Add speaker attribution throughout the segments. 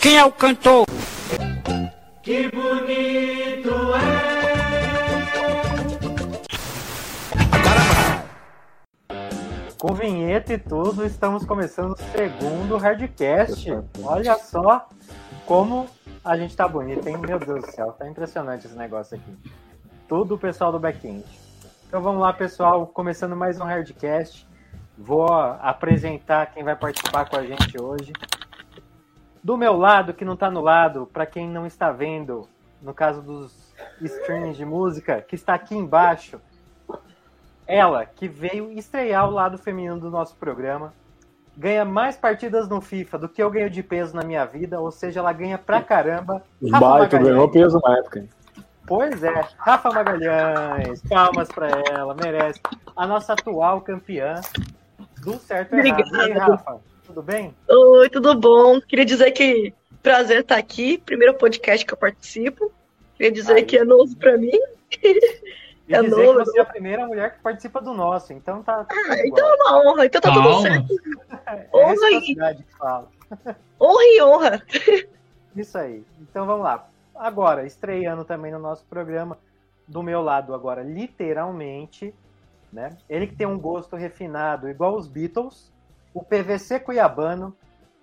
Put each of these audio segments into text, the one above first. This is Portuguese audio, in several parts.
Speaker 1: Quem é o cantor?
Speaker 2: Que bonito é.
Speaker 3: Caramba. Com vinheta e tudo, estamos começando o segundo Hardcast. Olha só como a gente tá bonito, hein? Meu Deus do céu, tá impressionante esse negócio aqui. Tudo o pessoal do back-end. Então vamos lá, pessoal, começando mais um Hardcast. Vou apresentar quem vai participar com a gente hoje. Do meu lado, que não tá no lado, para quem não está vendo, no caso dos streams de música, que está aqui embaixo, ela que veio estrear o lado feminino do nosso programa, ganha mais partidas no FIFA do que eu ganho de peso na minha vida, ou seja, ela ganha pra caramba.
Speaker 4: Vai, tu ganhou peso na época.
Speaker 3: Pois é, Rafa Magalhães, palmas para ela, merece. A nossa atual campeã do certo errado. Obrigada. E aí, Rafa, tudo bem?
Speaker 5: Oi, tudo bom? Queria dizer que prazer estar aqui, primeiro podcast que eu participo. Queria dizer aí. que é novo para mim.
Speaker 3: E é dizer novo. que você é a primeira mulher que participa do nosso, então tá.
Speaker 5: Ah, então é uma honra, então tá Calma. tudo certo.
Speaker 3: É honra e... fala.
Speaker 5: honra e honra.
Speaker 3: Isso aí. Então vamos lá agora, estreando também no nosso programa, do meu lado agora, literalmente, né? Ele que tem um gosto refinado igual os Beatles, o PVC Cuiabano,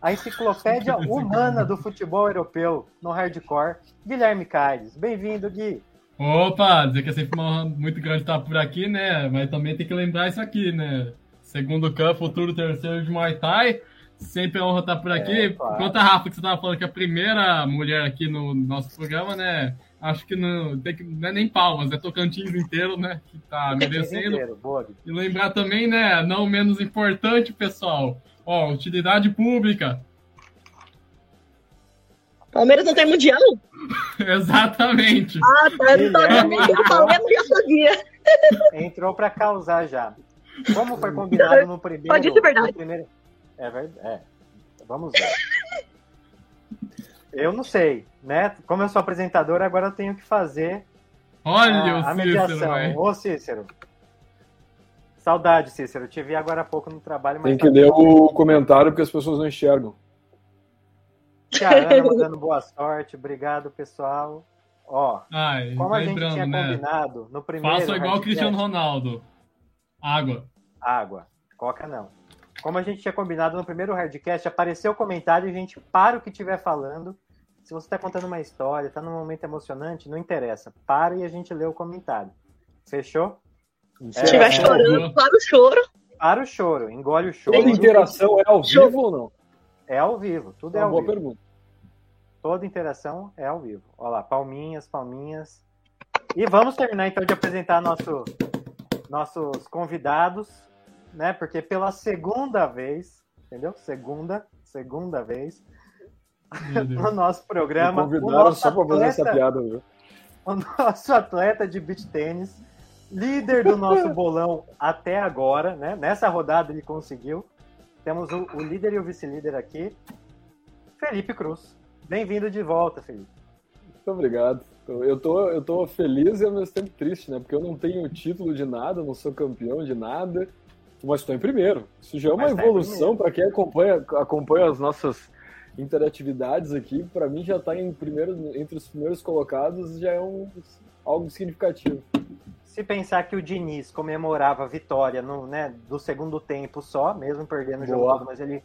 Speaker 3: a enciclopédia humana do futebol europeu no hardcore, Guilherme Caires. Bem-vindo, Gui!
Speaker 6: Opa, dizer que é sempre uma honra muito grande estar por aqui, né? Mas também tem que lembrar isso aqui, né? Segundo Khan, futuro terceiro de Muay Thai. Sempre é honra estar por aqui. É, claro. Quanto a Rafa, que você estava falando que é a primeira mulher aqui no nosso programa, né? Acho que não, tem que, não é nem palmas, é Tocantins inteiro, né? Que tá merecendo. E lembrar também, né? Não menos importante, pessoal. Ó, utilidade pública.
Speaker 5: Palmeiras não tem mundial?
Speaker 6: Exatamente.
Speaker 5: Ah, tá. Eu tô é, Palmeiras já sabia.
Speaker 3: Entrou para causar já. Como foi combinado no primeiro.
Speaker 5: Pode ser verdade.
Speaker 3: É verdade. É. Vamos lá. eu não sei, né? Como eu sou apresentador, agora eu tenho que fazer
Speaker 6: Olha
Speaker 3: Ah, a, a
Speaker 6: Cícero,
Speaker 3: mediação. Vai. Ô, Cícero. Saudade, Cícero. Te vi agora há pouco no trabalho.
Speaker 4: Tem que tá ler o bem. comentário porque as pessoas não enxergam.
Speaker 3: Tia Ana mandando boa sorte. Obrigado, pessoal. Ó,
Speaker 6: Ai,
Speaker 3: como a gente tinha né? combinado no primeiro...
Speaker 6: Faça igual o Cristiano Ronaldo. Água.
Speaker 3: Água. Coca não como a gente tinha combinado no primeiro hardcast, apareceu o comentário e a gente para o que estiver falando. Se você está contando uma história, está num momento emocionante, não interessa. Para e a gente lê o comentário. Fechou?
Speaker 5: Se estiver é, chorando, é... para o choro.
Speaker 3: Para o choro, engole o choro.
Speaker 4: Tem interação é ao vivo choro. ou não?
Speaker 3: É ao vivo, tudo é, é ao
Speaker 4: boa
Speaker 3: vivo.
Speaker 4: pergunta.
Speaker 3: Toda interação é ao vivo. Olha lá, palminhas, palminhas. E vamos terminar então de apresentar nosso, nossos convidados né? Porque pela segunda vez, entendeu? Segunda, segunda vez no nosso programa.
Speaker 4: Me convidaram nosso só para fazer essa piada, viu?
Speaker 3: O nosso atleta de beach tênis, líder do nosso bolão até agora, né? Nessa rodada ele conseguiu. Temos o, o líder e o vice-líder aqui, Felipe Cruz. Bem-vindo de volta, Felipe.
Speaker 4: Muito obrigado. Eu tô, eu tô feliz e ao mesmo tempo triste, né? Porque eu não tenho título de nada, não sou campeão de nada mas estou em primeiro. Isso já é uma mas evolução para quem acompanha, acompanha as nossas interatividades aqui. Para mim, já está em primeiro, entre os primeiros colocados, já é um, algo significativo.
Speaker 3: Se pensar que o Diniz comemorava a vitória no, né, do segundo tempo só, mesmo perdendo o jogo, todo, mas ele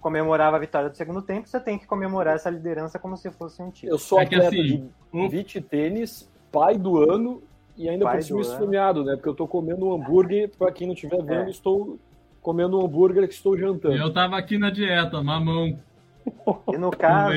Speaker 3: comemorava a vitória do segundo tempo, você tem que comemorar essa liderança como se fosse um título.
Speaker 4: Eu sou é atleta assim, de beach tênis, pai do ano e ainda Pai por cima esfomeado, né? Porque eu tô comendo um hambúrguer, para quem não estiver vendo, é. estou comendo um hambúrguer que estou jantando.
Speaker 6: Eu tava aqui na dieta, mamão.
Speaker 3: E no
Speaker 4: um
Speaker 3: caso,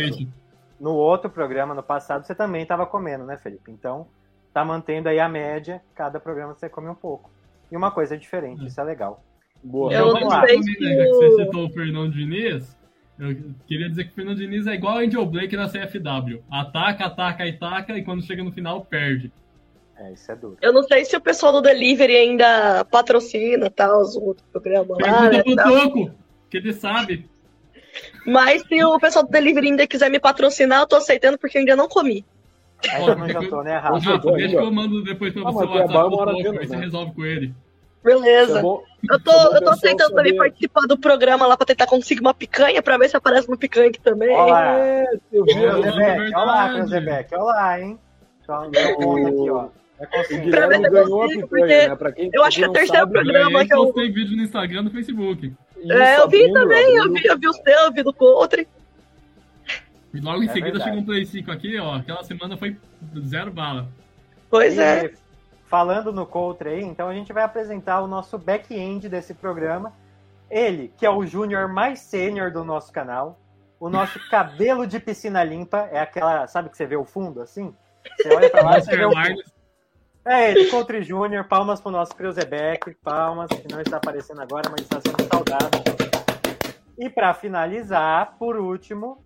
Speaker 3: no outro programa, no passado, você também tava comendo, né, Felipe? Então, tá mantendo aí a média, cada programa você come um pouco. E uma coisa é diferente, é. isso é legal.
Speaker 5: Boa.
Speaker 4: é
Speaker 5: Eu
Speaker 6: então, vamos sei que... Né? Você citou o Fernando Diniz, eu queria dizer que o Fernando Diniz é igual a Angel Blake na CFW. Ataca, ataca, ataca, e quando chega no final, perde.
Speaker 3: É, isso é duro.
Speaker 5: Eu não sei se o pessoal do Delivery ainda patrocina tal, os outros programas lá.
Speaker 6: Né, toco, que ele sabe.
Speaker 5: Mas se o pessoal do Delivery ainda quiser me patrocinar, eu tô aceitando porque eu ainda não comi.
Speaker 3: Ainda não jantou, né, Rafa?
Speaker 6: Rafa, deixa que eu mando depois pra você ah, o WhatsApp do Toco, aí você resolve com ele.
Speaker 5: Beleza. Tá
Speaker 4: É bom-
Speaker 5: Eu tô,
Speaker 4: é bom o
Speaker 5: eu tô
Speaker 4: pessoal
Speaker 5: tentando
Speaker 4: saber.
Speaker 5: também participar do programa lá pra tentar conseguir uma picanha, pra ver se aparece uma picanha aqui também.
Speaker 3: Olha lá.
Speaker 4: É, eu vi, eu vi.
Speaker 3: Cruzebeck, olha lá,
Speaker 6: verdade.
Speaker 3: Cruzebeck, olha lá, hein? Só um ponto aqui, ó. É
Speaker 4: O
Speaker 3: consciente.
Speaker 5: Pra ver se
Speaker 4: Guilherme
Speaker 5: eu
Speaker 4: ganhou a
Speaker 5: consigo,
Speaker 4: picanha,
Speaker 5: porque
Speaker 4: né? Pra quem,
Speaker 5: eu
Speaker 4: pra
Speaker 5: acho que
Speaker 4: quem
Speaker 5: é o
Speaker 4: não
Speaker 5: terceiro
Speaker 6: Eu
Speaker 5: programa. Programa
Speaker 6: ganhei,
Speaker 5: que eu-
Speaker 6: postei vídeo no Instagram e no Facebook.
Speaker 4: isso,
Speaker 5: É, eu vi
Speaker 4: abrindo,
Speaker 5: também, eu
Speaker 4: abrindo.
Speaker 5: vi, eu vi o seu, eu vi do Coutre.
Speaker 6: E logo em
Speaker 3: É
Speaker 6: seguida
Speaker 3: verdade.
Speaker 6: chegou um Play 5 aqui, ó. Aquela semana foi zero bala.
Speaker 5: Pois é.
Speaker 3: E, Falando no Coltre aí, então a gente vai apresentar o nosso back-end desse programa. Ele, que é o júnior mais sênior do nosso canal. O nosso cabelo de piscina limpa, é aquela, sabe que você vê o fundo assim? Você olha pra lá, você vê
Speaker 6: Oscar
Speaker 3: o
Speaker 6: Marques.
Speaker 3: É ele, Country Júnior, palmas pro nosso Creuzebeck, palmas, que não está aparecendo agora, mas está sendo saudado. E para finalizar, por último,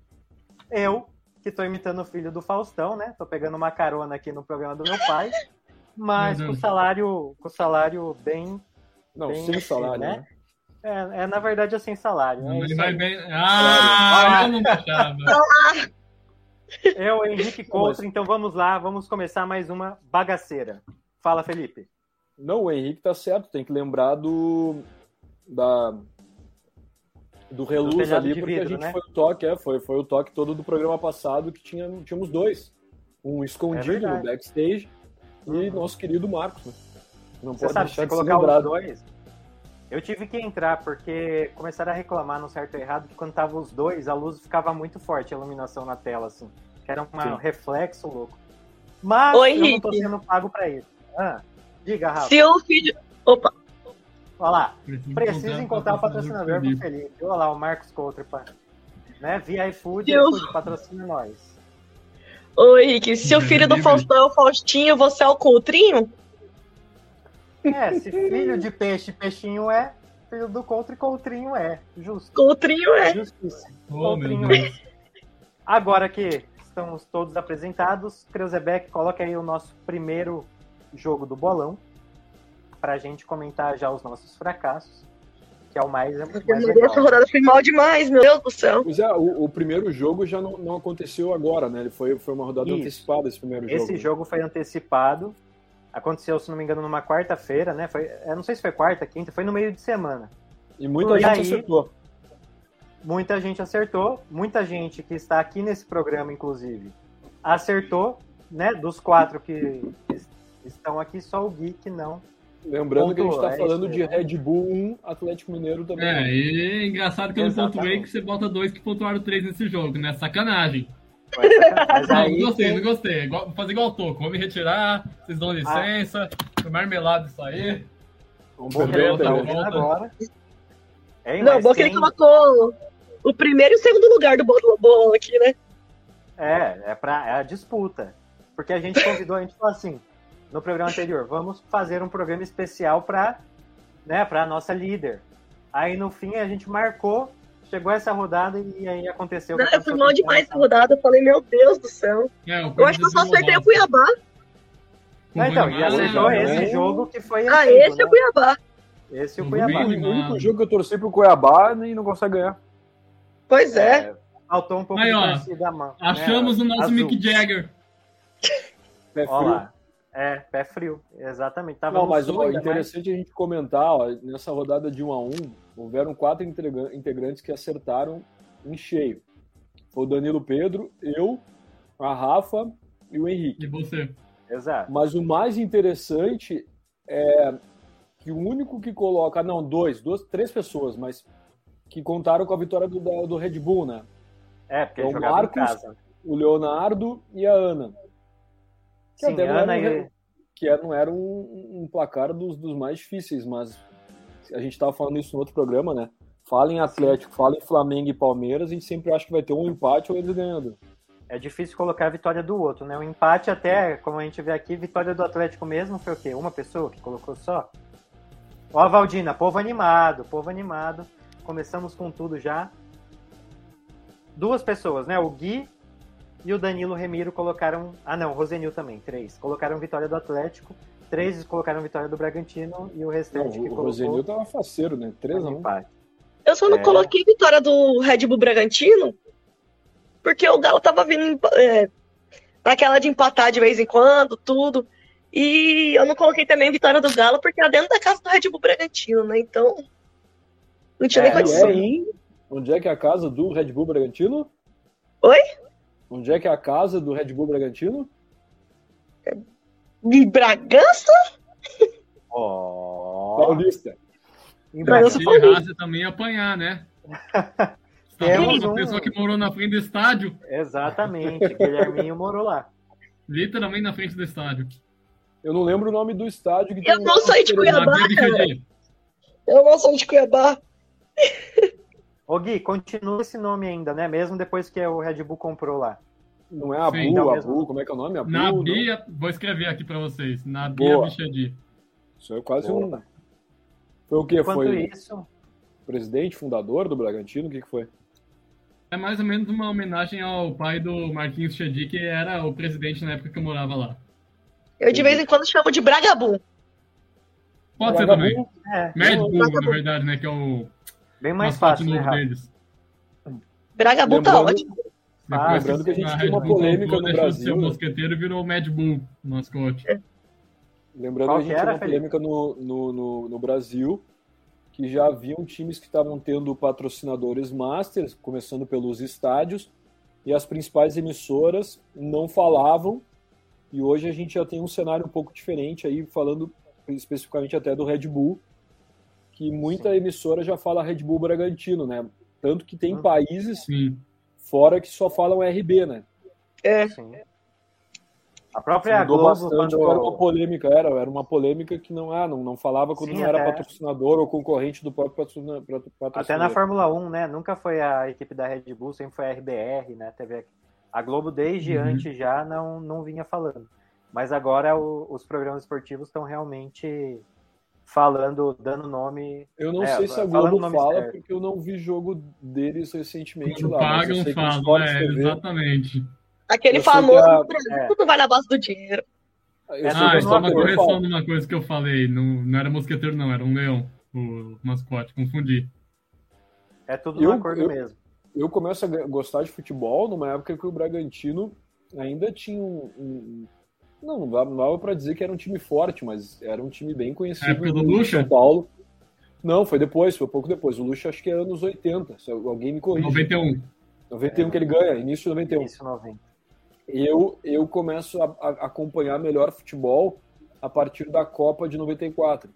Speaker 3: eu, que estou imitando o filho do Faustão, né? Tô pegando uma carona aqui no programa do meu pai, mas
Speaker 6: Meu
Speaker 3: com
Speaker 6: Deus.
Speaker 3: salário, com salário bem.
Speaker 4: Não,
Speaker 3: Bem
Speaker 4: sem salário,
Speaker 3: assim, né?
Speaker 4: né?
Speaker 3: É, é, na verdade é sem salário. é
Speaker 6: Ele
Speaker 3: isso
Speaker 6: vai
Speaker 3: aí.
Speaker 6: bem. Ah, eu não achava.
Speaker 3: Eu, Henrique Coutre, então vamos lá, vamos começar mais uma bagaceira. Fala, Felipe.
Speaker 4: Não, o Henrique tá certo, tem que lembrar do. Da, do reluz
Speaker 3: telhado
Speaker 4: ali,
Speaker 3: de
Speaker 4: porque a
Speaker 3: vidro,
Speaker 4: gente
Speaker 3: né?
Speaker 4: foi o toque, é, foi, foi o toque todo do programa passado que tinha, tínhamos dois. Um escondido no
Speaker 3: verdade.
Speaker 4: backstage e
Speaker 3: Uhum.
Speaker 4: nosso querido Marcos, né? Não
Speaker 3: Você
Speaker 4: pode
Speaker 3: sabe,
Speaker 4: deixar
Speaker 3: se
Speaker 4: de ser
Speaker 3: colocar os
Speaker 4: lembrado.
Speaker 3: dois. Eu tive que entrar, porque começaram a reclamar no certo e errado que quando tava os dois, a luz ficava muito forte, a iluminação na tela, assim. Que era uma- um
Speaker 4: Sim.
Speaker 3: reflexo louco. Mas
Speaker 5: Ô,
Speaker 3: eu não tô
Speaker 5: Henrique.
Speaker 3: sendo pago pra isso. Ah, diga, Rafa.
Speaker 5: Se o vídeo. Opa,
Speaker 3: Olha lá.
Speaker 6: Preciso
Speaker 3: Preciso encontrar o patrocinador do
Speaker 6: Felipe.
Speaker 3: Felipe. Olha lá, o Marcos Coutre. Pra, né? Via iFood,
Speaker 5: Deus.
Speaker 3: iFood patrocina nós.
Speaker 5: ô Henrique, se o
Speaker 6: Meu
Speaker 5: filho do
Speaker 6: Deus.
Speaker 5: Faustão é o Faustinho, você é o Coutrinho?
Speaker 3: É, se filho de peixe, peixinho é, filho do Coutre, Coutrinho é. Justo.
Speaker 5: Coutrinho é.
Speaker 3: Justiça.
Speaker 6: Oh, meu
Speaker 3: Outrinho.
Speaker 6: Deus.
Speaker 3: Agora que estamos todos apresentados, Creuzebeck, coloca aí o nosso primeiro jogo do bolão para a gente comentar já os nossos fracassos, que é o mais, mais
Speaker 5: Essa
Speaker 3: legal.
Speaker 5: rodada foi mal demais, meu Deus do céu.
Speaker 4: Pois é, o, o primeiro jogo já não, não aconteceu agora, né? Ele foi, foi uma rodada
Speaker 3: Isso.
Speaker 4: antecipada esse primeiro jogo.
Speaker 3: Esse jogo foi antecipado, aconteceu, se não me engano, numa quarta-feira, né? Foi, eu não sei se foi quarta, quinta, foi no meio de semana.
Speaker 4: E muita
Speaker 3: E
Speaker 4: gente
Speaker 3: aí-
Speaker 4: acertou.
Speaker 3: Muita gente acertou, muita gente que está aqui nesse programa, inclusive, acertou, né? Dos quatro que es- estão aqui, só o Gui que não
Speaker 4: Lembrando que a gente
Speaker 3: Pontuou,
Speaker 4: tá
Speaker 3: é
Speaker 4: falando
Speaker 3: isso
Speaker 4: de
Speaker 3: mesmo.
Speaker 4: Red Bull 1, Atlético Mineiro também.
Speaker 6: É, e é engraçado que eu não
Speaker 3: Exatamente.
Speaker 6: pontuei que você bota dois que pontuaram três nesse jogo, né? Sacanagem.
Speaker 3: Mas
Speaker 6: Não,
Speaker 3: aí,
Speaker 6: não gostei, não gostei. É igual- Vou fazer igual o Toco. Vou me retirar, vocês
Speaker 3: Ah.
Speaker 6: dão licença. Foi marmelado isso aí.
Speaker 4: Vamos
Speaker 3: bom que ele
Speaker 4: perder
Speaker 6: Gabriel
Speaker 3: tá
Speaker 4: também.
Speaker 6: Beleza.
Speaker 3: ouvindo agora. Hein,
Speaker 5: não,
Speaker 3: mas
Speaker 5: bom que ele
Speaker 3: quem-
Speaker 5: colocou o primeiro e o segundo lugar do Bolo Bolo aqui, né?
Speaker 3: É, é, pra, é a disputa. Porque a gente convidou, a gente falou assim, no programa anterior, vamos fazer um programa especial para né, pra nossa líder. Aí no fim a gente marcou, chegou essa rodada e aí aconteceu. o que
Speaker 5: Não, eu fui
Speaker 3: aconteceu
Speaker 5: mal
Speaker 3: com
Speaker 5: demais essa
Speaker 3: ela.
Speaker 5: rodada. Eu falei, meu Deus do céu.
Speaker 6: É, o
Speaker 5: Eu acho que eu só acertei o Cuiabá.
Speaker 3: Não, então, e acertou
Speaker 4: né?
Speaker 3: esse jogo que foi
Speaker 5: Ah,
Speaker 3: antigo,
Speaker 5: esse é
Speaker 3: né?
Speaker 5: o Cuiabá.
Speaker 3: Esse o
Speaker 6: Tudo
Speaker 3: Cuiabá.
Speaker 4: O
Speaker 6: bem?
Speaker 4: único- o único jogo que eu torci pro Cuiabá e não consegue ganhar.
Speaker 5: Pois é.
Speaker 3: Faltou um pouco
Speaker 6: Aí,
Speaker 3: de
Speaker 6: ó,
Speaker 3: torcida, mano.
Speaker 6: Achamos o nosso
Speaker 3: Mick
Speaker 6: Mick Jagger.
Speaker 4: Pé frio.
Speaker 3: Ó lá. É, pé frio, exatamente. Tava
Speaker 4: Não,
Speaker 3: no
Speaker 4: mas
Speaker 3: sul
Speaker 4: ó,
Speaker 3: ainda, né?
Speaker 4: interessante a gente comentar, ó, nessa rodada de 1 a 1 houveram quatro integra- integrantes que acertaram em cheio. Foi o Danilo Pedro, eu, a Rafa e o Henrique.
Speaker 6: E você?
Speaker 3: Exato.
Speaker 4: Mas o mais interessante é que o único que coloca, ah, não, dois, duas, três pessoas, mas que contaram com a vitória do, da- do Red Bull, né?
Speaker 3: É, porque
Speaker 4: É o
Speaker 3: jogava
Speaker 4: Marcos,
Speaker 3: em casa.
Speaker 4: O Leonardo e a Ana. Que
Speaker 3: Sim,
Speaker 4: até não
Speaker 3: Ana
Speaker 4: era um-
Speaker 3: e...
Speaker 4: que era- não era um, um placar dos, dos mais difíceis, mas a gente estava falando isso no outro programa, né? Fala em Atlético, fala em Flamengo e Palmeiras, a gente sempre acha que vai ter um empate ou eles ganhando.
Speaker 3: É difícil colocar a vitória do outro, né? O empate até, como a gente vê aqui, vitória do Atlético mesmo foi o quê? Uma pessoa que colocou só? Ó, a Valdina, povo animado, povo animado. Começamos com tudo já. Duas pessoas, né? O Gui e o Danilo Remiro colocaram... Ah, não, o Rosenil também, três. Colocaram vitória do Atlético, três colocaram vitória do Bragantino e o
Speaker 4: Não,
Speaker 3: restante que
Speaker 4: o
Speaker 3: colocou...
Speaker 4: Rosenil tava faceiro, né?
Speaker 3: foi
Speaker 4: 3 a
Speaker 3: um
Speaker 4: 1.
Speaker 3: empate.
Speaker 5: Eu só não
Speaker 3: É.
Speaker 5: coloquei vitória do Red Bull Bragantino, porque o Galo tava vindo em- é, naquela de empatar de vez em quando, tudo. E eu não coloquei também a vitória do Galo, porque era dentro da casa do Red Bull Bragantino, né? Então. Não tinha
Speaker 4: É,
Speaker 5: nem condição.
Speaker 4: é em- Onde é que é a casa do Red Bull Bragantino?
Speaker 5: Oi?
Speaker 4: Onde é que é a casa do Red Bull Bragantino?
Speaker 5: De Bragança?
Speaker 3: Ó,
Speaker 4: Paulista.
Speaker 3: em
Speaker 5: Pra
Speaker 3: Bragança
Speaker 5: isso-
Speaker 6: Se errasse também ia apanhar, né? Tá
Speaker 3: Temos
Speaker 6: bom,
Speaker 3: um-
Speaker 6: a pessoa que morou na frente do estádio,
Speaker 3: Exatamente, Guilherminho morou lá.
Speaker 6: literalmente na frente do estádio.
Speaker 4: Eu não lembro o nome do estádio que
Speaker 5: Eu não saí de
Speaker 6: Na
Speaker 5: Cuiabá,
Speaker 6: Vila de
Speaker 5: cara.
Speaker 6: Jardim.
Speaker 5: Eu não sou de Cuiabá.
Speaker 3: Ô Gui, continua esse nome ainda, né? Mesmo depois que o Red Bull comprou lá.
Speaker 4: Não é Abu,
Speaker 6: Sim,
Speaker 3: não,
Speaker 4: Abu,
Speaker 3: mesmo.
Speaker 4: como é que é o nome? Abu,
Speaker 6: Na
Speaker 4: não.
Speaker 6: Bia, vou escrever aqui pra vocês. Na Bia
Speaker 4: Boa.
Speaker 6: Bichadi.
Speaker 4: Isso é quase
Speaker 3: Boa.
Speaker 4: um... Foi o que?
Speaker 3: Enquanto
Speaker 4: Foi
Speaker 3: isso,
Speaker 4: presidente, fundador do Bragantino? O que, que foi?
Speaker 6: É mais ou menos uma homenagem ao pai do Marquinhos Chedi, que era o presidente na época que eu morava lá.
Speaker 5: Eu de vez em quando chamo de Bragabu.
Speaker 6: Pode ser
Speaker 4: Bragabu,
Speaker 6: também.
Speaker 3: é,
Speaker 6: Mad
Speaker 4: Eu-
Speaker 6: Bull, na verdade, né? Que é o
Speaker 3: bem mais
Speaker 6: mascote
Speaker 3: fácil, né,
Speaker 6: novo
Speaker 3: Rafa?
Speaker 6: deles.
Speaker 4: Ah,
Speaker 5: Bragabu tá
Speaker 4: Lembrando-
Speaker 5: ótimo.
Speaker 3: Ah,
Speaker 6: Depois
Speaker 4: lembrando que a gente
Speaker 6: na
Speaker 4: tem uma
Speaker 6: Red Bull
Speaker 4: polêmica
Speaker 6: Bull
Speaker 4: no
Speaker 6: deixou de
Speaker 4: Brasil,
Speaker 6: ser o
Speaker 4: né?
Speaker 6: mosqueteiro e virou o Mad Bull, mascote.
Speaker 3: É.
Speaker 4: Lembrando
Speaker 3: Qual
Speaker 4: que a gente
Speaker 3: que era,
Speaker 4: tinha uma
Speaker 3: Felipe?
Speaker 4: polêmica no, no, no, no Brasil, que já haviam times que estavam tendo patrocinadores masters, começando pelos estádios, e as principais emissoras não falavam, e hoje a gente já tem um cenário um pouco diferente aí, falando especificamente até do Red Bull, que muita emissora já fala Red Bull Bragantino, né? Tanto que tem
Speaker 3: Hum.
Speaker 4: países
Speaker 6: Sim.
Speaker 4: fora que só falam RB, né?
Speaker 3: Sim. A própria
Speaker 4: mudou
Speaker 3: Globo,
Speaker 4: bastante.
Speaker 3: quando-
Speaker 4: Era uma polêmica, era, era uma polêmica que não, ah, não, não falava quando
Speaker 3: Sim,
Speaker 4: não era
Speaker 3: até-
Speaker 4: patrocinador ou concorrente do próprio patrocina- pra- patrocinador.
Speaker 3: até na Fórmula 1, né? Nunca foi a equipe da Red Bull, sempre foi a RBR, né? Teve a Globo desde
Speaker 6: Uhum.
Speaker 3: antes já não, não vinha falando. Mas agora o- os programas esportivos estão realmente falando, dando nome.
Speaker 4: Eu não
Speaker 3: É,
Speaker 4: sei se a
Speaker 3: falando
Speaker 4: Globo
Speaker 3: o nome
Speaker 4: fala,
Speaker 3: certo.
Speaker 4: porque eu não vi jogo deles recentemente
Speaker 6: Quando
Speaker 4: lá. mas eu
Speaker 6: pagam,
Speaker 4: sei que o
Speaker 6: falam.
Speaker 4: Sport
Speaker 6: É,
Speaker 4: TV
Speaker 6: exatamente.
Speaker 5: Aquele
Speaker 4: Eu sei
Speaker 5: famoso
Speaker 4: que a-
Speaker 5: Brasil tudo vai na base do dinheiro.
Speaker 4: eu sei que
Speaker 6: Ah,
Speaker 4: o
Speaker 6: é só uma
Speaker 4: Sport TV
Speaker 6: correção
Speaker 4: fala.
Speaker 6: numa coisa que eu falei. Não, não era mosqueteiro, não, era um leão, o mascote. Confundi.
Speaker 3: É tudo
Speaker 4: Eu-
Speaker 3: no acordo
Speaker 4: eu-
Speaker 3: mesmo.
Speaker 4: Eu começo a g- gostar de futebol numa época que o Bragantino ainda tinha um. um- não, não dava, não dava pra dizer que era um time forte, mas era um time bem conhecido.
Speaker 6: época do
Speaker 4: em
Speaker 6: Lucha?
Speaker 4: São Paulo. Não, foi depois, foi pouco depois. O Lucha acho que é anos 80. Se alguém me corrige.
Speaker 6: 91.
Speaker 4: 91 que ele ganha, início de 91.
Speaker 3: Isso, 90.
Speaker 4: Eu, eu começo a, a acompanhar melhor futebol a partir da Copa de 94.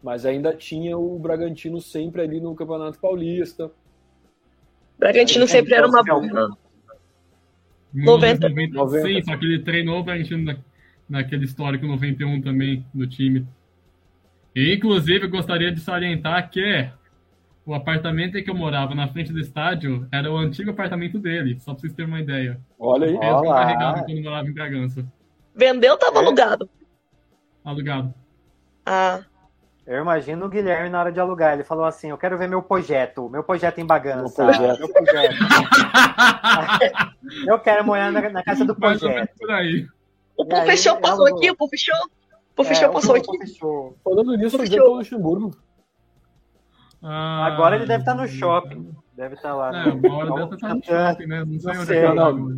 Speaker 4: Mas ainda tinha o Bragantino sempre ali no Campeonato Paulista.
Speaker 5: Bragantino sempre era uma
Speaker 4: Então,
Speaker 5: bomba. 90.
Speaker 6: 90. um. Sim, só que ele treinou o Bragantino na, naquele histórico 91 também do time. E, inclusive, eu gostaria de salientar que o apartamento em que eu morava na frente do estádio era o antigo apartamento dele, só pra vocês terem uma ideia.
Speaker 4: Olha aí.
Speaker 6: Eu Mesmo
Speaker 3: Olá.
Speaker 6: carregado quando morava em Bragança.
Speaker 5: Vendeu, tava alugado.
Speaker 6: Alugado.
Speaker 5: Ah,
Speaker 3: Eu imagino o Guilherme na hora de alugar. Ele falou assim: Eu quero ver meu projeto, meu projeto em bagança.
Speaker 4: Meu projeto.
Speaker 3: Meu projeto. Eu quero morar na, na casa do
Speaker 6: Mais ou
Speaker 3: projeto.
Speaker 6: menos por aí.
Speaker 5: o
Speaker 3: E
Speaker 5: Pô
Speaker 3: aí,
Speaker 5: fechou,
Speaker 3: eu
Speaker 5: passou
Speaker 3: vou-
Speaker 5: aqui, o Pô fechou. O Pô fechou,
Speaker 3: É,
Speaker 5: passou
Speaker 3: o
Speaker 5: aqui.
Speaker 3: fechou.
Speaker 4: Falando nisso, o
Speaker 5: Porque
Speaker 4: Jean
Speaker 5: eu-
Speaker 4: Luxemburgo.
Speaker 6: Ah,
Speaker 3: Agora ele deve estar no shopping. Deve estar lá.
Speaker 6: É, uma hora dessa tá no shopping, né? Não sei
Speaker 3: Não
Speaker 6: onde
Speaker 3: sei,
Speaker 6: é que ele
Speaker 4: não.
Speaker 6: agora.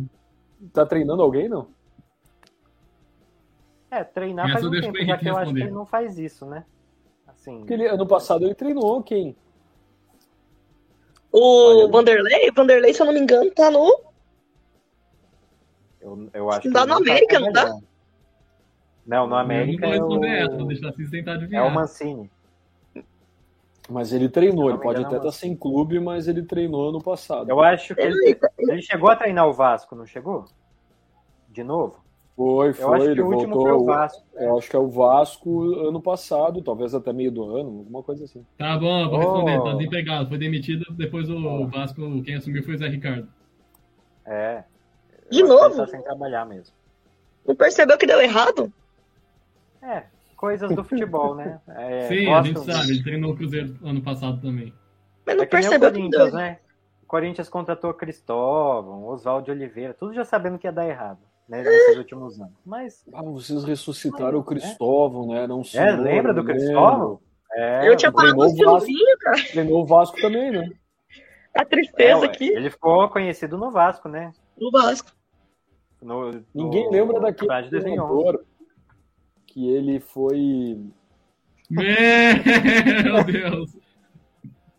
Speaker 4: Tá treinando alguém, não?
Speaker 3: É, treinar
Speaker 6: Essa
Speaker 3: faz um
Speaker 6: eu deixo
Speaker 3: tempo,
Speaker 6: pro
Speaker 3: já
Speaker 6: Henrique
Speaker 3: que eu acho que
Speaker 6: responder.
Speaker 3: ele não faz isso, né? Assim,
Speaker 4: Porque ele, ano passado ele treinou quem?
Speaker 5: O Vanderlei, Vanderlei, se eu não me engano, tá no.
Speaker 3: eu, eu acho
Speaker 5: Dá
Speaker 3: ele
Speaker 5: no
Speaker 3: tá
Speaker 5: América, não dá?
Speaker 3: trabalhando. Não, no América é
Speaker 6: eu não vou responder essa, vou
Speaker 3: o,
Speaker 6: deixar vocês tentar
Speaker 3: é
Speaker 6: adivinhar.
Speaker 3: o Mancini.
Speaker 4: Mas ele treinou,
Speaker 3: Se
Speaker 4: ele
Speaker 3: não me
Speaker 4: pode
Speaker 3: engano,
Speaker 4: até estar
Speaker 3: não.
Speaker 4: sem clube, mas ele treinou ano passado.
Speaker 3: Eu acho que ele,
Speaker 5: Ele,
Speaker 3: ele chegou a treinar o Vasco, não chegou? De novo?
Speaker 4: Foi,
Speaker 3: Eu acho
Speaker 4: foi,
Speaker 3: que
Speaker 4: ele
Speaker 3: o último foi o
Speaker 4: voltou.
Speaker 3: Vasco.
Speaker 4: Eu acho que é o Vasco ano passado, talvez até meio do ano, alguma coisa assim.
Speaker 6: Tá bom, eu vou responder.
Speaker 3: Oh.
Speaker 6: Tá desempregado, foi demitido. Depois o Vasco, quem assumiu foi o Zé Ricardo.
Speaker 3: É.
Speaker 5: De
Speaker 3: Eu acho que ele
Speaker 5: novo?
Speaker 3: Tá sem trabalhar mesmo.
Speaker 5: não percebeu que deu errado?
Speaker 3: É, coisas do futebol, né? É,
Speaker 6: Sim, a gente
Speaker 3: gostam-
Speaker 6: sabe, ele treinou o Cruzeiro ano passado também.
Speaker 5: Mas não
Speaker 3: É que nem o
Speaker 5: percebeu que deu
Speaker 3: Corinthians,
Speaker 5: errado.
Speaker 3: né? O Corinthians contratou Cristóvão, Oswaldo Oliveira, tudo já sabendo que ia dar errado, né, nesses últimos anos. Mas,
Speaker 4: Ah, vocês ressuscitaram o Cristóvão, né? Não sei.
Speaker 3: Ah, é, lembra
Speaker 4: né?
Speaker 3: do Cristóvão? É,
Speaker 5: Eu tinha
Speaker 4: bem
Speaker 5: falado assim, do
Speaker 4: novo Vasco.
Speaker 5: Silvinho, cara.
Speaker 4: Treinou o Vasco também, né?
Speaker 5: A
Speaker 3: é,
Speaker 5: tristeza
Speaker 3: ué,
Speaker 5: aqui
Speaker 3: Ele ficou conhecido no Vasco, né?
Speaker 5: no Vasco.
Speaker 3: No-
Speaker 4: Ninguém
Speaker 3: no
Speaker 4: lembra daquele
Speaker 3: Campeonato de 2011.
Speaker 4: treinador que ele foi.
Speaker 6: Meu Deus!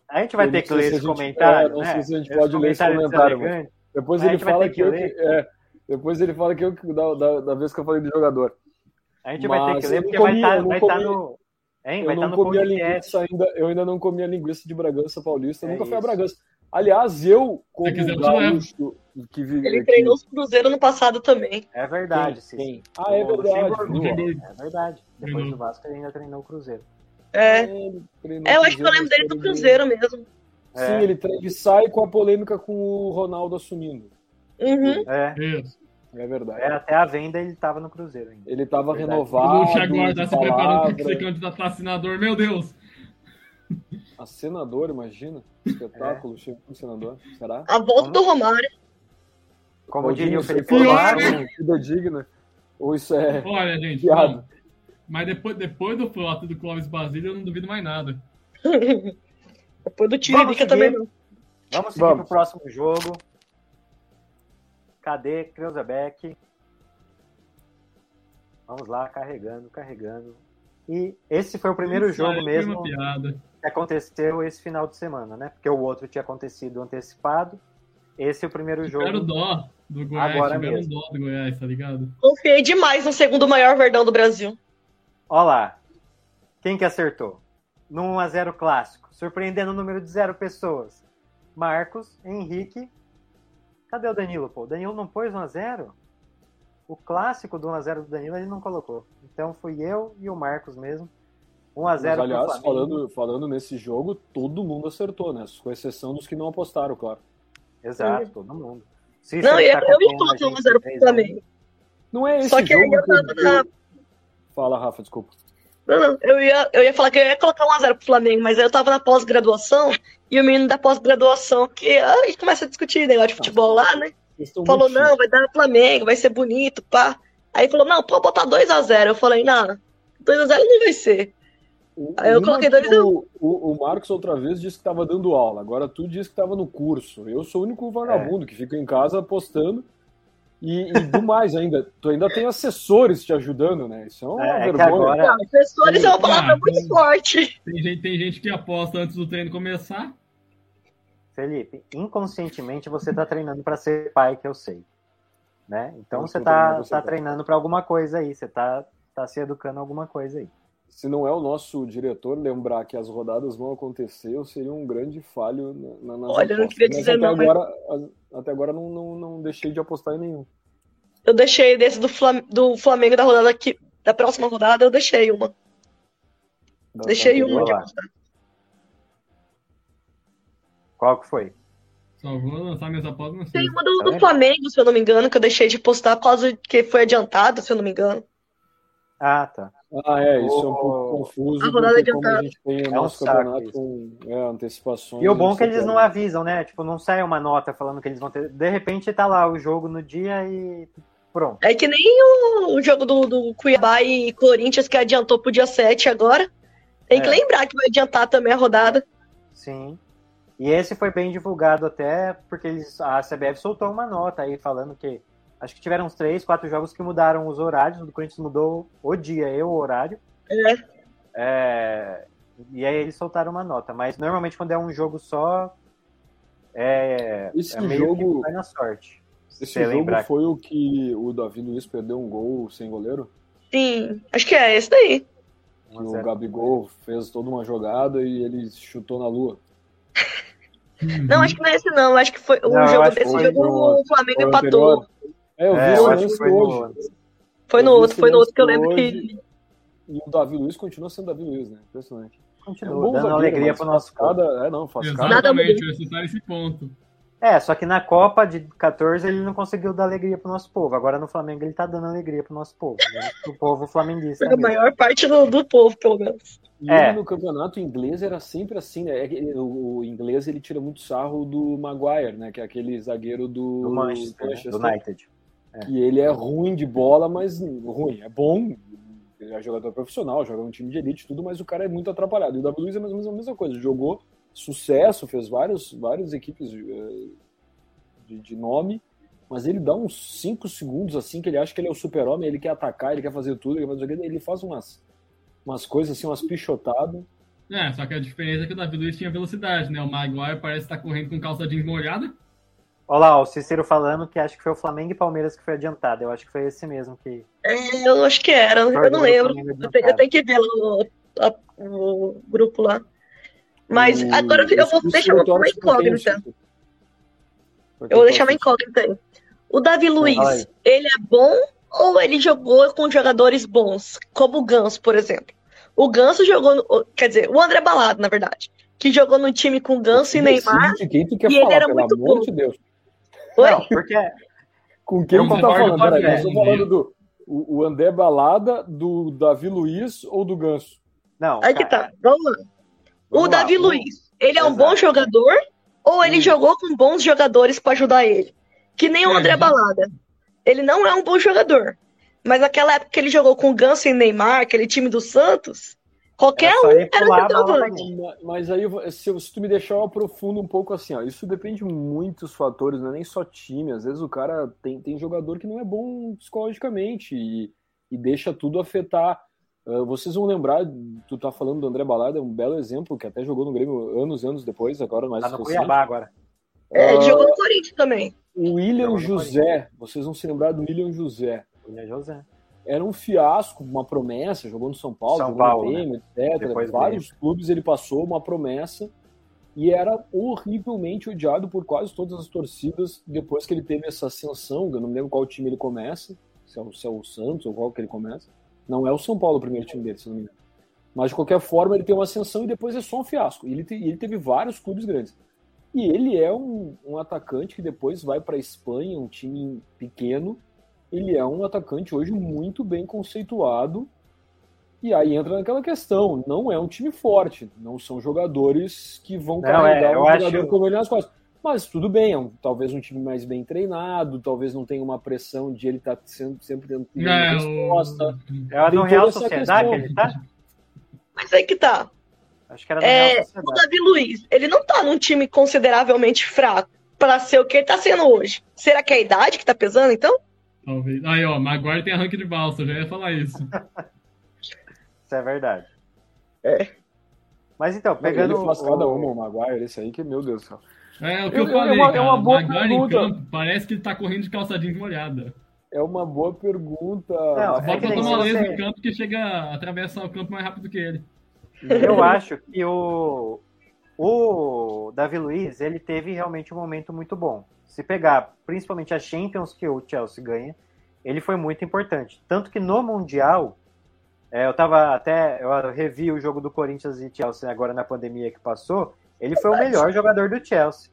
Speaker 3: A gente vai
Speaker 4: Eu
Speaker 3: ter
Speaker 4: não
Speaker 3: que
Speaker 4: sei se
Speaker 3: ler
Speaker 4: a
Speaker 3: esse
Speaker 4: gente-
Speaker 3: comentário.
Speaker 4: é, não
Speaker 3: né?
Speaker 4: sei se a gente pode ler esse comentário, mas-
Speaker 3: deselegante.
Speaker 4: Depois
Speaker 3: A
Speaker 4: ele
Speaker 3: gente vai
Speaker 4: fala
Speaker 3: ter
Speaker 4: que,
Speaker 3: que
Speaker 4: eu.
Speaker 3: ler.
Speaker 4: que- é, depois ele fala que eu que- da, da, da vez que eu falei do jogador.
Speaker 3: A gente vai ter que
Speaker 4: Mas
Speaker 3: ler
Speaker 4: eu não
Speaker 3: porque vai
Speaker 4: comi, eu
Speaker 3: estar
Speaker 4: não
Speaker 3: vai tá
Speaker 4: comi.
Speaker 3: no. Hein?
Speaker 4: Eu
Speaker 3: Vai estar
Speaker 4: não
Speaker 3: no
Speaker 4: comi a
Speaker 3: podcast.
Speaker 4: linguiça ainda, eu ainda não comi a linguiça de Bragança Paulista, eu
Speaker 3: É
Speaker 4: nunca fui a
Speaker 3: isso.
Speaker 4: Bragança. Aliás, eu, como
Speaker 6: quiser, eu te
Speaker 4: gaúcho que vive
Speaker 5: Ele
Speaker 4: aqui-
Speaker 5: treinou os Cruzeiro no passado também.
Speaker 3: É verdade,
Speaker 4: Quem?
Speaker 3: sim.
Speaker 4: Quem? Ah, é
Speaker 3: O
Speaker 4: verdade.
Speaker 3: Luxemburgo.
Speaker 4: Boa.
Speaker 3: É verdade. Depois
Speaker 6: Uhum.
Speaker 3: do Vasco ele ainda treinou o Cruzeiro.
Speaker 5: É.
Speaker 4: Ele treinou
Speaker 5: É, eu acho que eu
Speaker 4: Cruzeiro,
Speaker 5: lembro dele do
Speaker 4: ele-
Speaker 5: Cruzeiro mesmo.
Speaker 4: Sim,
Speaker 3: É,
Speaker 4: ele, tre- ele sai com a polêmica com o Ronaldo assumindo.
Speaker 5: Uhum.
Speaker 3: É,
Speaker 6: Isso.
Speaker 4: É verdade.
Speaker 3: é, até a venda ele estava no Cruzeiro ainda.
Speaker 4: Ele tava
Speaker 3: Verdade.
Speaker 4: renovado.
Speaker 6: O Thiago Guardar tá se
Speaker 4: de
Speaker 6: preparando para
Speaker 4: palavra.
Speaker 6: ser candidato a assinador. Meu Deus!
Speaker 4: A senadora, imagina.
Speaker 3: É.
Speaker 4: Espetáculo, chega com senador. Será?
Speaker 5: A volta do Romário.
Speaker 3: Como diria o Felipe
Speaker 6: Pior,
Speaker 3: Omar,
Speaker 4: Vida digna. Ou isso é
Speaker 6: Olha, gente.
Speaker 4: piada?
Speaker 6: bom, mas depois, depois do fato do Clóvis Basílio, eu não duvido mais nada.
Speaker 5: Depois do
Speaker 3: Vamos
Speaker 5: Tiririca também
Speaker 3: seguir.
Speaker 5: não.
Speaker 3: vamos seguir
Speaker 4: Vamos.
Speaker 3: pro próximo jogo. Cadê Kreuzebeck? Vamos lá, carregando, carregando. E esse foi o primeiro
Speaker 6: Isso aí
Speaker 3: jogo
Speaker 6: foi
Speaker 3: mesmo
Speaker 6: Uma piada.
Speaker 3: que aconteceu esse final de semana, né? Porque o outro tinha acontecido antecipado. Esse é o primeiro
Speaker 6: Tiveram
Speaker 3: jogo.
Speaker 6: dó do Goiás.
Speaker 3: Agora
Speaker 6: tiveram
Speaker 3: mesmo.
Speaker 6: dó do Goiás, tá ligado?
Speaker 5: Confiei demais no segundo maior verdão do Brasil.
Speaker 3: Olha lá. Quem que acertou? No 1x0 clássico. Surpreendendo o número de zero pessoas. Marcos, Henrique. Cadê o Danilo, pô? O Danilo não pôs 1x0? O clássico do 1x0 do Danilo ele não colocou. Então fui eu e o Marcos mesmo. 1x0
Speaker 4: Mas,
Speaker 3: pro
Speaker 4: aliás,
Speaker 3: Flamengo.
Speaker 4: falando, falando nesse jogo, todo mundo acertou, né? Com exceção dos que não apostaram, claro.
Speaker 3: Exato, todo mundo. Cícero
Speaker 5: Não, eu,
Speaker 3: tá
Speaker 5: eu ia
Speaker 3: acompanhando a um.
Speaker 5: colocar
Speaker 3: gente
Speaker 5: 1x0 pro
Speaker 3: desde aí.
Speaker 5: Flamengo.
Speaker 4: Não é esse
Speaker 5: Só que aí
Speaker 4: jogo
Speaker 5: eu tava
Speaker 4: que-
Speaker 5: na.
Speaker 4: Fala, Rafa, desculpa.
Speaker 5: Não, não, eu ia, eu ia falar que eu ia colocar 1x0 pro Flamengo, mas aí eu tava na pós-graduação e o menino da pós-graduação, que ah, a gente começa a discutir negócio de futebol lá, né?
Speaker 4: Vocês estão
Speaker 5: Falou,
Speaker 3: é?
Speaker 4: muito
Speaker 5: não, vai dar Flamengo, vai ser bonito, pá. Aí falou, não, pode botar 2x0. Eu falei, não, 2x0 não vai ser.
Speaker 4: O-
Speaker 5: Aí eu
Speaker 4: uma
Speaker 5: coloquei
Speaker 4: que
Speaker 5: dois a um."
Speaker 4: o, o, o Marcos outra vez disse que estava dando aula, agora tu disse que estava no curso. Eu sou o único vagabundo que fica em casa apostando. E, e do mais ainda, tu ainda tem assessores te ajudando, né? Isso é uma
Speaker 3: É, é que
Speaker 4: vergonha.
Speaker 3: agora
Speaker 5: Não, professores é uma palavra
Speaker 6: Ah,
Speaker 5: muito
Speaker 6: sim.
Speaker 5: forte.
Speaker 6: Tem gente, tem gente que aposta antes do treino começar.
Speaker 3: Felipe, inconscientemente você está treinando para ser pai, que eu sei. Né? Então
Speaker 4: Eu
Speaker 3: você
Speaker 4: tô
Speaker 3: está
Speaker 4: treinando pra ser pai.
Speaker 3: treinando para alguma coisa aí, você está tá se educando a alguma coisa aí.
Speaker 4: Se não é o nosso diretor lembrar que as rodadas vão acontecer, eu seria um grande falho na, na, nas
Speaker 5: Olha, eu não
Speaker 4: apostas.
Speaker 5: queria
Speaker 4: Mas
Speaker 5: dizer
Speaker 4: até
Speaker 5: não, mas-
Speaker 4: agora, a- Até agora não, não, não deixei de apostar em nenhum.
Speaker 5: Eu deixei desse do, Flam- do Flamengo da rodada aqui, da próxima rodada, eu deixei uma.
Speaker 4: Da-
Speaker 5: Deixei
Speaker 4: da-
Speaker 5: uma de
Speaker 3: boa.
Speaker 5: apostar.
Speaker 3: Qual que foi?
Speaker 6: Só vou lançar minhas apostas, não sei.
Speaker 5: Tem uma do,
Speaker 3: Tá
Speaker 5: do
Speaker 3: vendo?
Speaker 5: Flamengo, se eu não me engano, que eu deixei de postar por causa que foi adiantado, se eu não me engano.
Speaker 3: Ah, tá.
Speaker 4: Ah, é, isso é um
Speaker 3: O-
Speaker 4: pouco confuso,
Speaker 5: a rodada tá-
Speaker 4: porque como a
Speaker 5: adiantada.
Speaker 4: gente tem o
Speaker 3: um
Speaker 4: nosso
Speaker 3: saco
Speaker 4: campeonato
Speaker 3: isso.
Speaker 4: com é, antecipações.
Speaker 3: E o bom é que eles não
Speaker 4: é
Speaker 3: avisam, né? Tipo, não sai uma nota falando que eles vão ter. De repente tá lá o jogo no dia e pronto.
Speaker 5: É que nem o, o jogo do, do Cuiabá e Corinthians que adiantou pro dia 7 agora. Tem que
Speaker 3: É.
Speaker 5: lembrar que vai adiantar também a rodada.
Speaker 3: Sim. E esse foi bem divulgado até porque eles, a CBF soltou uma nota aí falando que acho que tiveram uns três, quatro jogos que mudaram os horários. O do Corinthians mudou o dia e o horário.
Speaker 5: É.
Speaker 3: É, e aí eles soltaram uma nota. Mas normalmente quando é um jogo só, é,
Speaker 4: Esse
Speaker 3: é meio
Speaker 4: jogo,
Speaker 3: que vai na sorte. Se
Speaker 4: esse
Speaker 3: você
Speaker 4: jogo
Speaker 3: lembrar.
Speaker 4: foi o que o Davi Luiz perdeu um gol sem goleiro?
Speaker 5: Sim, acho que é esse daí.
Speaker 4: Que
Speaker 3: Um a
Speaker 4: o
Speaker 3: zero.
Speaker 4: Gabigol fez toda uma jogada e ele chutou na lua.
Speaker 5: Não,
Speaker 6: Uhum.
Speaker 5: acho que não é esse não. Acho que foi o
Speaker 3: Não, eu
Speaker 5: jogo
Speaker 3: acho que
Speaker 5: desse
Speaker 4: foi
Speaker 5: jogo
Speaker 4: no-
Speaker 5: o Flamengo
Speaker 4: Foi o
Speaker 5: empatou.
Speaker 4: anterior? É, eu vi
Speaker 3: É,
Speaker 4: esse
Speaker 3: eu acho que
Speaker 4: lance
Speaker 3: foi
Speaker 4: hoje.
Speaker 3: no...
Speaker 5: Foi no
Speaker 4: Eu vi
Speaker 5: outro,
Speaker 4: esse
Speaker 5: foi no
Speaker 4: lance
Speaker 5: outro que eu lembro
Speaker 4: hoje.
Speaker 5: que.
Speaker 4: E o Davi Luiz continua sendo Davi Luiz, né? Impressionante. É um
Speaker 3: Continua,
Speaker 4: bom
Speaker 3: dando
Speaker 4: zagueiro,
Speaker 3: alegria
Speaker 4: mas
Speaker 3: pro nosso clube.
Speaker 4: Cada... É, não, faz cada.
Speaker 5: Nada
Speaker 6: Exatamente,
Speaker 5: mudou.
Speaker 6: eu ia citar esse ponto.
Speaker 3: É, só que na Copa de 14 ele não conseguiu dar alegria pro nosso povo. Agora no Flamengo ele tá dando alegria pro nosso povo. Né? Pro povo flamenguista.
Speaker 5: Foi a
Speaker 3: mesmo.
Speaker 5: maior parte do, do povo, pelo menos.
Speaker 4: E
Speaker 3: É.
Speaker 4: ele no campeonato inglês era sempre assim, né? É que ele- O o inglês ele tira muito sarro do Maguire, né? Que é aquele zagueiro do,
Speaker 3: Do Manchester, né? do United.
Speaker 4: E ele é ruim de bola, mas ruim, é bom. Ele é jogador profissional, joga num time de elite, tudo, mas o cara é muito atrapalhado. E o Davi Luiz é mais ou menos a mesma coisa. Jogou sucesso, fez vários, várias equipes eh, de, de nome, mas ele dá uns 5 segundos assim que ele acha que ele é o super-homem, ele quer atacar, ele quer fazer tudo, ele, fazer... ele faz umas, umas coisas assim, umas pichotadas.
Speaker 6: É, só que a diferença é que o Davi Luiz tinha velocidade, né? O Maguire parece estar tá correndo com calça jeans molhada.
Speaker 3: Olha lá, o Cícero falando que acho que foi o Flamengo e Palmeiras que foi adiantado. Eu acho que foi esse mesmo que.
Speaker 5: É, eu acho que era, eu não lembro. Eu tenho que ver o, o grupo lá. Mas o... agora eu vou deixar uma incógnita. Eu vou deixar uma incógnita aí. O Davi Luiz, Ai. ele é bom ou ele jogou com jogadores bons? Como o Ganso, por exemplo. O Ganso jogou. No, quer dizer, o André Balado, na verdade. Que jogou no time com Ganso e Neymar.
Speaker 4: Decide, quem tu quer e falar, ele era muito bom. de Deus.
Speaker 5: Oi?
Speaker 3: Não, porque.
Speaker 4: Com quem tu tá falando? Peraí, eu tô falando do o, o André Balada, do Davi Luiz ou do Ganso?
Speaker 3: Não.
Speaker 5: Aí que tá. Vamos lá. Vamos o Davi lá, Luiz, ele é Exato. um bom jogador ou ele hum. jogou com bons jogadores para ajudar ele? Que nem o é, André Balada. Ele não é um bom jogador. Mas naquela época que ele jogou com o Ganso e Neymar, aquele time do Santos, qualquer é, um era centroavante.
Speaker 4: Mas aí, se, se tu me deixar, eu aprofundo um pouco assim, ó. Isso depende de muitos fatores, não é nem só time. Às vezes o cara tem, tem jogador que não é bom psicologicamente e, e deixa tudo afetar. Uh, vocês vão lembrar, tu tá falando do André Balada, um belo exemplo, que até jogou no Grêmio anos anos depois, agora mais Ah,
Speaker 3: tá no Cuiabá agora.
Speaker 5: Uh, é, jogou no Corinthians também.
Speaker 4: O William José, vocês vão se lembrar do William José.
Speaker 3: William é José.
Speaker 4: Era um fiasco, uma promessa, jogou no São Paulo, São Paulo, Grêmio, né? etc. Depois Vários Grêmio. clubes ele passou uma promessa e era horrivelmente odiado por quase todas as torcidas depois que ele teve essa ascensão. Eu não me lembro qual time ele começa, se é o, se é o Santos ou qual que ele começa. Não é o São Paulo o primeiro time dele, se não me engano. Mas de qualquer forma ele tem uma ascensão e depois é só um fiasco. E ele, te, ele teve vários clubes grandes. E ele é um, um atacante que depois vai para a Espanha, um time pequeno. Ele é um atacante hoje muito bem conceituado. E aí entra naquela questão: não é um time forte, não são jogadores que vão carregar é, um jogador acho... como ele nas costas. Mas tudo bem, é um, talvez um time mais bem treinado, talvez não tenha uma pressão de ele estar tá sendo, sempre tendo
Speaker 6: é,
Speaker 4: resposta.
Speaker 3: Era É do Real Sociedade que ele tá?
Speaker 5: Mas aí que tá.
Speaker 3: Acho que era
Speaker 5: do é, O Davi Luiz, ele não tá num time consideravelmente fraco para ser o que ele tá sendo hoje. Será que é a idade que tá pesando, então?
Speaker 6: Talvez. Aí, ó, Maguire tem arranque de balsa, eu já ia falar isso.
Speaker 3: isso é verdade.
Speaker 5: É.
Speaker 3: Mas então, pegando.
Speaker 4: Ele faz cada um, uma, o Maguire, esse aí que, meu Deus do céu.
Speaker 6: É o que eu, eu falei, é uma, cara. É uma boa Maguire pergunta. Campo, parece que ele tá correndo de calçadinho molhada.
Speaker 4: É uma boa pergunta.
Speaker 6: Não, Bota é que tomar você... em campo que chega, atravessa o campo mais rápido que ele.
Speaker 3: Eu acho que o, o Davi Luiz, ele teve realmente um momento muito bom. Se pegar principalmente a Champions que o Chelsea ganha, ele foi muito importante. Tanto que no Mundial, é, eu tava até, eu revi o jogo do Corinthians e Chelsea agora na pandemia que passou, ele foi o melhor jogador do Chelsea.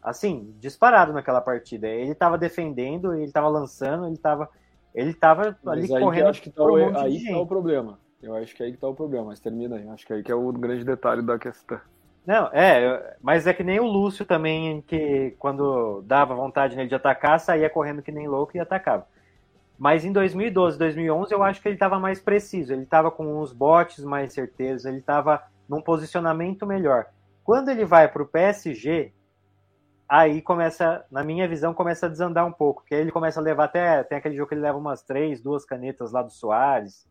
Speaker 3: Assim, disparado naquela partida. Ele estava defendendo, ele estava lançando, ele estava ele tava ali correndo.
Speaker 4: acho que tá o, um aí que tá o problema. Eu acho que aí que tá o problema, mas termina aí. Acho que aí que é o grande detalhe da questão.
Speaker 3: Não, é, mas é que nem o Lúcio também, que quando dava vontade nele de atacar, saía correndo que nem louco e atacava. Mas em 2012, 2011, eu acho que ele estava mais preciso. Ele estava com uns botes mais certeiros, ele estava num posicionamento melhor. Quando ele vai para o PSG, aí começa, na minha visão, começa a desandar um pouco, porque ele começa a levar até, tem aquele jogo que ele leva umas três, duas canetas lá do Soares.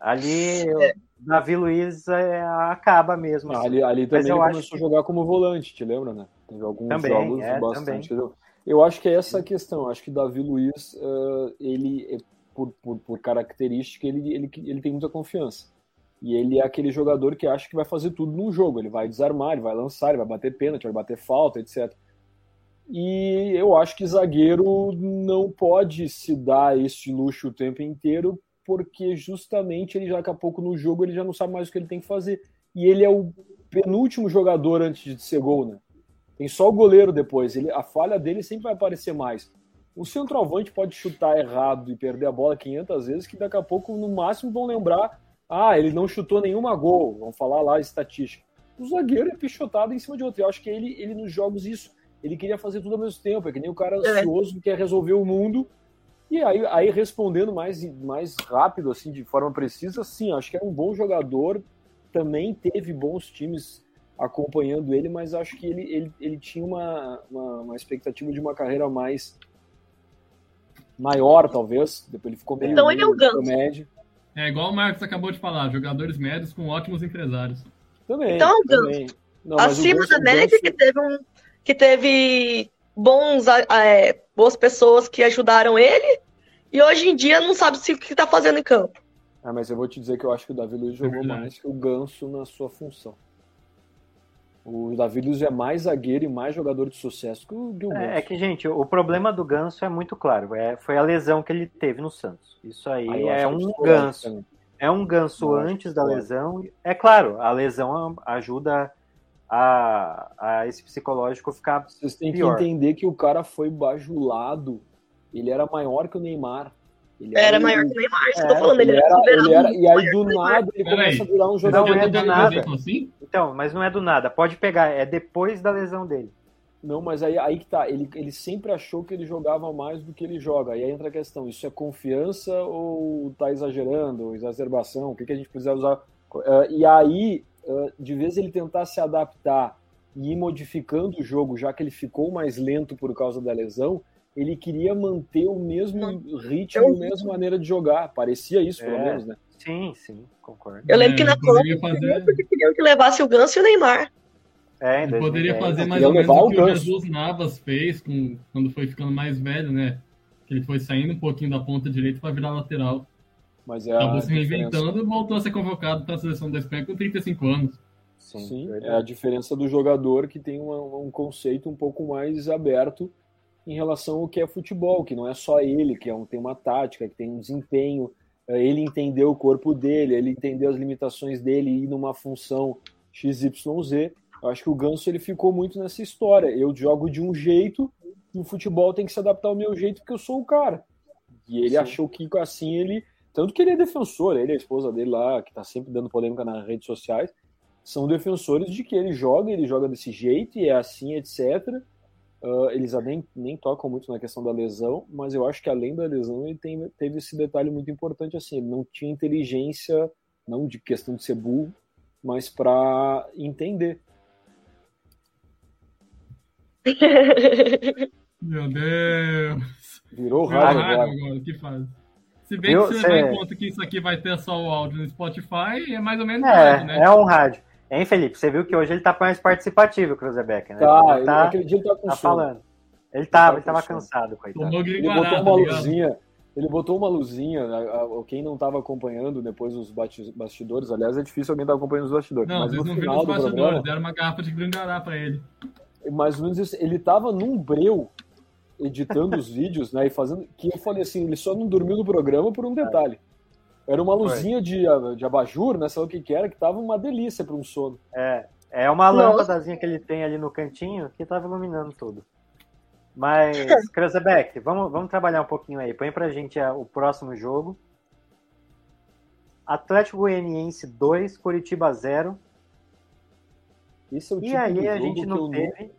Speaker 3: Ali, é. o Davi Luiz é, acaba mesmo.
Speaker 4: Assim. Ali, ali também ele começou a que... jogar como volante, te lembra, né? Teve alguns
Speaker 3: também,
Speaker 4: jogos
Speaker 3: é,
Speaker 4: bastante.
Speaker 3: Também.
Speaker 4: Eu acho que é essa a questão. Acho que Davi Luiz, uh, ele, por, por, por característica, ele, ele, ele tem muita confiança. E ele é aquele jogador que acha que vai fazer tudo num jogo. Ele vai desarmar, ele vai lançar, ele vai bater pênalti, vai bater falta, etc. E eu acho que zagueiro não pode se dar esse luxo o tempo inteiro, porque justamente ele já daqui a pouco no jogo ele já não sabe mais o que ele tem que fazer. E ele é o penúltimo jogador antes de ser gol, né? Tem só o goleiro depois. Ele, a falha dele sempre vai aparecer mais. O centroavante pode chutar errado e perder a bola 500 vezes, que daqui a pouco, no máximo, vão lembrar ah, ele não chutou nenhuma gol. Vamos falar lá estatística. O zagueiro é pichotado em cima de outro. Eu acho que ele, ele nos jogos isso. Ele queria fazer tudo ao mesmo tempo. É que nem o cara ansioso que quer resolver o mundo. E aí, aí respondendo mais, mais rápido, assim, de forma precisa, sim, acho que é um bom jogador. Também teve bons times acompanhando ele, mas acho que ele, ele, ele tinha uma, uma, uma expectativa de uma carreira mais maior, talvez. Depois ele ficou meio.
Speaker 5: Então ele é o Ganso. Médio.
Speaker 6: É igual o Marcos acabou de falar, jogadores médios com ótimos empresários.
Speaker 4: Também.
Speaker 5: Então é o Ganso. Não, Acima o
Speaker 4: é um
Speaker 5: Ganso, da média Ganso... que teve um. Que teve bons, é, boas pessoas que ajudaram ele, e hoje em dia não sabe se o que está fazendo em campo.
Speaker 4: Ah, mas eu vou te dizer que eu acho que o Davi Luiz jogou é mais que o Ganso na sua função. O Davi Luiz é mais zagueiro e mais jogador de sucesso que o, que o
Speaker 3: é, é, que, gente, o problema do Ganso é muito claro. É, foi a lesão que ele teve no Santos. Isso aí,
Speaker 4: Ah,
Speaker 3: aí é, um ganso, é um ganso. É um ganso antes da lesão. É claro, a lesão ajuda a, a esse psicológico ficar.
Speaker 4: Vocês têm pior. que entender que o cara foi bajulado. Ele era maior que o Neymar. um
Speaker 5: Ele era, era maior que o Neymar, isso é, tô falando.
Speaker 4: Ele, ele, era, ele era, E aí, do nada, ele Pera começa aí. a virar um jogador.
Speaker 3: Não é do nada. Assim? Então, mas não é do nada. Pode pegar, é depois da lesão dele.
Speaker 4: Não, mas aí, aí que tá. Ele, ele sempre achou que ele jogava mais do que ele joga. E aí entra a questão: isso é confiança ou tá exagerando, ou exacerbação? O que, que a gente precisa usar? Uh, e aí, uh, de vez ele tentar se adaptar e ir modificando o jogo, já que ele ficou mais lento por causa da lesão, ele queria manter o mesmo ritmo, a mesma maneira de jogar. Parecia isso, pelo é, menos, né?
Speaker 3: Sim, sim, concordo.
Speaker 5: Eu lembro é, que na Copa fazer... porque queriam que levasse o Ganso e o Neymar.
Speaker 6: É, ele poderia fazer mais ou menos o que o, o Jesus Navas fez com, quando foi ficando mais velho, né? Que ele foi saindo um pouquinho da ponta direita para virar lateral.
Speaker 4: Mas
Speaker 6: Ah,
Speaker 4: é Acabou
Speaker 6: se reinventando e voltou a ser convocado para a seleção da Espanha com 35 anos.
Speaker 4: Sim, sim é a diferença do jogador que tem uma, um conceito um pouco mais aberto em relação ao que é futebol, que não é só ele, que é um, tem uma tática, que tem um desempenho, É, ele entendeu o corpo dele, ele entendeu as limitações dele e numa função XYZ. Eu acho que o Ganso ele ficou muito nessa história. Eu jogo de um jeito e o futebol tem que se adaptar ao meu jeito porque eu sou o cara. E ele Sim. achou que assim ele. Tanto que ele é defensor, ele e a esposa dele lá, que tá sempre dando polêmica nas redes sociais, são defensores de que ele joga, ele joga desse jeito e é assim, etc. Uh, eles nem, nem tocam muito na questão da lesão, mas eu acho que além da lesão ele tem, teve esse detalhe muito importante assim, ele não tinha inteligência, não de questão de ser burro, mas para entender.
Speaker 6: Meu Deus!
Speaker 4: Virou raro né? agora.
Speaker 6: agora. Que faz? Se bem eu, que você leva em conta que isso aqui vai ter só o áudio no Spotify, é mais ou menos
Speaker 3: é, rádio, né? É um rádio. Hein, Felipe? Você viu que hoje ele tá mais participativo, o Cruzebeck, né?
Speaker 4: Tá, ele tá, ele, dia tá,
Speaker 3: tá falando. Ele tava, ele tava cansado, coitado.
Speaker 4: Ele
Speaker 6: um tá
Speaker 4: botou uma luzinha, ele botou uma luzinha, né? a, a, quem não tava acompanhando depois os bastidores, aliás, é difícil alguém estar acompanhando os bastidores.
Speaker 6: Não, mas no não final os bastidores, né? programa, deram uma garrafa de gringará pra ele.
Speaker 4: Mais ou menos isso, ele tava num breu editando os vídeos, né, e fazendo, que eu falei assim, ele só não dormiu no programa por um detalhe. Era uma luzinha de, de abajur, né? Sei lá o que, que era, que tava uma delícia para um sono.
Speaker 3: É, é uma Nossa. lâmpadazinha que ele tem ali no cantinho que tava iluminando tudo. Mas, Cruzebeck, vamos, vamos trabalhar um pouquinho aí. Põe pra gente a, o próximo jogo. Atlético Goianiense 2, Curitiba 0.
Speaker 4: Esse é o
Speaker 3: e aí a gente não teve não...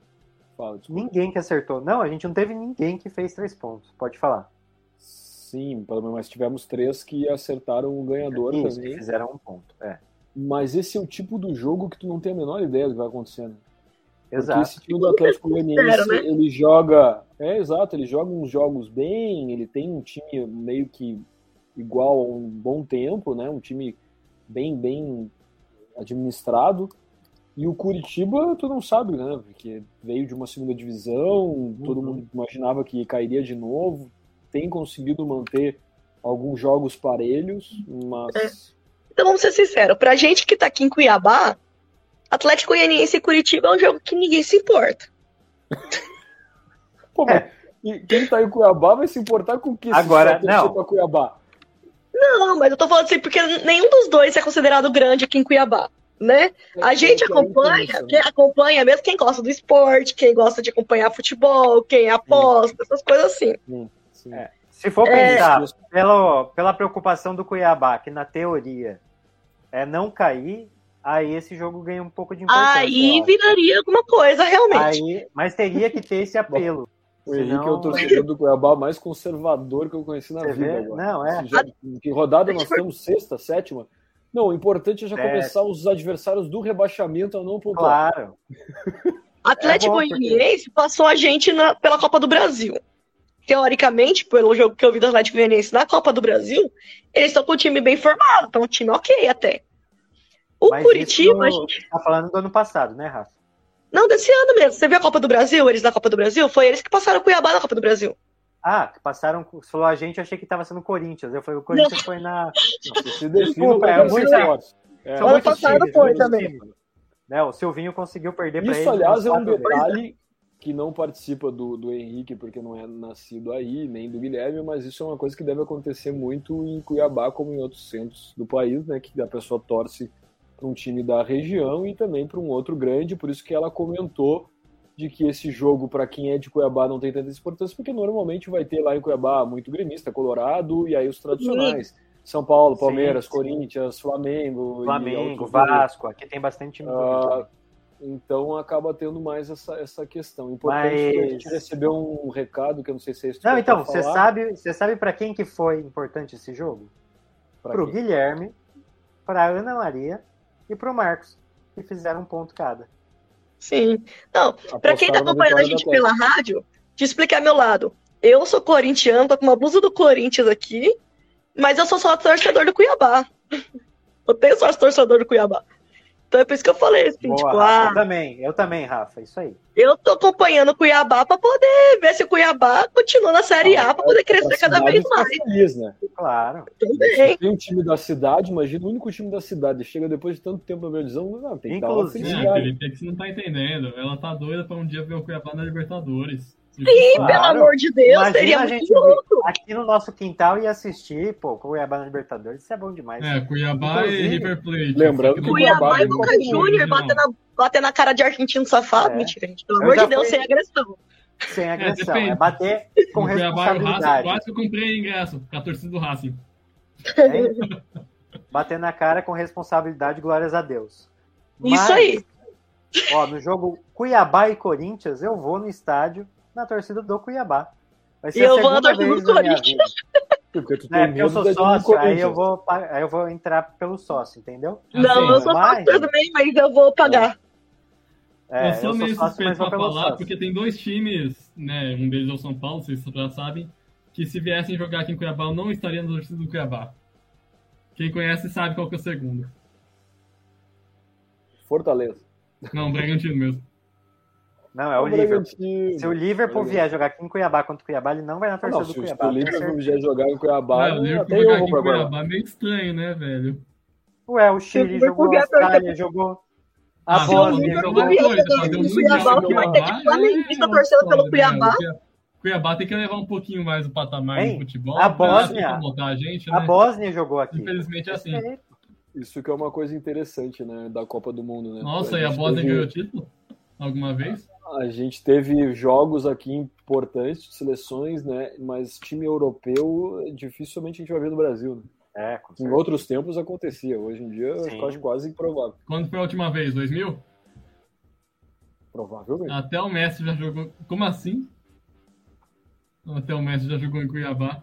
Speaker 3: Fala, ninguém que acertou. Não, a gente não teve ninguém que fez três pontos. Pode falar.
Speaker 4: Sim, pelo menos tivemos três que acertaram o ganhador
Speaker 3: Isso, também. Fizeram um ponto, é.
Speaker 4: Mas esse é o tipo do jogo que tu não tem a menor ideia do que vai acontecendo.
Speaker 3: Exato. Porque
Speaker 4: esse time do Atlético Goianiense, né? ele joga. É, exato, ele joga uns jogos bem, ele tem um time meio que igual a um bom tempo, né? Um time bem, bem administrado. E o Curitiba, tu não sabe, né? Porque veio de uma segunda divisão, uhum. todo mundo imaginava que cairia de novo, tem conseguido manter alguns jogos parelhos, mas. É.
Speaker 5: Então vamos ser sinceros, pra gente que tá aqui em Cuiabá, Atlético Goianiense e Curitiba é um jogo que ninguém se importa.
Speaker 4: Pô, é. mas quem tá em Cuiabá vai se importar com o que
Speaker 3: Agora, não.
Speaker 4: Pra Cuiabá?
Speaker 5: Não, mas eu tô falando assim, porque nenhum dos dois é considerado grande aqui em Cuiabá. Né? É, a gente acompanha, isso, né? quem acompanha mesmo quem gosta do esporte, quem gosta de acompanhar futebol, quem aposta, hum. essas coisas assim. Hum.
Speaker 3: É. Se for pensar é... pela, pela preocupação do Cuiabá, que na teoria é não cair, aí esse jogo ganha um pouco de importância.
Speaker 5: Aí viraria alguma coisa, realmente. Aí,
Speaker 3: mas teria que ter esse apelo.
Speaker 4: O senão... Henrique é o torcedor do Cuiabá mais conservador que eu conheci na Você vida. Agora.
Speaker 3: Não, é.
Speaker 4: Que rodada nós estamos? Sexta, sétima? Não, o importante é já é. começar os adversários do rebaixamento a não pontuar.
Speaker 3: Claro. É
Speaker 5: Atlético Goianiense porque... passou a gente na, pela Copa do Brasil teoricamente, pelo jogo que eu vi do Atlético Goianiense na Copa do Brasil, eles estão com o time bem formado, então um time ok até. O
Speaker 3: Mas
Speaker 5: Curitiba.
Speaker 3: isso
Speaker 5: gente-
Speaker 3: Tá falando do ano passado, né, Rafa?
Speaker 5: Não, desse ano mesmo. Você viu a Copa do Brasil? Eles na Copa do Brasil? Foi eles que passaram o Cuiabá na Copa do Brasil.
Speaker 3: Ah, que passaram. Você falou a gente, eu achei que tava sendo Corinthians. Eu falei, o Corinthians foi na.
Speaker 4: Se defina
Speaker 3: Desculpa,
Speaker 4: pra
Speaker 3: é
Speaker 4: é
Speaker 3: muito-
Speaker 4: muito forte. É,
Speaker 3: São
Speaker 5: Ano
Speaker 3: muitos
Speaker 5: passado
Speaker 3: times,
Speaker 5: foi
Speaker 3: muitos
Speaker 5: também.
Speaker 3: times. Né, o Silvinho conseguiu perder pra ele.
Speaker 4: Isso, aliás, é um
Speaker 3: quatro vezes.
Speaker 4: detalhe que não participa do, do Henrique, porque não é nascido aí, nem do Guilherme, mas isso é uma coisa que deve acontecer muito em Cuiabá, como em outros centros do país, né? Que a pessoa torce para um time da região e também para um outro grande, por isso que ela comentou de que esse jogo, para quem é de Cuiabá, não tem tanta importância, porque normalmente vai ter lá em Cuiabá muito gremista, Colorado, e aí os tradicionais. São Paulo,
Speaker 3: Sim,
Speaker 4: Palmeiras,
Speaker 3: sim.
Speaker 4: Corinthians, Flamengo, e
Speaker 3: Flamengo,
Speaker 4: outros-
Speaker 3: Vasco, aqui tem bastante time. do Corinthians.
Speaker 4: ah, então acaba tendo mais essa, essa questão. Importante
Speaker 3: Mas-
Speaker 4: que a gente recebeu um recado que eu não sei se é isso. que
Speaker 3: Não,
Speaker 4: eu
Speaker 3: então,
Speaker 4: quero
Speaker 3: você
Speaker 4: falar.
Speaker 3: sabe, você sabe para quem que foi importante esse jogo?
Speaker 4: Pra
Speaker 3: Pro
Speaker 4: quem?
Speaker 3: Guilherme, pra Ana Maria e pro Marcos, que fizeram um ponto cada.
Speaker 5: Sim. Não, pra quem tá
Speaker 4: Apostaram na
Speaker 5: acompanhando a
Speaker 4: vitória
Speaker 5: gente
Speaker 4: do Atlético.
Speaker 5: pela rádio, te explicar meu lado. Eu sou corintiano, tô com uma blusa do Corinthians aqui, mas eu sou só torcedor do Cuiabá. Eu tenho só torcedor do Cuiabá. Então é por isso que eu falei assim,
Speaker 3: Boa,
Speaker 5: tipo,
Speaker 3: Rafa,
Speaker 5: ah,
Speaker 3: eu também, eu também, Rafa, isso aí.
Speaker 5: eu tô acompanhando o Cuiabá pra poder ver se o Cuiabá continua na Série
Speaker 3: Ah,
Speaker 5: A pra poder crescer
Speaker 4: Pra
Speaker 5: cada
Speaker 4: cidade
Speaker 5: vez
Speaker 4: fica
Speaker 3: tá
Speaker 5: mais
Speaker 4: Feliz, né?
Speaker 3: Claro.
Speaker 5: também.
Speaker 4: Tem um time da cidade, imagina o único time da cidade. Chega depois de tanto tempo na televisão, não, tem que dar uma
Speaker 3: Inclusive,
Speaker 6: Não,
Speaker 4: felicidade.
Speaker 6: Felipe, é que você não tá entendendo. Ela tá doida pra um dia ver o Cuiabá na Libertadores.
Speaker 5: Sim,
Speaker 3: Claro.
Speaker 5: pelo amor de Deus,
Speaker 3: Imagina
Speaker 5: seria
Speaker 3: a
Speaker 5: muito
Speaker 3: gente ver
Speaker 5: louco.
Speaker 3: Aqui no nosso quintal e assistir, pô, Cuiabá na Libertadores, isso é bom demais.
Speaker 6: É, Cuiabá
Speaker 4: Inclusive,
Speaker 6: e River Plate.
Speaker 4: lembrando
Speaker 6: Só
Speaker 4: que
Speaker 6: não
Speaker 5: Cuiabá
Speaker 4: Cuiabá
Speaker 5: e
Speaker 4: tem
Speaker 6: vai
Speaker 5: Boca
Speaker 6: Copa do
Speaker 5: Júnior
Speaker 6: Mundo,
Speaker 5: bater
Speaker 6: não.
Speaker 5: na, bater na cara de argentino safado.
Speaker 3: É.
Speaker 5: Mentira, gente. Pelo
Speaker 3: Eu
Speaker 5: amor
Speaker 3: já
Speaker 5: de Deus,
Speaker 3: fui-
Speaker 5: sem agressão.
Speaker 3: Sem agressão,
Speaker 6: depende.
Speaker 3: é bater com
Speaker 6: O Cuiabá e o Racing,
Speaker 3: responsabilidade.
Speaker 6: quase que eu comprei ingresso pra torcida do Racing.
Speaker 3: né? Bater na cara com responsabilidade, glórias a Deus.
Speaker 5: Isso aí.
Speaker 3: Ó, no jogo Cuiabá e Corinthians, eu vou no estádio na torcida do Cuiabá. Vai
Speaker 5: E eu
Speaker 3: a
Speaker 5: vou
Speaker 3: segunda
Speaker 5: na torcida
Speaker 3: vez
Speaker 5: do
Speaker 3: na minha
Speaker 5: Corinthians.
Speaker 3: vida.
Speaker 4: Porque tu
Speaker 3: É,
Speaker 4: tem
Speaker 3: porque eu
Speaker 4: medo
Speaker 3: sou
Speaker 4: da time do
Speaker 3: sócio, aí eu,
Speaker 4: Corinthians.
Speaker 3: vou, pa- aí eu vou entrar pelo sócio, entendeu?
Speaker 5: Não,
Speaker 6: Assim,
Speaker 5: eu sou
Speaker 3: mas-
Speaker 5: pastor também, Assim, mas eu vou pagar.
Speaker 3: É,
Speaker 6: eu sou meio suspeito pra falar,
Speaker 3: sócio.
Speaker 6: porque tem dois times, né? Um deles é o São Paulo, vocês já sabem, que se viessem jogar aqui em Cuiabá, eu não estaria na torcida do Cuiabá. Quem conhece sabe qual que é o segundo.
Speaker 4: Fortaleza.
Speaker 6: Não, Bragantino mesmo.
Speaker 3: Não, é o Liverpool.
Speaker 4: Bragantino.
Speaker 3: Se o Liverpool
Speaker 4: Bragantino.
Speaker 3: vier jogar aqui em Cuiabá contra o Cuiabá, ele não vai na
Speaker 4: Ah,
Speaker 3: torcida
Speaker 4: não,
Speaker 3: do
Speaker 4: se o
Speaker 3: Cuiabá. né?
Speaker 4: se o
Speaker 3: tenho
Speaker 4: Liverpool
Speaker 3: certeza.
Speaker 4: vier jogar em Cuiabá,
Speaker 6: Ah, o Liverpool
Speaker 4: até eu
Speaker 6: jogar
Speaker 4: vou
Speaker 6: aqui
Speaker 4: pra
Speaker 6: em
Speaker 4: Cuiabá.
Speaker 6: Cuiabá é meio estranho, né, velho?
Speaker 3: Ué, o Chile
Speaker 5: Se o
Speaker 3: jogou
Speaker 5: Liverpool
Speaker 3: a
Speaker 5: vier pra-
Speaker 3: Austrália, jogou a
Speaker 6: Ah,
Speaker 3: Bósnia,
Speaker 6: não,
Speaker 3: jogou...
Speaker 6: não, não. coisa,
Speaker 5: Eu
Speaker 6: fazer um
Speaker 5: do Cuiabá,
Speaker 6: mundial
Speaker 5: que vai ter de
Speaker 6: Cuiabá,
Speaker 5: flamenguista
Speaker 6: é uma
Speaker 5: torcendo pelo
Speaker 6: história, né?
Speaker 5: Cuiabá.
Speaker 6: Cuiabá tem que levar um pouquinho mais o patamar
Speaker 3: Hein?
Speaker 6: do futebol.
Speaker 3: A
Speaker 6: pra
Speaker 3: Bósnia-
Speaker 6: incomodar a gente,
Speaker 3: A
Speaker 6: né?
Speaker 3: Bósnia jogou aqui.
Speaker 6: Infelizmente é assim.
Speaker 4: Isso que é uma coisa interessante, né, da Copa do Mundo, né?
Speaker 6: Nossa, e a
Speaker 4: gente
Speaker 3: Uhum.
Speaker 6: Bósnia
Speaker 4: teve-
Speaker 6: ganhou o título? Alguma vez?
Speaker 4: A gente teve jogos aqui importantes de seleções, né? Mas time europeu dificilmente a gente vai ver no Brasil. Né?
Speaker 3: É, com
Speaker 4: Em
Speaker 3: certeza.
Speaker 4: outros tempos acontecia. Hoje em dia
Speaker 3: Sim.
Speaker 4: eu acho quase improvável.
Speaker 6: Quando foi a última vez? 2000?
Speaker 4: Provavelmente.
Speaker 6: Até o Messi já jogou. Como assim? Até o Messi já jogou em Cuiabá.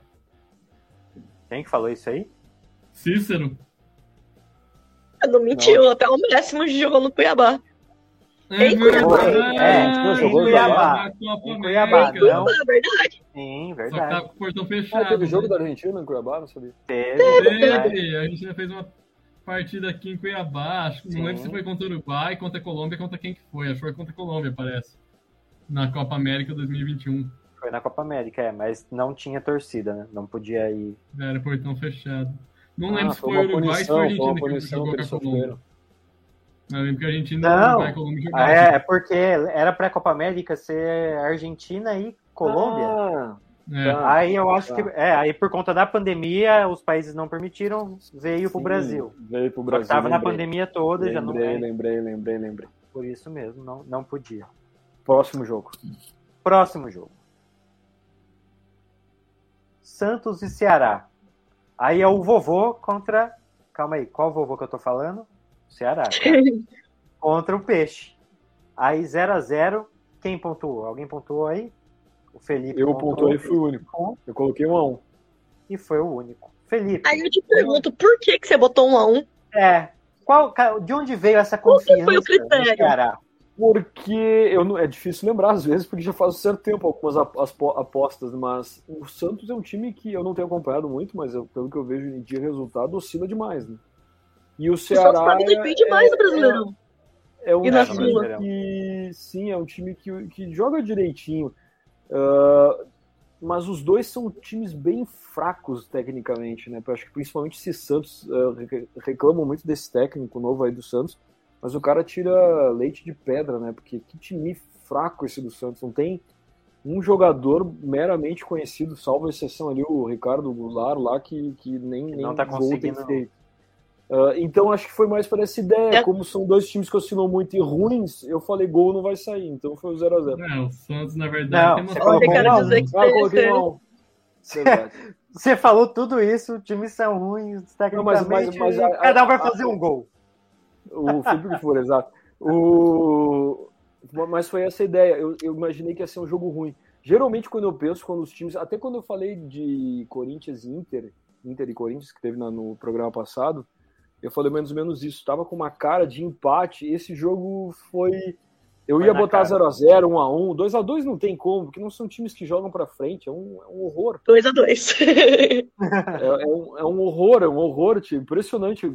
Speaker 3: Quem que falou isso aí?
Speaker 6: Cícero?
Speaker 5: Não mentiu, até o Messi jogou no Cuiabá. Em
Speaker 3: Cuiabá.
Speaker 4: É,
Speaker 6: em
Speaker 4: jogou em
Speaker 3: Cuiabá.
Speaker 6: Na Copa
Speaker 3: Em Cuiabá,
Speaker 6: América.
Speaker 3: não.
Speaker 5: Não é verdade.
Speaker 3: Sim,
Speaker 6: Só que tá
Speaker 3: verdade.
Speaker 6: com o portão
Speaker 4: Ah,
Speaker 6: fechado.
Speaker 4: teve jogo da Argentina em Cuiabá, não sabia.
Speaker 3: Teve, né?
Speaker 6: Teve, É, A gente já fez uma partida aqui em Cuiabá. Acho, que-
Speaker 4: Sim.
Speaker 6: não lembro se foi contra o Uruguai, contra a Colômbia, contra quem que foi. Acho que foi contra a Colômbia, parece. Na Copa América 2021.
Speaker 3: Foi na Copa América, é, mas não tinha torcida, né? Não podia ir.
Speaker 6: Era portão fechado. Não
Speaker 4: Ah,
Speaker 6: lembro se
Speaker 4: foi
Speaker 6: foi o
Speaker 4: uma
Speaker 6: Uruguai
Speaker 4: punição, foi
Speaker 6: ou
Speaker 4: uma
Speaker 6: Argentina que
Speaker 4: punição
Speaker 6: jogou
Speaker 4: que
Speaker 6: com a
Speaker 4: eles
Speaker 6: Colômbia.
Speaker 4: sofreram.
Speaker 6: Eu lembro que a Argentina
Speaker 3: Não.
Speaker 6: Uruguai e Colômbia
Speaker 3: Ah,
Speaker 6: jogaram.
Speaker 3: é, é porque era pré-Copa América ser Argentina e Colômbia.
Speaker 4: Ah,
Speaker 6: É.
Speaker 4: tá.
Speaker 3: aí eu acho
Speaker 4: tá.
Speaker 3: que. É, aí por conta da pandemia, os países não permitiram, veio pro
Speaker 4: sim,
Speaker 3: Brasil.
Speaker 4: Veio pro
Speaker 3: Brasil
Speaker 4: Brasil.
Speaker 3: Estava na
Speaker 4: lembrei.
Speaker 3: pandemia toda, já não
Speaker 4: Lembrei,
Speaker 3: é,
Speaker 4: lembrei, lembrei, lembrei.
Speaker 3: por isso mesmo, não, não podia.
Speaker 4: Próximo jogo.
Speaker 3: Próximo jogo. Santos e Ceará. Aí é o vovô contra. Calma aí, qual vovô que eu tô falando? Ceará. tá? Contra o Peixe. Aí 0 a 0 Quem pontuou? Alguém pontuou aí? O Felipe.
Speaker 4: Eu
Speaker 3: pontuou.
Speaker 4: pontuei e fui o único.
Speaker 3: Ponto,
Speaker 4: Eu coloquei um a um.
Speaker 3: E foi o único. Felipe.
Speaker 5: Aí eu te pergunto, por que, que você botou um a um?
Speaker 3: É. Qual, ca- de onde veio essa
Speaker 5: Qual que foi o
Speaker 3: confiança no
Speaker 5: critério?
Speaker 3: Ceará?
Speaker 4: Porque eu não, é difícil lembrar às vezes, porque já faz um certo tempo algumas apostas, mas o Santos é um time que eu não tenho acompanhado muito, mas eu, pelo que eu vejo em dia, resultado oscila demais, né? E o Ceará. O Santos
Speaker 5: participa é, demais do Brasileirão.
Speaker 4: É, é um time que. Sim, é um time que, que joga direitinho. Uh, mas os dois são times bem fracos tecnicamente, né? Eu acho que principalmente se Santos uh, reclamam muito desse técnico novo aí do Santos, mas o cara tira leite de pedra, né? Porque que time fraco esse do Santos, não tem um jogador meramente conhecido, salvo exceção ali o Ricardo Goulart lá que, que nem que
Speaker 3: não
Speaker 4: nem
Speaker 3: tá conseguindo feito.
Speaker 4: Uh, então acho que foi mais para essa ideia. É. Como são dois times que oscilam muito e ruins, eu falei gol não vai sair. Então foi o 0x0.
Speaker 6: Não, É, o Santos, na verdade,
Speaker 5: não, tem uma você, cara dizer que ah, coloquei mal.
Speaker 3: Você falou tudo isso, times são ruins, tecnicamente, não, mas, mas, mas, cada um vai fazer a, um gol.
Speaker 4: O Felipe que for, exato. O... Mas foi essa ideia. Eu, eu imaginei que ia ser um jogo ruim. Geralmente, quando eu penso, quando os times. Até quando eu falei de Corinthians e Inter, Inter e Corinthians, que teve na, no programa passado, eu falei menos ou menos isso. Tava com uma cara de empate. Esse jogo foi. Eu foi ia botar 0x0, 1x1. 2x2 não tem como, porque não são times que jogam pra frente. É um, é um horror.
Speaker 5: 2x2.
Speaker 4: é, é, um, é, um, horror, é um horror. Tipo, impressionante.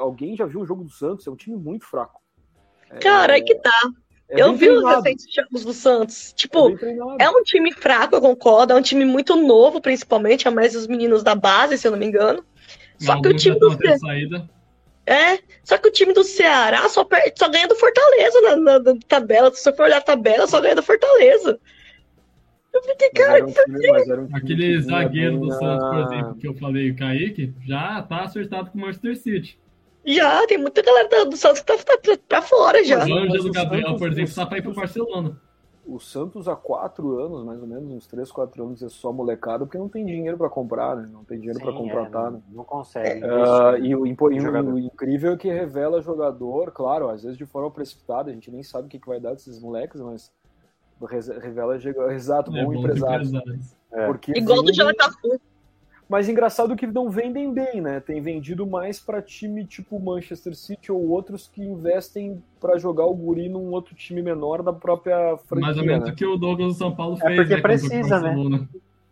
Speaker 4: Alguém já viu o jogo do Santos? É um time muito fraco.
Speaker 5: cara, é que tá. eu vi treinado. os
Speaker 4: é
Speaker 5: recentes jogos do Santos. Tipo, é, um time fraco, eu concordo. É um time muito novo, principalmente. É mais os meninos da base, se eu não me engano. Só Algum que o time do. Saída. É, só que o time do Ceará só, perde, só ganha do Fortaleza na, na, na, tabela. Se você for olhar a tabela, só ganha do Fortaleza. Eu fiquei, cara, um
Speaker 6: time, um Aquele zagueiro do Santos, por exemplo, que eu falei, o Kaique, já tá acertado com o Manchester City.
Speaker 5: Já, tem muita galera do Santos que tá, tá, tá pra fora já.
Speaker 6: O Ângelo Gabriel, Santos, por exemplo, tá pra ir pro Barcelona.
Speaker 4: O Santos há quatro anos, mais ou menos, uns três, quatro anos, é só molecada, porque não tem dinheiro para comprar, né? Não tem dinheiro para contratar. É,
Speaker 3: né? não, consegue.
Speaker 4: Uh, e o, impo... o, incrível é que revela jogador, claro, às vezes de forma precipitada, a gente nem sabe o que, que vai dar desses moleques, mas revela exato, bom, é, bom empresário.
Speaker 5: É. Porque Igual vende... do Jonathan
Speaker 4: Mas engraçado que não vendem bem, né? Tem vendido mais para time tipo Manchester City ou outros que investem para jogar o guri num outro time menor da própria franquia. né?
Speaker 6: Mais ou menos o que o Douglas do São Paulo fez.
Speaker 3: É porque né, precisa, né?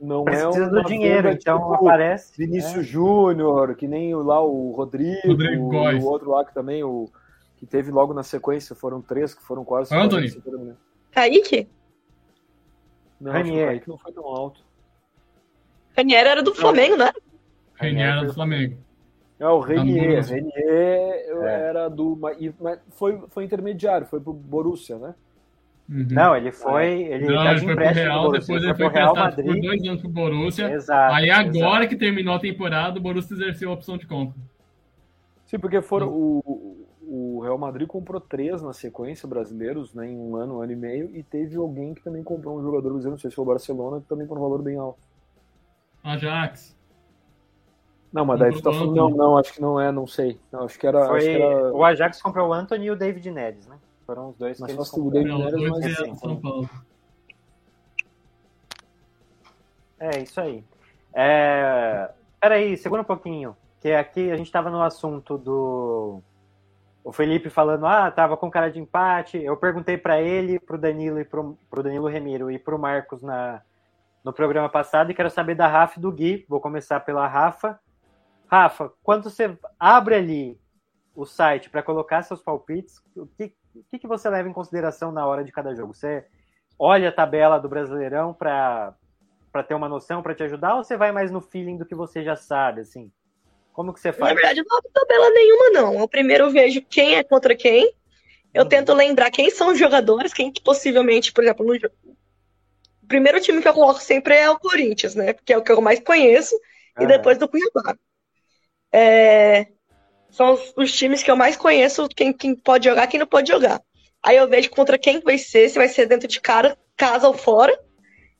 Speaker 4: Não
Speaker 3: precisa
Speaker 4: é
Speaker 3: do dinheiro, então tipo aparece.
Speaker 4: Vinícius né? Júnior, que nem lá o Rodrigo, Rodrigo o, o, outro lá que também, o que teve logo na sequência, foram três que foram quase.
Speaker 6: Anthony.
Speaker 5: Kaique?
Speaker 4: Não, Ranier. Kaique não foi tão alto.
Speaker 5: Ranieri era do Flamengo, né?
Speaker 6: Ranieri era do Flamengo.
Speaker 4: É,
Speaker 6: Tá
Speaker 4: o Renier. Renier é. era do. Mas foi, foi intermediário, foi pro Borussia, né?
Speaker 3: Uhum. Não, ele foi.
Speaker 4: É.
Speaker 3: Ele,
Speaker 6: Não, ele foi pro Real, Borussia, depois ele foi, foi Real Madrid. por dois anos pro Borussia. Exato, aí agora exato. que terminou a temporada, o Borussia exerceu a opção de compra.
Speaker 4: Sim, porque foram. O, o Real Madrid comprou três na sequência brasileiros, né? Em um ano, um ano e meio, e teve alguém que também comprou um jogador brasileiro, não sei se foi o Barcelona, que também por um valor bem alto.
Speaker 6: Ajax.
Speaker 4: Não, mas daí tu tá
Speaker 5: Uhum.
Speaker 4: falando. Não, não, acho que não é, não sei. Não, acho que era.
Speaker 3: Foi,
Speaker 4: acho que era...
Speaker 3: O Ajax comprou o Anthony e o David Neres, né? Foram os dois
Speaker 4: mas que eles que o David não, Neres mais
Speaker 6: é, assim, São Paulo.
Speaker 3: É, isso aí. É... Peraí, segura um pouquinho. Que aqui a gente tava no assunto do. O Felipe falando, ah, tava com cara de empate. Eu perguntei para ele, pro Danilo e pro, pro Danilo Remiro e pro Marcos na, no programa passado e quero saber da Rafa e do Gui. Vou começar pela Rafa. Rafa, quando você abre ali o site para colocar seus palpites, o que, o que, você leva em consideração na hora de cada jogo? Você olha a tabela do Brasileirão para ter uma noção, para te ajudar, ou você vai mais no feeling do que você já sabe, assim? Como que você faz?
Speaker 5: Na verdade, eu não abro tabela nenhuma, não. Eu primeiro vejo quem é contra quem. Eu hum. tento lembrar quem são os jogadores, quem que possivelmente, por exemplo, no, o primeiro time que eu coloco sempre é o Corinthians, né? Porque é o que eu mais conheço, ah, e depois do Cuiabá. É... são os, os, times que eu mais conheço, quem, quem pode jogar, quem não pode jogar. Aí eu vejo contra quem vai ser, se vai ser dentro de cara, casa ou fora.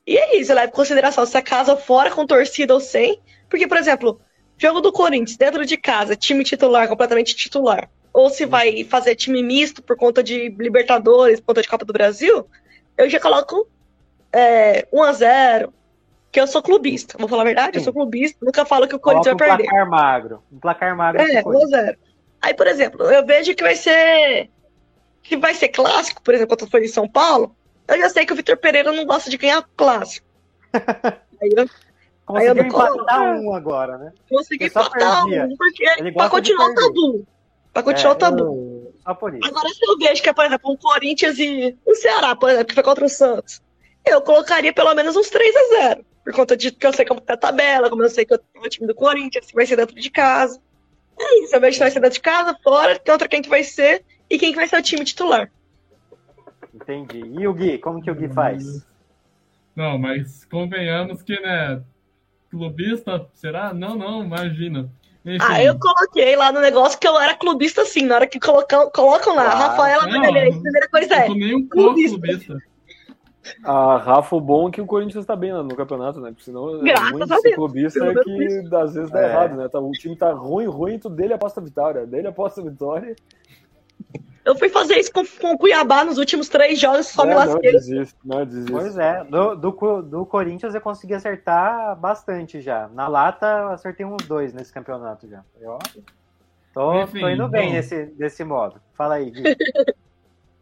Speaker 5: E é isso, eu levo em consideração se é casa ou fora, com torcida ou sem. Porque, por exemplo, jogo do Corinthians, dentro de casa, time titular, completamente titular. Ou se vai fazer time misto por conta de Libertadores, por conta de Copa do Brasil, eu já coloco é, 1x0, que eu sou clubista. Vou falar a verdade, Sim. eu sou clubista. Nunca falo que o Corinthians vai perder.
Speaker 3: Um placar magro. Um placar magro.
Speaker 5: É, 1x0. Aí, por exemplo, eu vejo que vai ser que vai ser clássico, por exemplo, quando foi em São Paulo, eu já sei que o Vitor Pereira não gosta de ganhar clássico.
Speaker 3: aí eu, Conseguiu aí eu empatar um agora, né?
Speaker 5: Consegui empatar perdia. um, porque ele pra continuar o tabu. Pra continuar é, o tabu. Eu... Agora, se eu vejo que é, por exemplo, um Corinthians e o um Ceará, por exemplo, que foi contra o Santos, eu colocaria pelo menos uns 3 a 0 Por conta de que eu sei como tá a tabela, como eu sei que o time do Corinthians vai ser dentro de casa. É isso, eu vejo que vai ser dentro de casa, fora, contra quem que vai ser e quem que vai ser o time titular.
Speaker 3: Entendi. E o Gui? Como que o Gui faz?
Speaker 6: Não, mas convenhamos que, né? Clubista, será? Não, não, imagina.
Speaker 5: Enfim. Ah, eu coloquei lá no negócio que eu era clubista sim, na hora que colocam, colocam lá, ah, Rafaela Magalhães, primeira coisa é.
Speaker 6: Eu nem um pouco clubista. clubista.
Speaker 4: Ah, Rafa, o bom é que o Corinthians tá bem né, no campeonato, né? Porque senão
Speaker 5: Graças
Speaker 4: muito
Speaker 5: a
Speaker 4: clubista é que às vezes dá é. errado, né? O time tá ruim, ruim, tu dele aposta vitória, dele aposta vitória.
Speaker 5: Eu fui fazer isso com, com o Cuiabá nos últimos três jogos, só é, me lasquei.
Speaker 4: Não desisto, não desisto.
Speaker 3: Pois é, do, do, do, Corinthians eu consegui acertar bastante já. Na lata acertei uns dois nesse campeonato já. Eu, tô, Enfim, tô indo bem bom. nesse, desse modo. Fala aí, Gui.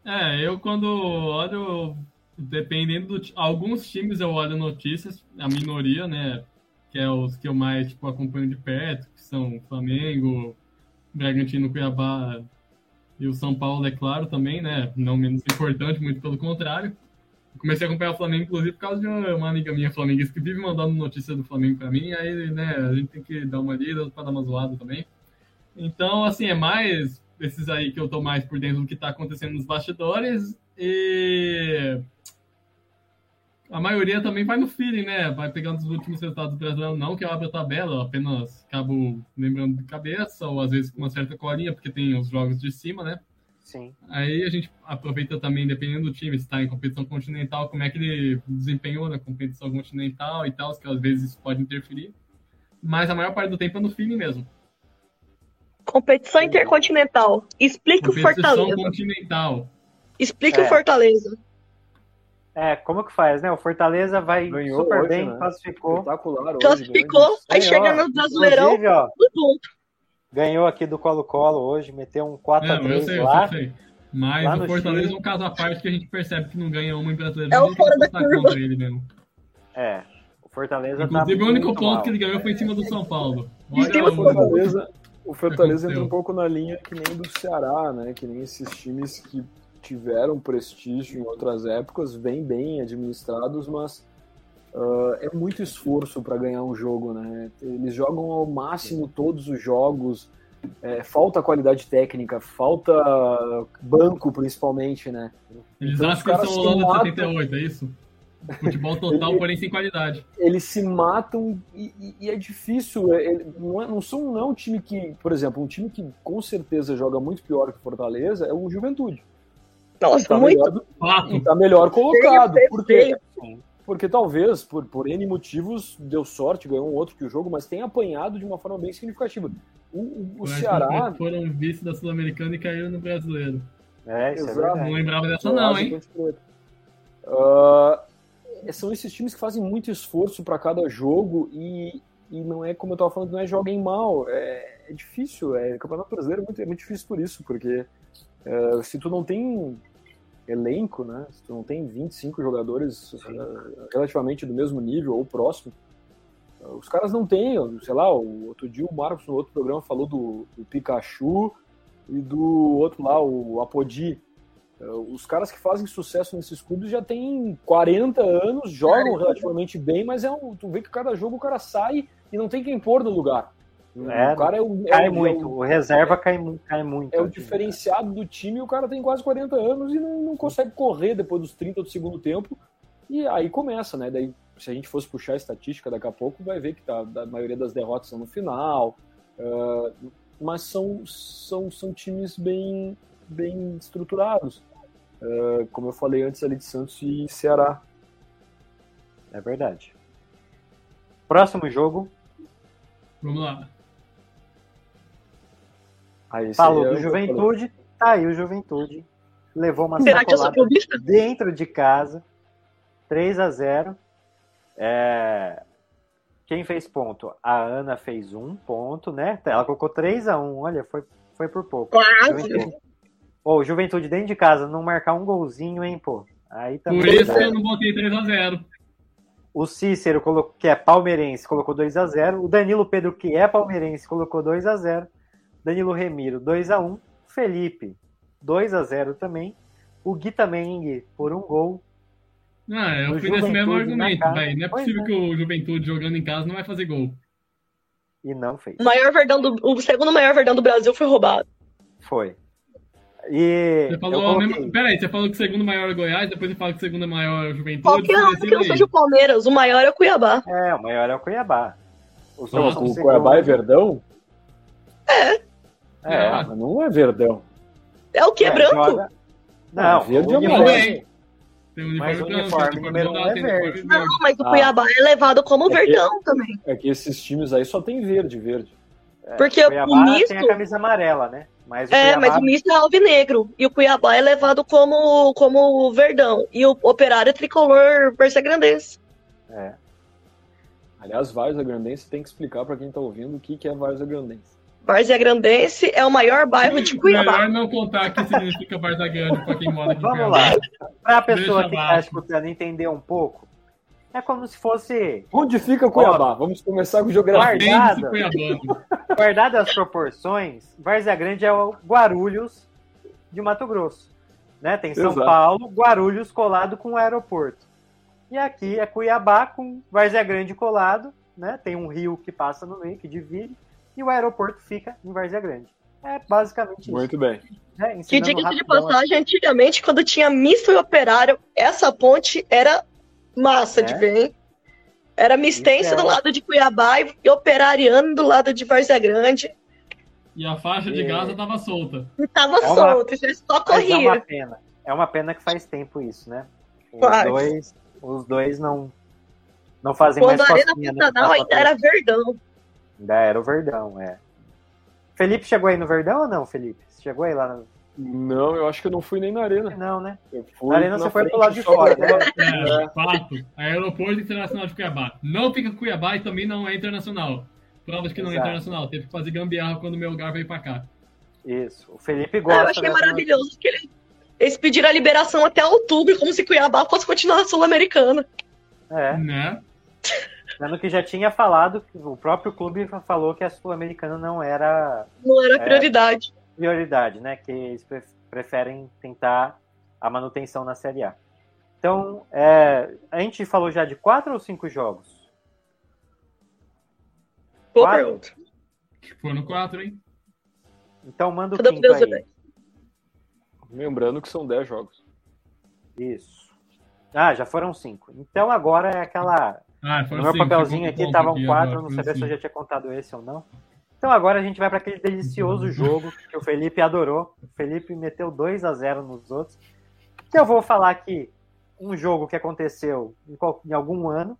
Speaker 6: é, eu quando olho, dependendo do. Alguns times eu olho notícias, a minoria, né? Que é os que eu mais tipo, acompanho de perto, que são Flamengo, Bragantino, Cuiabá, e o São Paulo, é claro, também, né? Não menos importante, muito pelo contrário. Comecei a acompanhar o Flamengo, inclusive, por causa de uma amiga minha flamenguista que vive mandando notícias do Flamengo para mim. Aí, né, a gente tem que dar uma lida para dar uma zoada também. Então, assim, é mais esses aí que eu tô mais por dentro do que tá acontecendo nos bastidores. E a maioria também vai no feeling, né? Vai pegando os últimos resultados do brasileiro, não que eu abro a tabela, apenas acabo lembrando de cabeça, ou às vezes com uma certa colinha, porque tem os jogos de cima, né?
Speaker 3: Sim.
Speaker 6: Aí a gente aproveita também, dependendo do time, se está em competição continental, como é que ele desempenhou na competição continental e tal, que às vezes isso pode interferir. Mas a maior parte do tempo é no feeling mesmo.
Speaker 5: Competição intercontinental. Explica o Fortaleza.
Speaker 6: Competição continental.
Speaker 5: Explica é. o Fortaleza.
Speaker 3: É, como que faz, né? O Fortaleza vai Ganhou super hoje, bem, né? classificou.
Speaker 5: Classificou, hoje,
Speaker 3: É,
Speaker 5: aí chega no Brasileirão, um ponto.
Speaker 3: Ganhou aqui do Colo-Colo hoje, meteu um 4x3 é, lá. Sei.
Speaker 6: Mas
Speaker 3: lá
Speaker 6: o Fortaleza é um caso à parte que a gente percebe que não ganha uma em Brasileirão.
Speaker 5: É o fora da curva.
Speaker 6: Ele mesmo.
Speaker 3: É, o Fortaleza
Speaker 6: Inclusive, é
Speaker 3: tá
Speaker 6: o único ponto mal. que ele ganhou foi em cima do São Paulo.
Speaker 4: Olha, o Fortaleza, o Fortaleza entra um pouco na linha que nem do Ceará, né? Que nem esses times que tiveram prestígio em outras épocas, vêm bem administrados, mas uh, é muito esforço para ganhar um jogo, né? Eles jogam ao máximo todos os jogos, é, falta qualidade técnica, falta banco principalmente, né?
Speaker 6: Eles então, acham que são Holanda matam... 78, é isso? Futebol total, ele, porém sem qualidade.
Speaker 4: Eles se matam e, e, e é difícil. Ele, não, é, não, são, não é um time que, por exemplo, um time que com certeza joga muito pior que o Fortaleza é o Juventude.
Speaker 5: Nossa,
Speaker 4: tá
Speaker 5: muito.
Speaker 4: Melhor, ah,
Speaker 3: Então,
Speaker 4: tá melhor colocado. Porque, porque talvez, por, por N motivos, deu sorte, ganhou um outro que o jogo, mas tem apanhado de uma forma bem significativa. O, o, o Ceará.
Speaker 6: Foram vice da Sul-Americana e caiu no brasileiro.
Speaker 3: É, isso Exato.
Speaker 6: É não lembrava dessa, não, hein?
Speaker 4: Uh, são esses times que fazem muito esforço para cada jogo e, e não é, como eu tava falando, não é joguem mal. É, é difícil. É, o Campeonato Brasileiro é muito, é muito difícil por isso, porque. Uh, se tu não tem elenco, né? Se tu não tem 25 jogadores uh, relativamente do mesmo nível ou próximo, uh, os caras não têm, sei lá, o, outro dia o Marcos no outro programa falou do, do Pikachu e do outro lá, o Apodi. Ah, os caras que fazem sucesso nesses clubes já têm 40 anos, jogam relativamente bem, mas é um, tu vê que cada jogo o cara sai e não tem quem pôr no lugar.
Speaker 3: É, o cara é o, cai é o, muito, o, reserva cai, cai muito. assim.
Speaker 4: É o diferenciado do time, o cara tem quase 40 anos e não, não consegue correr depois dos 30 do segundo tempo. E aí começa, né? Daí, se a gente fosse puxar a estatística daqui a pouco, vai ver que tá, a maioria das derrotas são no final. Uh, mas são, são, são times bem, bem estruturados. Uh, como eu falei antes ali de Santos e Ceará.
Speaker 3: É verdade. Próximo jogo.
Speaker 6: Vamos lá.
Speaker 3: Aí, Falou
Speaker 4: é
Speaker 3: do Juventude, tá aí o Juventude. Levou uma
Speaker 5: Será
Speaker 3: sacolada dentro de casa. 3 a 0 é... Quem fez ponto? A Ana um. fez um ponto, né? Ela colocou 3 a 1 olha, foi, foi por pouco.
Speaker 5: Quase.
Speaker 3: Ô, oh, Juventude dentro de casa, não marcar um golzinho, hein, pô. Aí também.
Speaker 6: Por isso eu não botei 3x0.
Speaker 3: O Cícero, colocou, que é palmeirense, colocou 2x0. O Danilo Pedro, que é palmeirense, colocou 2x0. Danilo Remiro, 2x1. Felipe, 2x0 também. O Gui também, hein, Gui? Por um gol.
Speaker 6: Ah, eu
Speaker 3: Do
Speaker 6: fui nesse mesmo
Speaker 3: Juventude na
Speaker 6: argumento,
Speaker 3: casa.
Speaker 6: velho. Não é
Speaker 3: Pois
Speaker 6: possível
Speaker 3: é.
Speaker 6: que o Juventude jogando em casa não vai fazer gol.
Speaker 3: E não fez.
Speaker 5: O maior verdão do, o segundo maior verdão do Brasil foi roubado.
Speaker 3: Foi. E.
Speaker 6: Você
Speaker 3: É, eu
Speaker 6: falou a
Speaker 3: coloquei-
Speaker 6: mesma. Peraí, você falou que o segundo maior é o Goiás, depois você fala que o segundo maior é o Juventude.
Speaker 5: Qualquer
Speaker 6: depois
Speaker 5: um
Speaker 6: decide
Speaker 5: que não
Speaker 6: aí.
Speaker 5: seja o Palmeiras, o maior é o Cuiabá.
Speaker 3: É, o maior é o Cuiabá. Os
Speaker 6: Não,
Speaker 3: outros
Speaker 4: Com o
Speaker 3: segundo-
Speaker 4: Cuiabá é Verdão?
Speaker 3: É,
Speaker 6: É,
Speaker 4: Ah, mas não é Verdão.
Speaker 5: É o que? É, branco?
Speaker 3: joga- Não,
Speaker 4: Verde
Speaker 3: o
Speaker 4: e
Speaker 6: Tudo
Speaker 4: amarelo.
Speaker 3: uniforme-
Speaker 6: bem. Tem um
Speaker 3: Mas
Speaker 6: uniforme
Speaker 3: o
Speaker 6: branco,
Speaker 3: uniforme
Speaker 6: tem um
Speaker 3: número um
Speaker 6: dourado,
Speaker 3: é
Speaker 6: tem um uniforme
Speaker 3: verde.
Speaker 6: verde.
Speaker 5: Não, mas o
Speaker 4: Ah.
Speaker 5: Cuiabá é levado como
Speaker 4: É que-
Speaker 5: verdão também.
Speaker 4: É que esses times aí só tem verde, verde.
Speaker 5: Porque
Speaker 3: Cuiabá
Speaker 5: o
Speaker 3: tem
Speaker 5: misto.
Speaker 3: a camisa amarela, né? Mas o
Speaker 5: É,
Speaker 3: Cuiabá
Speaker 5: mas o misto é alvinegro. E o Cuiabá é levado como, como verdão. E o operário é tricolor versa-grandense.
Speaker 3: é.
Speaker 4: Aliás, Várzea Grandense tem que explicar pra quem tá ouvindo o que, que é Várzea Grandense.
Speaker 5: Várzea Grandense é o maior bairro de Cuiabá.
Speaker 3: é,
Speaker 6: Melhor não contar o que significa Barzagrande pra quem mora aqui em
Speaker 3: Vamos
Speaker 6: Cuiabá.
Speaker 3: lá. Pra pessoa
Speaker 6: Deixa
Speaker 3: que
Speaker 6: abaixo.
Speaker 3: tá escutando entender um pouco, é como se fosse,
Speaker 4: Onde fica Cuiabá? Vamos começar com
Speaker 6: Tá
Speaker 4: geografia.
Speaker 3: Guarda.
Speaker 6: Depende se Cuiabano.
Speaker 3: guardadas as proporções, Várzea Grande é o Guarulhos de Mato Grosso. Né? Tem São
Speaker 4: Exato.
Speaker 3: Paulo, Guarulhos colado com o aeroporto. E aqui é Cuiabá com Várzea Grande colado, né? Tem um rio que passa no meio, que divide, e o aeroporto fica em Várzea Grande. É basicamente isso.
Speaker 4: Muito bem.
Speaker 3: Né?
Speaker 5: Que
Speaker 3: Ensinando
Speaker 5: diga-se de
Speaker 3: rapidão aqui.
Speaker 5: passagem, antigamente, quando tinha misto e operário, essa ponte era massa
Speaker 3: É?
Speaker 5: de ver, hein? Era mistense
Speaker 3: Isso é.
Speaker 5: do lado de Cuiabá e e operariano do lado de Várzea Grande.
Speaker 6: E a faixa de Gaza tava solta.
Speaker 5: E tava
Speaker 3: É uma-
Speaker 5: solto, já só
Speaker 3: Mas é uma
Speaker 5: corria.
Speaker 3: pena. É uma pena que faz tempo isso, né? Os
Speaker 5: Faz.
Speaker 3: dois, os dois não não fazem
Speaker 5: Quando
Speaker 3: mais
Speaker 5: a Arena
Speaker 3: costinha, né?
Speaker 5: Pantanal ainda era verdão.
Speaker 3: Ainda era o Verdão, é. Felipe chegou aí no Verdão ou não, Felipe? Você chegou aí lá no...
Speaker 4: Não, eu acho que eu não fui nem na arena.
Speaker 3: Não, né?
Speaker 4: Eu
Speaker 3: Na
Speaker 4: fui
Speaker 3: arena você foi pro lado de
Speaker 4: só
Speaker 3: fora,
Speaker 4: pra-
Speaker 3: né?
Speaker 6: É, fato. Aeroporto Internacional de Cuiabá. Não fica em Cuiabá e também não é internacional. Prova de que não é
Speaker 3: Exato.
Speaker 6: internacional. Teve que fazer gambiarra quando o meu lugar veio pra cá.
Speaker 3: Isso. O Felipe
Speaker 5: Ah,
Speaker 3: gosta. né,
Speaker 5: eu achei
Speaker 3: dessa-
Speaker 5: maravilhoso que ele- eles pediram a liberação até outubro, como se Cuiabá fosse continuar a Sul-Americana.
Speaker 3: É.
Speaker 6: Né?
Speaker 3: Sendo que já tinha falado, que o próprio clube falou que a Sul-Americana não era
Speaker 5: Não era
Speaker 3: É.
Speaker 5: prioridade.
Speaker 3: prioridade, né? Que eles pre- preferem tentar a manutenção na Série A. Então, é, a gente falou já de quatro ou cinco jogos?
Speaker 5: Boa
Speaker 3: Quatro?
Speaker 5: pergunta.
Speaker 6: Foram quatro, hein?
Speaker 3: Então manda o
Speaker 5: Cada
Speaker 3: quinto
Speaker 5: Deus é
Speaker 3: aí.
Speaker 5: bem.
Speaker 4: Lembrando que são 10 jogos.
Speaker 3: Isso. Ah, já foram cinco. Então agora é aquela.
Speaker 6: Ah, foram
Speaker 3: No meu
Speaker 6: cinco,
Speaker 3: papelzinho
Speaker 6: cinco
Speaker 3: aqui
Speaker 6: pontos
Speaker 3: estavam
Speaker 6: agora,
Speaker 3: quatro, não
Speaker 6: foram
Speaker 3: sabia se eu
Speaker 6: cinco.
Speaker 3: já tinha contado esse ou não. Então agora a gente vai para aquele
Speaker 6: Uhum.
Speaker 3: delicioso jogo que o Felipe adorou. O Felipe meteu 2 a 0 nos outros. Que eu vou falar aqui um jogo que aconteceu em, qual- em algum ano.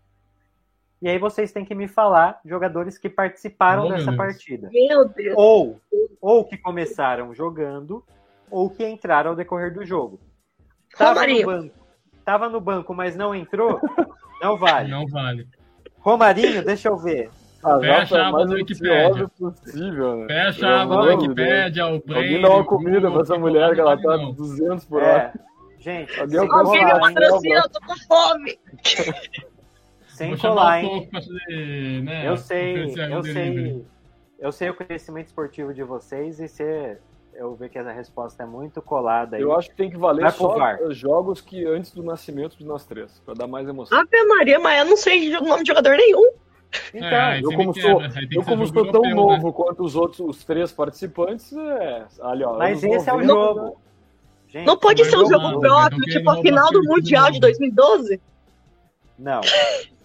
Speaker 3: E aí vocês têm que me falar jogadores que participaram
Speaker 6: Oh, meu
Speaker 3: dessa
Speaker 6: Deus.
Speaker 3: partida.
Speaker 5: Meu Deus.
Speaker 3: ou, ou que começaram jogando, ou que entraram ao decorrer do jogo. Tava Tá, no
Speaker 5: Romarinho.
Speaker 3: banco, tava no banco mas não entrou, não vale.
Speaker 6: Não vale.
Speaker 3: Romarinho, deixa eu ver.
Speaker 4: A
Speaker 6: Fecha
Speaker 4: data
Speaker 6: a
Speaker 4: Tá, mais
Speaker 6: aba do Wikipédia.
Speaker 4: ansiosa possível, né?
Speaker 6: Fecha
Speaker 4: Pelo
Speaker 6: a aba do
Speaker 4: amor de
Speaker 6: Wikipédia, o
Speaker 4: Deus. Alguém
Speaker 6: Brand,
Speaker 4: dá uma
Speaker 6: o
Speaker 4: é comida pra
Speaker 6: Google,
Speaker 4: essa
Speaker 6: não
Speaker 4: mulher que ela tá
Speaker 6: não.
Speaker 4: 200 por hora.
Speaker 3: É, gente,
Speaker 4: Alguém
Speaker 3: sem
Speaker 4: alcançou
Speaker 5: Alguém me
Speaker 3: colar,
Speaker 4: Romarinho,
Speaker 5: patrocina, eu tô com fome.
Speaker 3: sem
Speaker 6: Vou chamar
Speaker 3: colar,
Speaker 6: o
Speaker 3: hein?
Speaker 6: Toco pra fazer, né?
Speaker 3: Eu sei,
Speaker 6: oferecer um
Speaker 3: eu
Speaker 6: delivery.
Speaker 3: sei, eu sei o conhecimento esportivo de vocês e se eu ver que essa resposta é muito colada aí.
Speaker 4: Eu acho que tem que valer
Speaker 3: Vai pro
Speaker 4: só
Speaker 3: VAR.
Speaker 4: os jogos que antes do nascimento de nós três, pra dar mais emoção.
Speaker 5: Ave Maria, mas eu não sei o nome de jogador nenhum.
Speaker 3: Então,
Speaker 6: É, aí
Speaker 4: eu
Speaker 6: você me
Speaker 4: como sou,
Speaker 6: quebra, aí tem que
Speaker 4: eu
Speaker 6: ser
Speaker 4: como
Speaker 6: jogo
Speaker 4: sou tão
Speaker 6: europeu, né?
Speaker 4: novo quanto os outros, os três participantes, é, ali, ó,
Speaker 3: mas
Speaker 4: anos
Speaker 3: esse é o
Speaker 4: 90,
Speaker 3: jogo. Gente,
Speaker 5: Não pode
Speaker 6: Mas
Speaker 5: ser um
Speaker 6: não,
Speaker 5: jogo
Speaker 6: não,
Speaker 5: próprio,
Speaker 6: não tem
Speaker 5: tipo a
Speaker 6: nome
Speaker 5: final do
Speaker 6: próprio,
Speaker 5: Mundial
Speaker 6: não.
Speaker 5: de 2012.
Speaker 3: Não,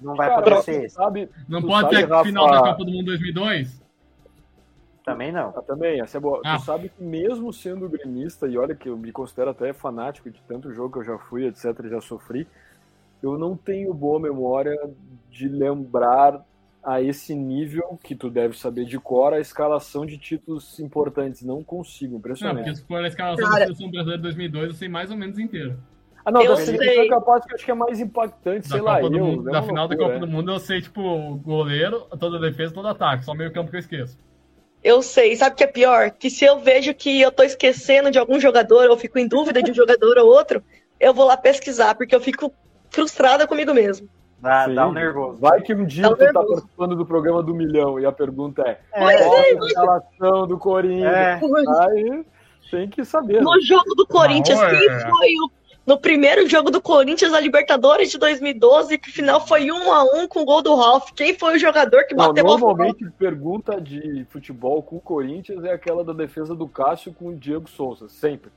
Speaker 3: não vai
Speaker 4: Cara,
Speaker 3: poder
Speaker 4: pra
Speaker 3: ser
Speaker 4: quem
Speaker 3: esse.
Speaker 4: sabe,
Speaker 6: Não
Speaker 4: Tu
Speaker 6: pode
Speaker 4: sabe,
Speaker 6: ter a final da
Speaker 4: Rafa?
Speaker 6: Copa do Mundo 2002?
Speaker 3: Também não.
Speaker 4: ah, também, essa é boa.
Speaker 6: Ah.
Speaker 4: Tu sabe que mesmo sendo gremista, e olha que eu me considero até fanático de tanto jogo que eu já fui, etc, já sofri, eu não tenho boa memória de lembrar a esse nível, que tu deve saber de cor, a escalação de títulos importantes. Não consigo,
Speaker 6: Não, porque
Speaker 4: impressionante.
Speaker 6: se for a escalação
Speaker 5: Cara.
Speaker 6: da seleção brasileira de 2002, eu sei mais ou menos inteira.
Speaker 4: Ah, não,
Speaker 5: Eu
Speaker 4: da
Speaker 5: sei.
Speaker 4: seleção é capaz que eu acho que é mais impactante,
Speaker 6: Da,
Speaker 4: sei lá,
Speaker 6: Copa
Speaker 4: eu.
Speaker 6: do Mundo,
Speaker 4: né,
Speaker 6: da
Speaker 4: uma
Speaker 6: final da
Speaker 4: loucura,
Speaker 6: Copa
Speaker 4: é.
Speaker 6: do Mundo, eu sei, tipo, o goleiro, toda a defesa, todo ataque. Só meio campo que eu esqueço.
Speaker 5: Eu sei, sabe o que é pior? Que se eu vejo que eu tô esquecendo de algum jogador, ou fico em dúvida de um jogador ou outro, eu vou lá pesquisar, porque eu fico frustrada comigo mesmo.
Speaker 3: Dá, Sim. dá um nervoso.
Speaker 4: Vai que um dia
Speaker 5: Dá um
Speaker 4: tu tá
Speaker 5: nervoso.
Speaker 4: participando do programa do milhão e a pergunta é:
Speaker 5: Pois
Speaker 4: qual
Speaker 5: é,
Speaker 4: a escalação do Corinthians?
Speaker 3: É.
Speaker 4: Aí tem que saber. né?
Speaker 5: No jogo do Corinthians,
Speaker 6: Não,
Speaker 5: quem
Speaker 6: é.
Speaker 5: foi o. No primeiro jogo do Corinthians, a Libertadores de 2012, que o final foi um a um com o gol do Ralf. Quem foi o jogador que
Speaker 4: Não,
Speaker 5: bateu a bola? pro gol?
Speaker 4: normalmente pergunta de futebol com o Corinthians é aquela da defesa do Cássio com o Diego Souza, sempre.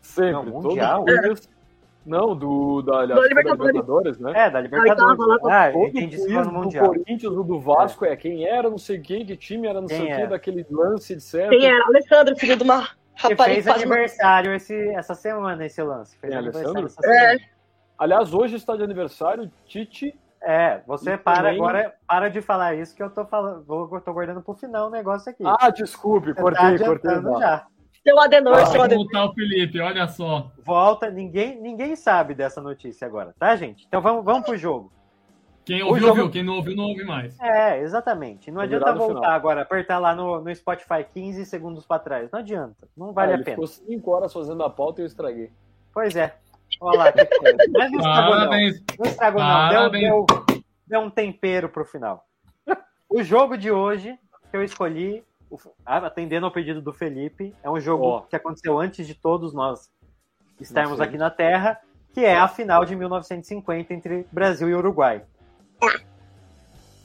Speaker 4: sempre.
Speaker 3: Não,
Speaker 4: todo
Speaker 3: mundial? né?
Speaker 4: quiz- Não, do da, da,
Speaker 5: Da
Speaker 4: da
Speaker 5: Libertadores.
Speaker 4: Libertadores, né?
Speaker 3: É, da
Speaker 5: Aí tava lá
Speaker 3: Libertadores. Ah,
Speaker 4: Todo
Speaker 3: e quem disse que
Speaker 4: quiz
Speaker 3: foi no
Speaker 4: do
Speaker 3: Mundial.
Speaker 4: Corinthians, o do Vasco, é. quem era, não sei quem, que time era, não
Speaker 3: Quem
Speaker 4: sei o
Speaker 3: era?
Speaker 4: que, daquele lance, etc.
Speaker 5: Quem era? Alessandro, filho de uma
Speaker 3: Que
Speaker 5: rapariga.
Speaker 3: fez
Speaker 5: que faz um- uma-
Speaker 3: aniversário esse, essa semana, esse lance. Fez
Speaker 4: Quem,
Speaker 3: aniversário
Speaker 4: Alessandro?
Speaker 3: essa
Speaker 5: É,
Speaker 3: semana.
Speaker 4: Aliás, hoje está de aniversário Tite.
Speaker 3: É, você
Speaker 4: E
Speaker 3: para
Speaker 4: também-
Speaker 3: agora, para de falar isso que eu tô falando, vou, tô guardando pro final o negócio aqui.
Speaker 4: Ah, desculpe,
Speaker 3: Você
Speaker 4: cortei,
Speaker 3: tá
Speaker 4: cortei.
Speaker 3: adiantando
Speaker 4: não.
Speaker 3: já.
Speaker 5: Seu Adenor,
Speaker 4: Ah,
Speaker 5: seu
Speaker 6: Vai
Speaker 5: Adenor.
Speaker 6: voltar o Felipe, olha só.
Speaker 3: Volta, ninguém, ninguém sabe dessa notícia agora, tá, gente? Então vamos, vamos pro jogo.
Speaker 6: Quem
Speaker 4: Hoje
Speaker 6: ouviu,
Speaker 4: eu
Speaker 6: ouviu.
Speaker 4: vou-
Speaker 6: Quem não ouviu, não ouve mais.
Speaker 3: É, exatamente. Não
Speaker 4: Vou
Speaker 3: adianta
Speaker 4: virar no
Speaker 3: voltar
Speaker 4: final.
Speaker 3: agora, apertar lá no, no Spotify 15 segundos pra trás. Não adianta. Não vale
Speaker 4: Ah,
Speaker 3: a
Speaker 4: ele
Speaker 3: pena.
Speaker 4: ficou cinco horas fazendo a pauta e eu estraguei.
Speaker 3: Pois é. Olha lá, que coisa. Mas não
Speaker 6: Ah,
Speaker 3: estragou, não.
Speaker 6: Parabéns.
Speaker 3: Não estragou, não. Deu,
Speaker 6: Parabéns.
Speaker 3: deu, deu um tempero pro final. O jogo de hoje que eu escolhi, o- ah, atendendo ao pedido do Felipe, é um jogo
Speaker 4: Ó.
Speaker 3: que aconteceu antes de todos nós estarmos
Speaker 4: Nossa,
Speaker 3: aqui na Terra, que é a final de 1950 entre Brasil e Uruguai.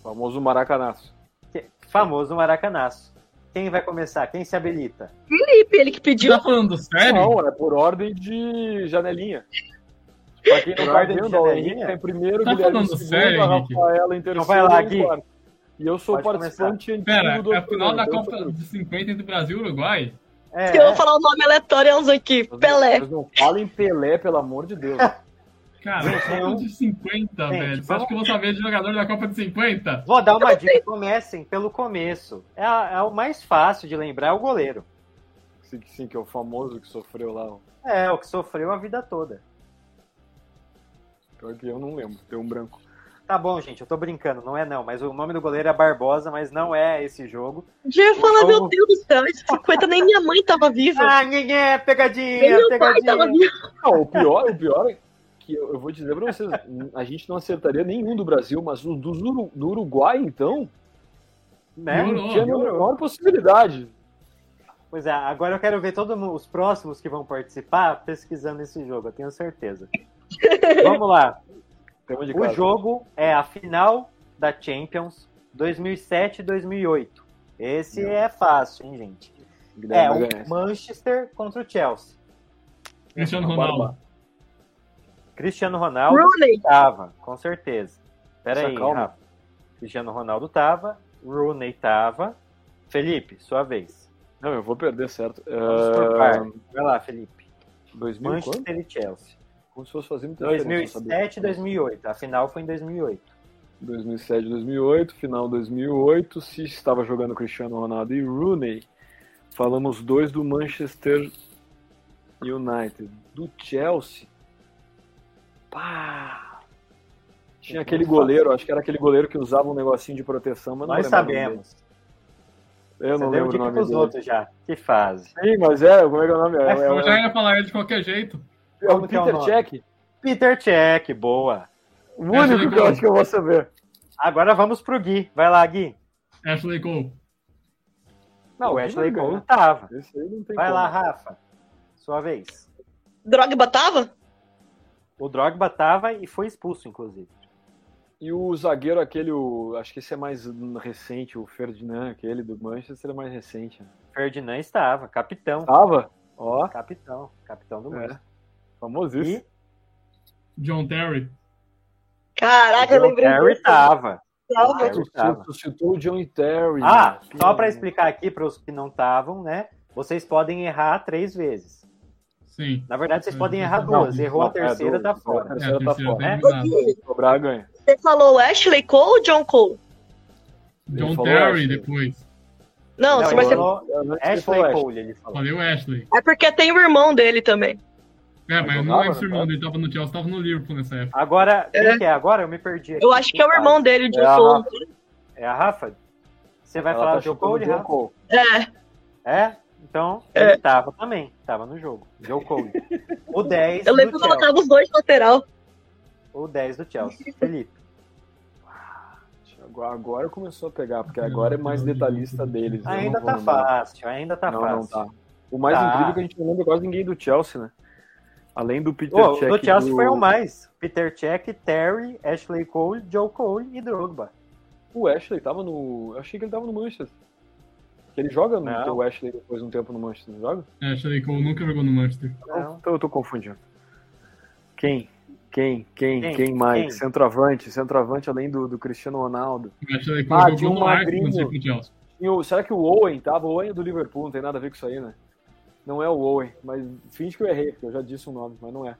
Speaker 4: Famoso maracanaço.
Speaker 3: Que- é famoso Maracanaço. Quem vai começar? Quem se habilita?
Speaker 5: Felipe, ele que pediu.
Speaker 6: Tá falando sério?
Speaker 4: Não, é por ordem de janelinha. Pra quem não
Speaker 3: Por
Speaker 4: tá
Speaker 3: ordem de
Speaker 4: vendo, o
Speaker 3: janelinha?
Speaker 4: Henrique tá em primeiro,
Speaker 6: Tá
Speaker 4: Guilherme em
Speaker 6: falando
Speaker 4: segundo,
Speaker 6: sério,
Speaker 4: a
Speaker 6: Henrique?
Speaker 4: Rafaela em terceiro
Speaker 3: Então vai lá,
Speaker 4: e eu em
Speaker 3: Gui.
Speaker 4: quarto. E eu sou
Speaker 3: Pode
Speaker 4: participante antigo
Speaker 6: Pera,
Speaker 4: do
Speaker 6: é a final da
Speaker 4: programa,
Speaker 6: Copa
Speaker 4: então
Speaker 6: de 50 entre Brasil e Uruguai?
Speaker 3: É,
Speaker 5: Eu vou falar o nome aleatório é uns aqui.
Speaker 4: eu-
Speaker 5: Pelé.
Speaker 4: Vocês não falem Pelé, pelo amor de Deus.
Speaker 6: Cara, Copa de 50,
Speaker 3: Gente,
Speaker 6: velho. Você
Speaker 3: vamos-
Speaker 6: acha que eu vou saber de jogador da Copa de 50?
Speaker 3: Vou dar uma dica. Comecem pelo começo. É, a- é o mais fácil de lembrar é o goleiro.
Speaker 4: Sim, sim, que é o famoso que sofreu lá. ó.
Speaker 3: É, o que sofreu a vida toda.
Speaker 4: Pior que eu não lembro, tem um branco.
Speaker 3: Tá bom, gente, eu tô brincando, não é não. Mas o nome do goleiro é Barbosa, mas não é esse jogo.
Speaker 5: Já ia falar,
Speaker 3: Então-
Speaker 5: meu Deus do céu, esse 50 nem minha mãe tava viva.
Speaker 3: Ah, nhenhé,
Speaker 5: nem
Speaker 3: pegadinha,
Speaker 5: meu pai
Speaker 3: pegadinha.
Speaker 5: tava vivo.
Speaker 4: Não, o pior, o pior é que eu, eu vou dizer pra vocês, a gente não acertaria nenhum do Brasil, mas o do, Uru- do Uruguai, então,
Speaker 3: Né?
Speaker 6: Jurou.
Speaker 4: tinha a menor possibilidade.
Speaker 3: Pois é, agora eu quero ver todos os próximos que vão participar pesquisando esse jogo, eu tenho certeza. Vamos lá.
Speaker 4: Tema de
Speaker 3: O
Speaker 4: casa.
Speaker 3: jogo é a final da Champions 2007 e 2008. Esse
Speaker 4: Meu.
Speaker 3: é fácil, hein, gente? É,
Speaker 4: Guilherme vai ganhar
Speaker 3: o
Speaker 4: esse.
Speaker 3: Manchester contra o Chelsea.
Speaker 6: Cristiano
Speaker 4: É, Bora
Speaker 6: Ronaldo.
Speaker 4: lá.
Speaker 3: Cristiano Ronaldo
Speaker 5: Rooney.
Speaker 3: tava, com certeza. Pera aí,
Speaker 4: Nossa, calma.
Speaker 3: Rafa. Cristiano Ronaldo tava, Rooney tava. Felipe, sua vez.
Speaker 4: Não, eu vou perder, certo.
Speaker 3: Vamos por
Speaker 4: Uh,
Speaker 3: parte. Vai lá, Felipe.
Speaker 4: 2000 e quanto?
Speaker 3: Manchester e Chelsea.
Speaker 4: Como se fosse fazendo
Speaker 3: 2007 e 2008. A final foi em 2008.
Speaker 4: 2007, 2008, final 2008, se estava jogando Cristiano Ronaldo e Rooney. Falamos dois do Manchester United, do Chelsea. Pá! Tinha aquele goleiro, acho que era aquele goleiro que usava um negocinho de proteção, mas não
Speaker 3: Nós
Speaker 4: lembro o nome dele.
Speaker 3: sabemos.
Speaker 4: Eu não
Speaker 3: Você deu
Speaker 4: lembro o
Speaker 3: dica
Speaker 4: nome
Speaker 3: pros
Speaker 4: dele.
Speaker 3: outros já. Que fase.
Speaker 4: Sim, mas é, como é que é o nome? É, é,
Speaker 6: Eu
Speaker 4: é,
Speaker 6: já ia falar ele de qualquer jeito.
Speaker 4: é o
Speaker 3: Como que é o
Speaker 4: Peter
Speaker 3: nome?
Speaker 4: Cech,
Speaker 3: Peter Cech, boa.
Speaker 4: o único que eu acho que eu vou saber.
Speaker 3: Agora vamos pro Gui. Vai lá, Gui.
Speaker 6: Ashley Cole.
Speaker 4: Não,
Speaker 3: o Ashley
Speaker 4: não,
Speaker 3: Cole tava.
Speaker 4: Esse aí não tem
Speaker 3: Vai
Speaker 4: como.
Speaker 3: lá, Rafa. Sua vez.
Speaker 5: Drogba tava?
Speaker 3: O Drogba tava e foi expulso, inclusive.
Speaker 4: E o zagueiro, aquele, o- acho que esse é mais recente, o Ferdinand, aquele do Manchester, é mais recente. né?
Speaker 3: Ferdinand estava, capitão.
Speaker 4: Tava? Ó,
Speaker 3: Capitão, capitão do
Speaker 4: é.
Speaker 3: mundo.
Speaker 4: famosíssimo.
Speaker 3: E
Speaker 6: John Terry.
Speaker 5: Caraca, Ah, eu
Speaker 3: o
Speaker 5: lembrei.
Speaker 3: Terry
Speaker 5: dele.
Speaker 3: tava.
Speaker 5: Tava.
Speaker 3: Terry
Speaker 4: Tu,
Speaker 3: tava.
Speaker 4: tu, tu citou o John Terry.
Speaker 3: Ah,
Speaker 4: né?
Speaker 3: só para explicar aqui para os que não estavam, né? Vocês podem errar três vezes.
Speaker 6: Sim.
Speaker 3: Na verdade, vocês podem errar
Speaker 6: Não,
Speaker 3: duas. Errou a
Speaker 4: não, é,
Speaker 3: terceira,
Speaker 4: duas.
Speaker 3: tá
Speaker 4: É, a
Speaker 3: fora.
Speaker 6: É,
Speaker 4: terceira tá fora.
Speaker 6: tá
Speaker 3: né?
Speaker 6: eliminado.
Speaker 4: Cobrar ganha.
Speaker 5: Você falou Ashley Cole ou John Cole?
Speaker 4: Ele
Speaker 6: John
Speaker 4: falou
Speaker 6: Terry
Speaker 4: Ashley.
Speaker 6: depois.
Speaker 5: Não,
Speaker 3: Não,
Speaker 5: você vai
Speaker 3: ele
Speaker 5: ser.
Speaker 3: falou Ashley Cole, ele falou.
Speaker 6: Falei o Ashley.
Speaker 5: É porque tem o irmão dele também.
Speaker 6: É, mas eu não
Speaker 4: jogava,
Speaker 6: lembro se o irmão
Speaker 4: né?
Speaker 6: dele tava no Chelsea, tava no Liverpool nessa época.
Speaker 3: Agora, quem
Speaker 5: É.
Speaker 3: que é agora? Eu me perdi. aqui.
Speaker 5: Eu acho que é o irmão dele, o John
Speaker 4: É a
Speaker 5: Cole.
Speaker 3: É a Rafa? Você vai
Speaker 4: Ela
Speaker 3: falar
Speaker 4: tá
Speaker 3: do Joe
Speaker 4: chutando
Speaker 3: de
Speaker 4: Joe
Speaker 3: Rafa?
Speaker 4: Cole.
Speaker 5: É,
Speaker 3: É? Então,
Speaker 5: É.
Speaker 3: ele tava também, tava no jogo. Joe Cole. O 10
Speaker 5: eu lembro
Speaker 3: é do
Speaker 5: que
Speaker 3: Chelsea.
Speaker 5: eu colocava os dois no lateral.
Speaker 3: O 10 do Chelsea. Felipe.
Speaker 4: Agora- Agora começou a pegar, porque agora é mais detalhista deles. eu
Speaker 3: Ainda
Speaker 4: não vou
Speaker 3: tá
Speaker 4: lembrar.
Speaker 3: fácil, ainda tá
Speaker 4: não, não
Speaker 3: fácil.
Speaker 4: tá. O mais
Speaker 3: Tá.
Speaker 4: incrível é que a gente não lembra quase ninguém do Chelsea, né? Além do Peter
Speaker 3: Ô,
Speaker 4: Cech
Speaker 3: do Chelsea
Speaker 4: e
Speaker 3: foi o mais. Peter Cech, Terry, Ashley Cole, Joe Cole e Drogba.
Speaker 4: O Ashley tava no. Eu achei que ele tava no Manchester. Que ele joga no
Speaker 3: Não.
Speaker 4: teu Ashley depois de um tempo no Manchester, não joga?
Speaker 6: É, Ashley Cole nunca jogou no Manchester.
Speaker 3: Não.
Speaker 4: Então eu tô confundindo. Quem? Quem? Quem?
Speaker 3: Quem?
Speaker 4: Quem, mais?
Speaker 3: Quem?
Speaker 4: Centroavante. Centroavante além do, do Cristiano Ronaldo.
Speaker 6: Ashley
Speaker 4: Ah,
Speaker 6: Cole
Speaker 4: tinha
Speaker 6: jogou
Speaker 4: um
Speaker 6: no Arsenal quando
Speaker 4: magrinho.
Speaker 6: saiu pro Chelsea.
Speaker 4: E o- será que o Owen tava? O Owen é do Liverpool, não tem nada a ver com isso aí, né? Não é o Owen, mas finge que eu errei, porque eu já disse o nome, mas não é.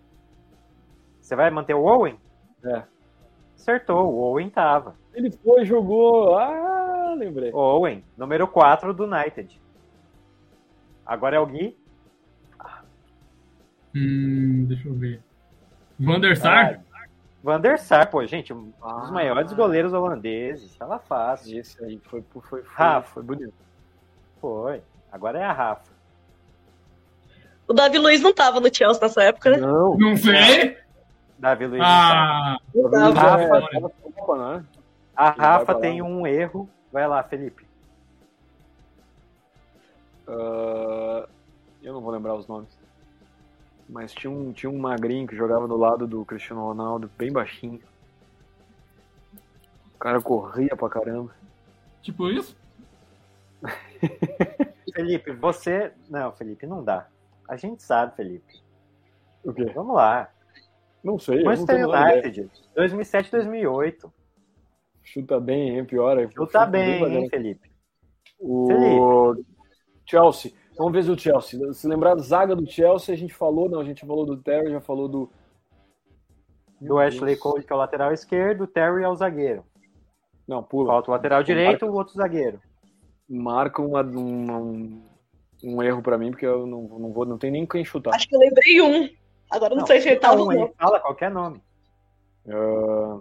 Speaker 3: Você vai manter o Owen?
Speaker 4: É.
Speaker 3: Acertou, o Owen tava.
Speaker 4: Ele foi, jogou. Ah, lembrei.
Speaker 3: Owen, número 4 do United. Agora é o Gui.
Speaker 6: Hum, deixa eu ver. Van der Sar?
Speaker 3: Ah, Van der Sar, pô, gente, um dos
Speaker 4: Ah.
Speaker 3: maiores goleiros holandeses. Tava fácil.
Speaker 4: Esse aí foi, foi, foi,
Speaker 3: Rafa.
Speaker 4: Ah, foi bonito.
Speaker 3: Foi. Agora é a Rafa.
Speaker 5: O Davi Luiz não tava no Chelsea nessa época, né?
Speaker 4: Não,
Speaker 6: Não sei!
Speaker 3: Davi Luiz.
Speaker 6: Ah,
Speaker 5: Não
Speaker 4: Rafa,
Speaker 5: tava.
Speaker 3: Rafa.
Speaker 4: Rafa, tava com Copa, né?
Speaker 3: a
Speaker 4: vai
Speaker 3: Rafa
Speaker 4: pra
Speaker 3: tem
Speaker 4: lá.
Speaker 3: um erro. Vai lá, Felipe.
Speaker 4: Ah, eu não vou lembrar os nomes. Mas tinha um, tinha um magrinho que jogava do lado do Cristiano Ronaldo, bem baixinho. O cara corria pra caramba.
Speaker 6: tipo isso?
Speaker 3: Felipe, você. Não, Felipe, não dá. A gente sabe, Felipe.
Speaker 4: O quê?
Speaker 3: Vamos lá.
Speaker 4: Não sei. eu não
Speaker 3: Manchester
Speaker 4: tenho nada, né?
Speaker 3: United, 2007, 2008.
Speaker 4: Chuta bem, hein? Pior. é-
Speaker 3: Tu tá bem,
Speaker 4: bem,
Speaker 3: hein,
Speaker 4: né?
Speaker 3: Felipe?
Speaker 4: O Chelsea. Vamos ver o Chelsea. Se lembrar da zaga do Chelsea, a gente falou, não, a gente falou do Terry, já falou do.
Speaker 3: Do Ashley
Speaker 4: Deus.
Speaker 3: Cole, que é o lateral esquerdo, o Terry é o zagueiro.
Speaker 4: Não, pula.
Speaker 3: Falta o lateral direito, o outro zagueiro.
Speaker 4: marca uma- uma- um, um erro pra mim, porque eu não, não vou, não tem nem quem chutar.
Speaker 5: Acho que eu lembrei um. Agora não,
Speaker 3: Não,
Speaker 5: sei se ele
Speaker 3: Tá
Speaker 5: tava
Speaker 3: um
Speaker 5: ou
Speaker 3: aí,
Speaker 5: não.
Speaker 3: fala qualquer nome.
Speaker 4: Ah,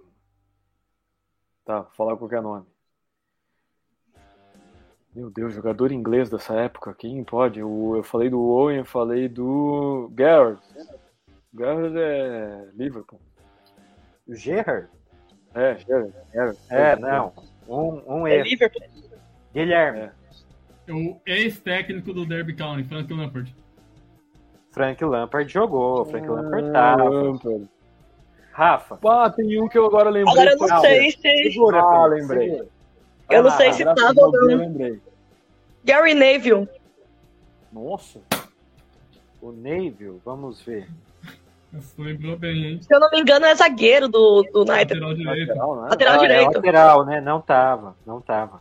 Speaker 4: tá, vou falar qualquer nome. Meu Deus, jogador inglês dessa época, quem pode? O- eu falei do Owen, eu falei do Gerrard. Gerrard é Liverpool.
Speaker 3: O Gerrard?
Speaker 4: É, Gerrard. Gerrard.
Speaker 3: É, não. Um, um
Speaker 5: É
Speaker 3: erro.
Speaker 5: Liverpool.
Speaker 3: Guilherme,
Speaker 4: É.
Speaker 6: É O ex-técnico do Derby County, Frank Lampard.
Speaker 3: Frank Lampard jogou, Frank
Speaker 4: Ah.
Speaker 3: Lampard tava.
Speaker 4: é Lampard.
Speaker 3: Rafa,
Speaker 4: Pá, tem um que eu agora lembrei.
Speaker 5: Agora eu não
Speaker 4: Ah,
Speaker 5: sei se.
Speaker 3: segura,
Speaker 4: Ah,
Speaker 3: Felipe,
Speaker 4: lembrei.
Speaker 3: segura.
Speaker 5: Eu não
Speaker 3: Ah,
Speaker 5: sei se
Speaker 4: graças
Speaker 5: tava
Speaker 4: a Deus,
Speaker 5: ou
Speaker 4: eu
Speaker 5: não.
Speaker 4: lembrei.
Speaker 5: Gary Neville.
Speaker 4: Nossa.
Speaker 3: O Neville, vamos ver.
Speaker 6: Você lembrou bem, hein?
Speaker 5: Se eu não me engano, é zagueiro do, do United.
Speaker 6: Lateral direito.
Speaker 4: Lateral, né?
Speaker 5: Lateral
Speaker 3: Ah, é
Speaker 5: direito.
Speaker 3: lateral, né? Não tava, não tava.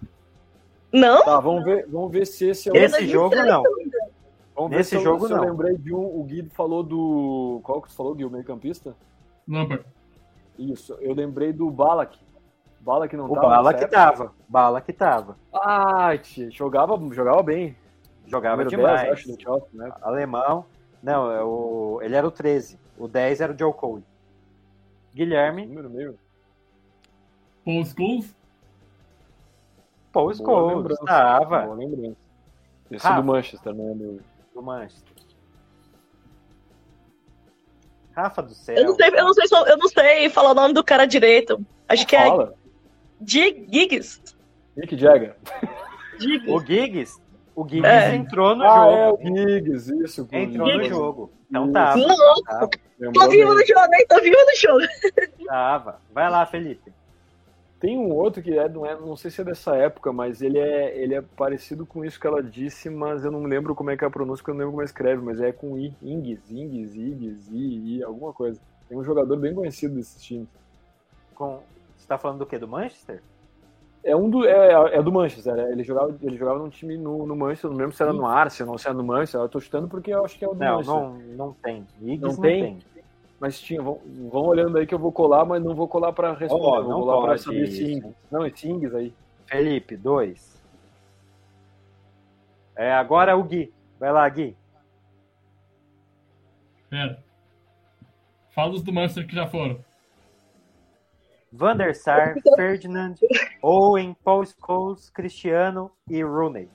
Speaker 5: Não?
Speaker 4: Tá, vamos ver, vamos ver se esse é o.
Speaker 3: Esse jogo, não.
Speaker 4: vamos ver
Speaker 3: nesse
Speaker 4: se eu-
Speaker 3: jogo,
Speaker 4: se eu
Speaker 3: não.
Speaker 4: lembrei de um. O Gui falou do. Qual que tu falou, Gui? O meio-campista?
Speaker 6: Lampard.
Speaker 4: Isso, eu lembrei do Balak. Balak não
Speaker 3: O
Speaker 4: tava.
Speaker 3: Bala
Speaker 4: nessa
Speaker 3: que
Speaker 4: época?
Speaker 3: tava, Bala que tava.
Speaker 4: Ah, tia, jogava, jogava bem.
Speaker 3: Jogava
Speaker 4: Número 10,
Speaker 3: demais.
Speaker 4: acho, do Chelsea, né?
Speaker 3: Alemão. Não, é o... ele era o 13. O 10 era o Joe Cole. Guilherme,
Speaker 4: Número meio.
Speaker 6: Paul Scholes.
Speaker 3: Paul
Speaker 4: Boa
Speaker 3: Scholes.
Speaker 4: lembrança.
Speaker 3: Estava
Speaker 4: Boa lembrança. Esse
Speaker 3: Rafa.
Speaker 4: do Manchester, né? meu?
Speaker 3: do Manchester. Rafa do céu.
Speaker 5: Eu não sei, eu não sei, se eu, eu não sei falar o nome do cara direito. Acho que é
Speaker 4: Fala.
Speaker 5: Dig- Giggs.
Speaker 4: Nick
Speaker 3: é
Speaker 4: Jagger.
Speaker 5: Giggs.
Speaker 3: O Giggs, o Giggs
Speaker 5: É.
Speaker 3: entrou no
Speaker 4: Ah, é, o
Speaker 3: jogo.
Speaker 4: Giggs, isso. com o
Speaker 3: Entrou no
Speaker 4: Giggs.
Speaker 3: jogo. Então
Speaker 4: Isso.
Speaker 3: tava.
Speaker 5: Não,
Speaker 3: Tava,
Speaker 5: tô
Speaker 4: Lembrou
Speaker 5: vivo
Speaker 4: bem.
Speaker 5: no jogo, hein? Tô vivo no jogo.
Speaker 3: tava. tá, Vai lá, Felipe.
Speaker 4: Tem um outro que é, não, é, não sei se é dessa época, mas ele é, ele é parecido com isso que ela disse, mas eu não lembro como é que é a pronúncia, porque eu não lembro como é que escreve, mas é com I, Ings, Ings, Ings, I, I, alguma coisa. Tem um jogador bem conhecido desses times.
Speaker 3: Com... Você tá falando do quê? Do Manchester?
Speaker 4: É um do, é, é do Manchester, é, ele jogava, ele jogava num time no, no Manchester, não lembro se era no Arsenal, se era no Manchester, eu tô chutando porque eu acho que é o do
Speaker 3: Não,
Speaker 4: Manchester.
Speaker 3: não, não tem. Giggs
Speaker 4: Não
Speaker 3: não,
Speaker 4: tem?
Speaker 3: tem.
Speaker 4: Mas tinha, vão, vão olhando aí que eu vou colar, mas não vou colar pra responder,
Speaker 3: Ó,
Speaker 4: eu
Speaker 3: não
Speaker 4: vou colar pra
Speaker 3: pode
Speaker 4: saber se
Speaker 3: isso.
Speaker 4: Ings. Não, esse Ings aí.
Speaker 3: Felipe, dois. É, agora é o Gui. Vai lá, Gui.
Speaker 6: É. Pera. Fala os do Manchester que já foram.
Speaker 3: Van der Sar, Ferdinand, Owen, Paul Scholes, Cristiano e Rooney.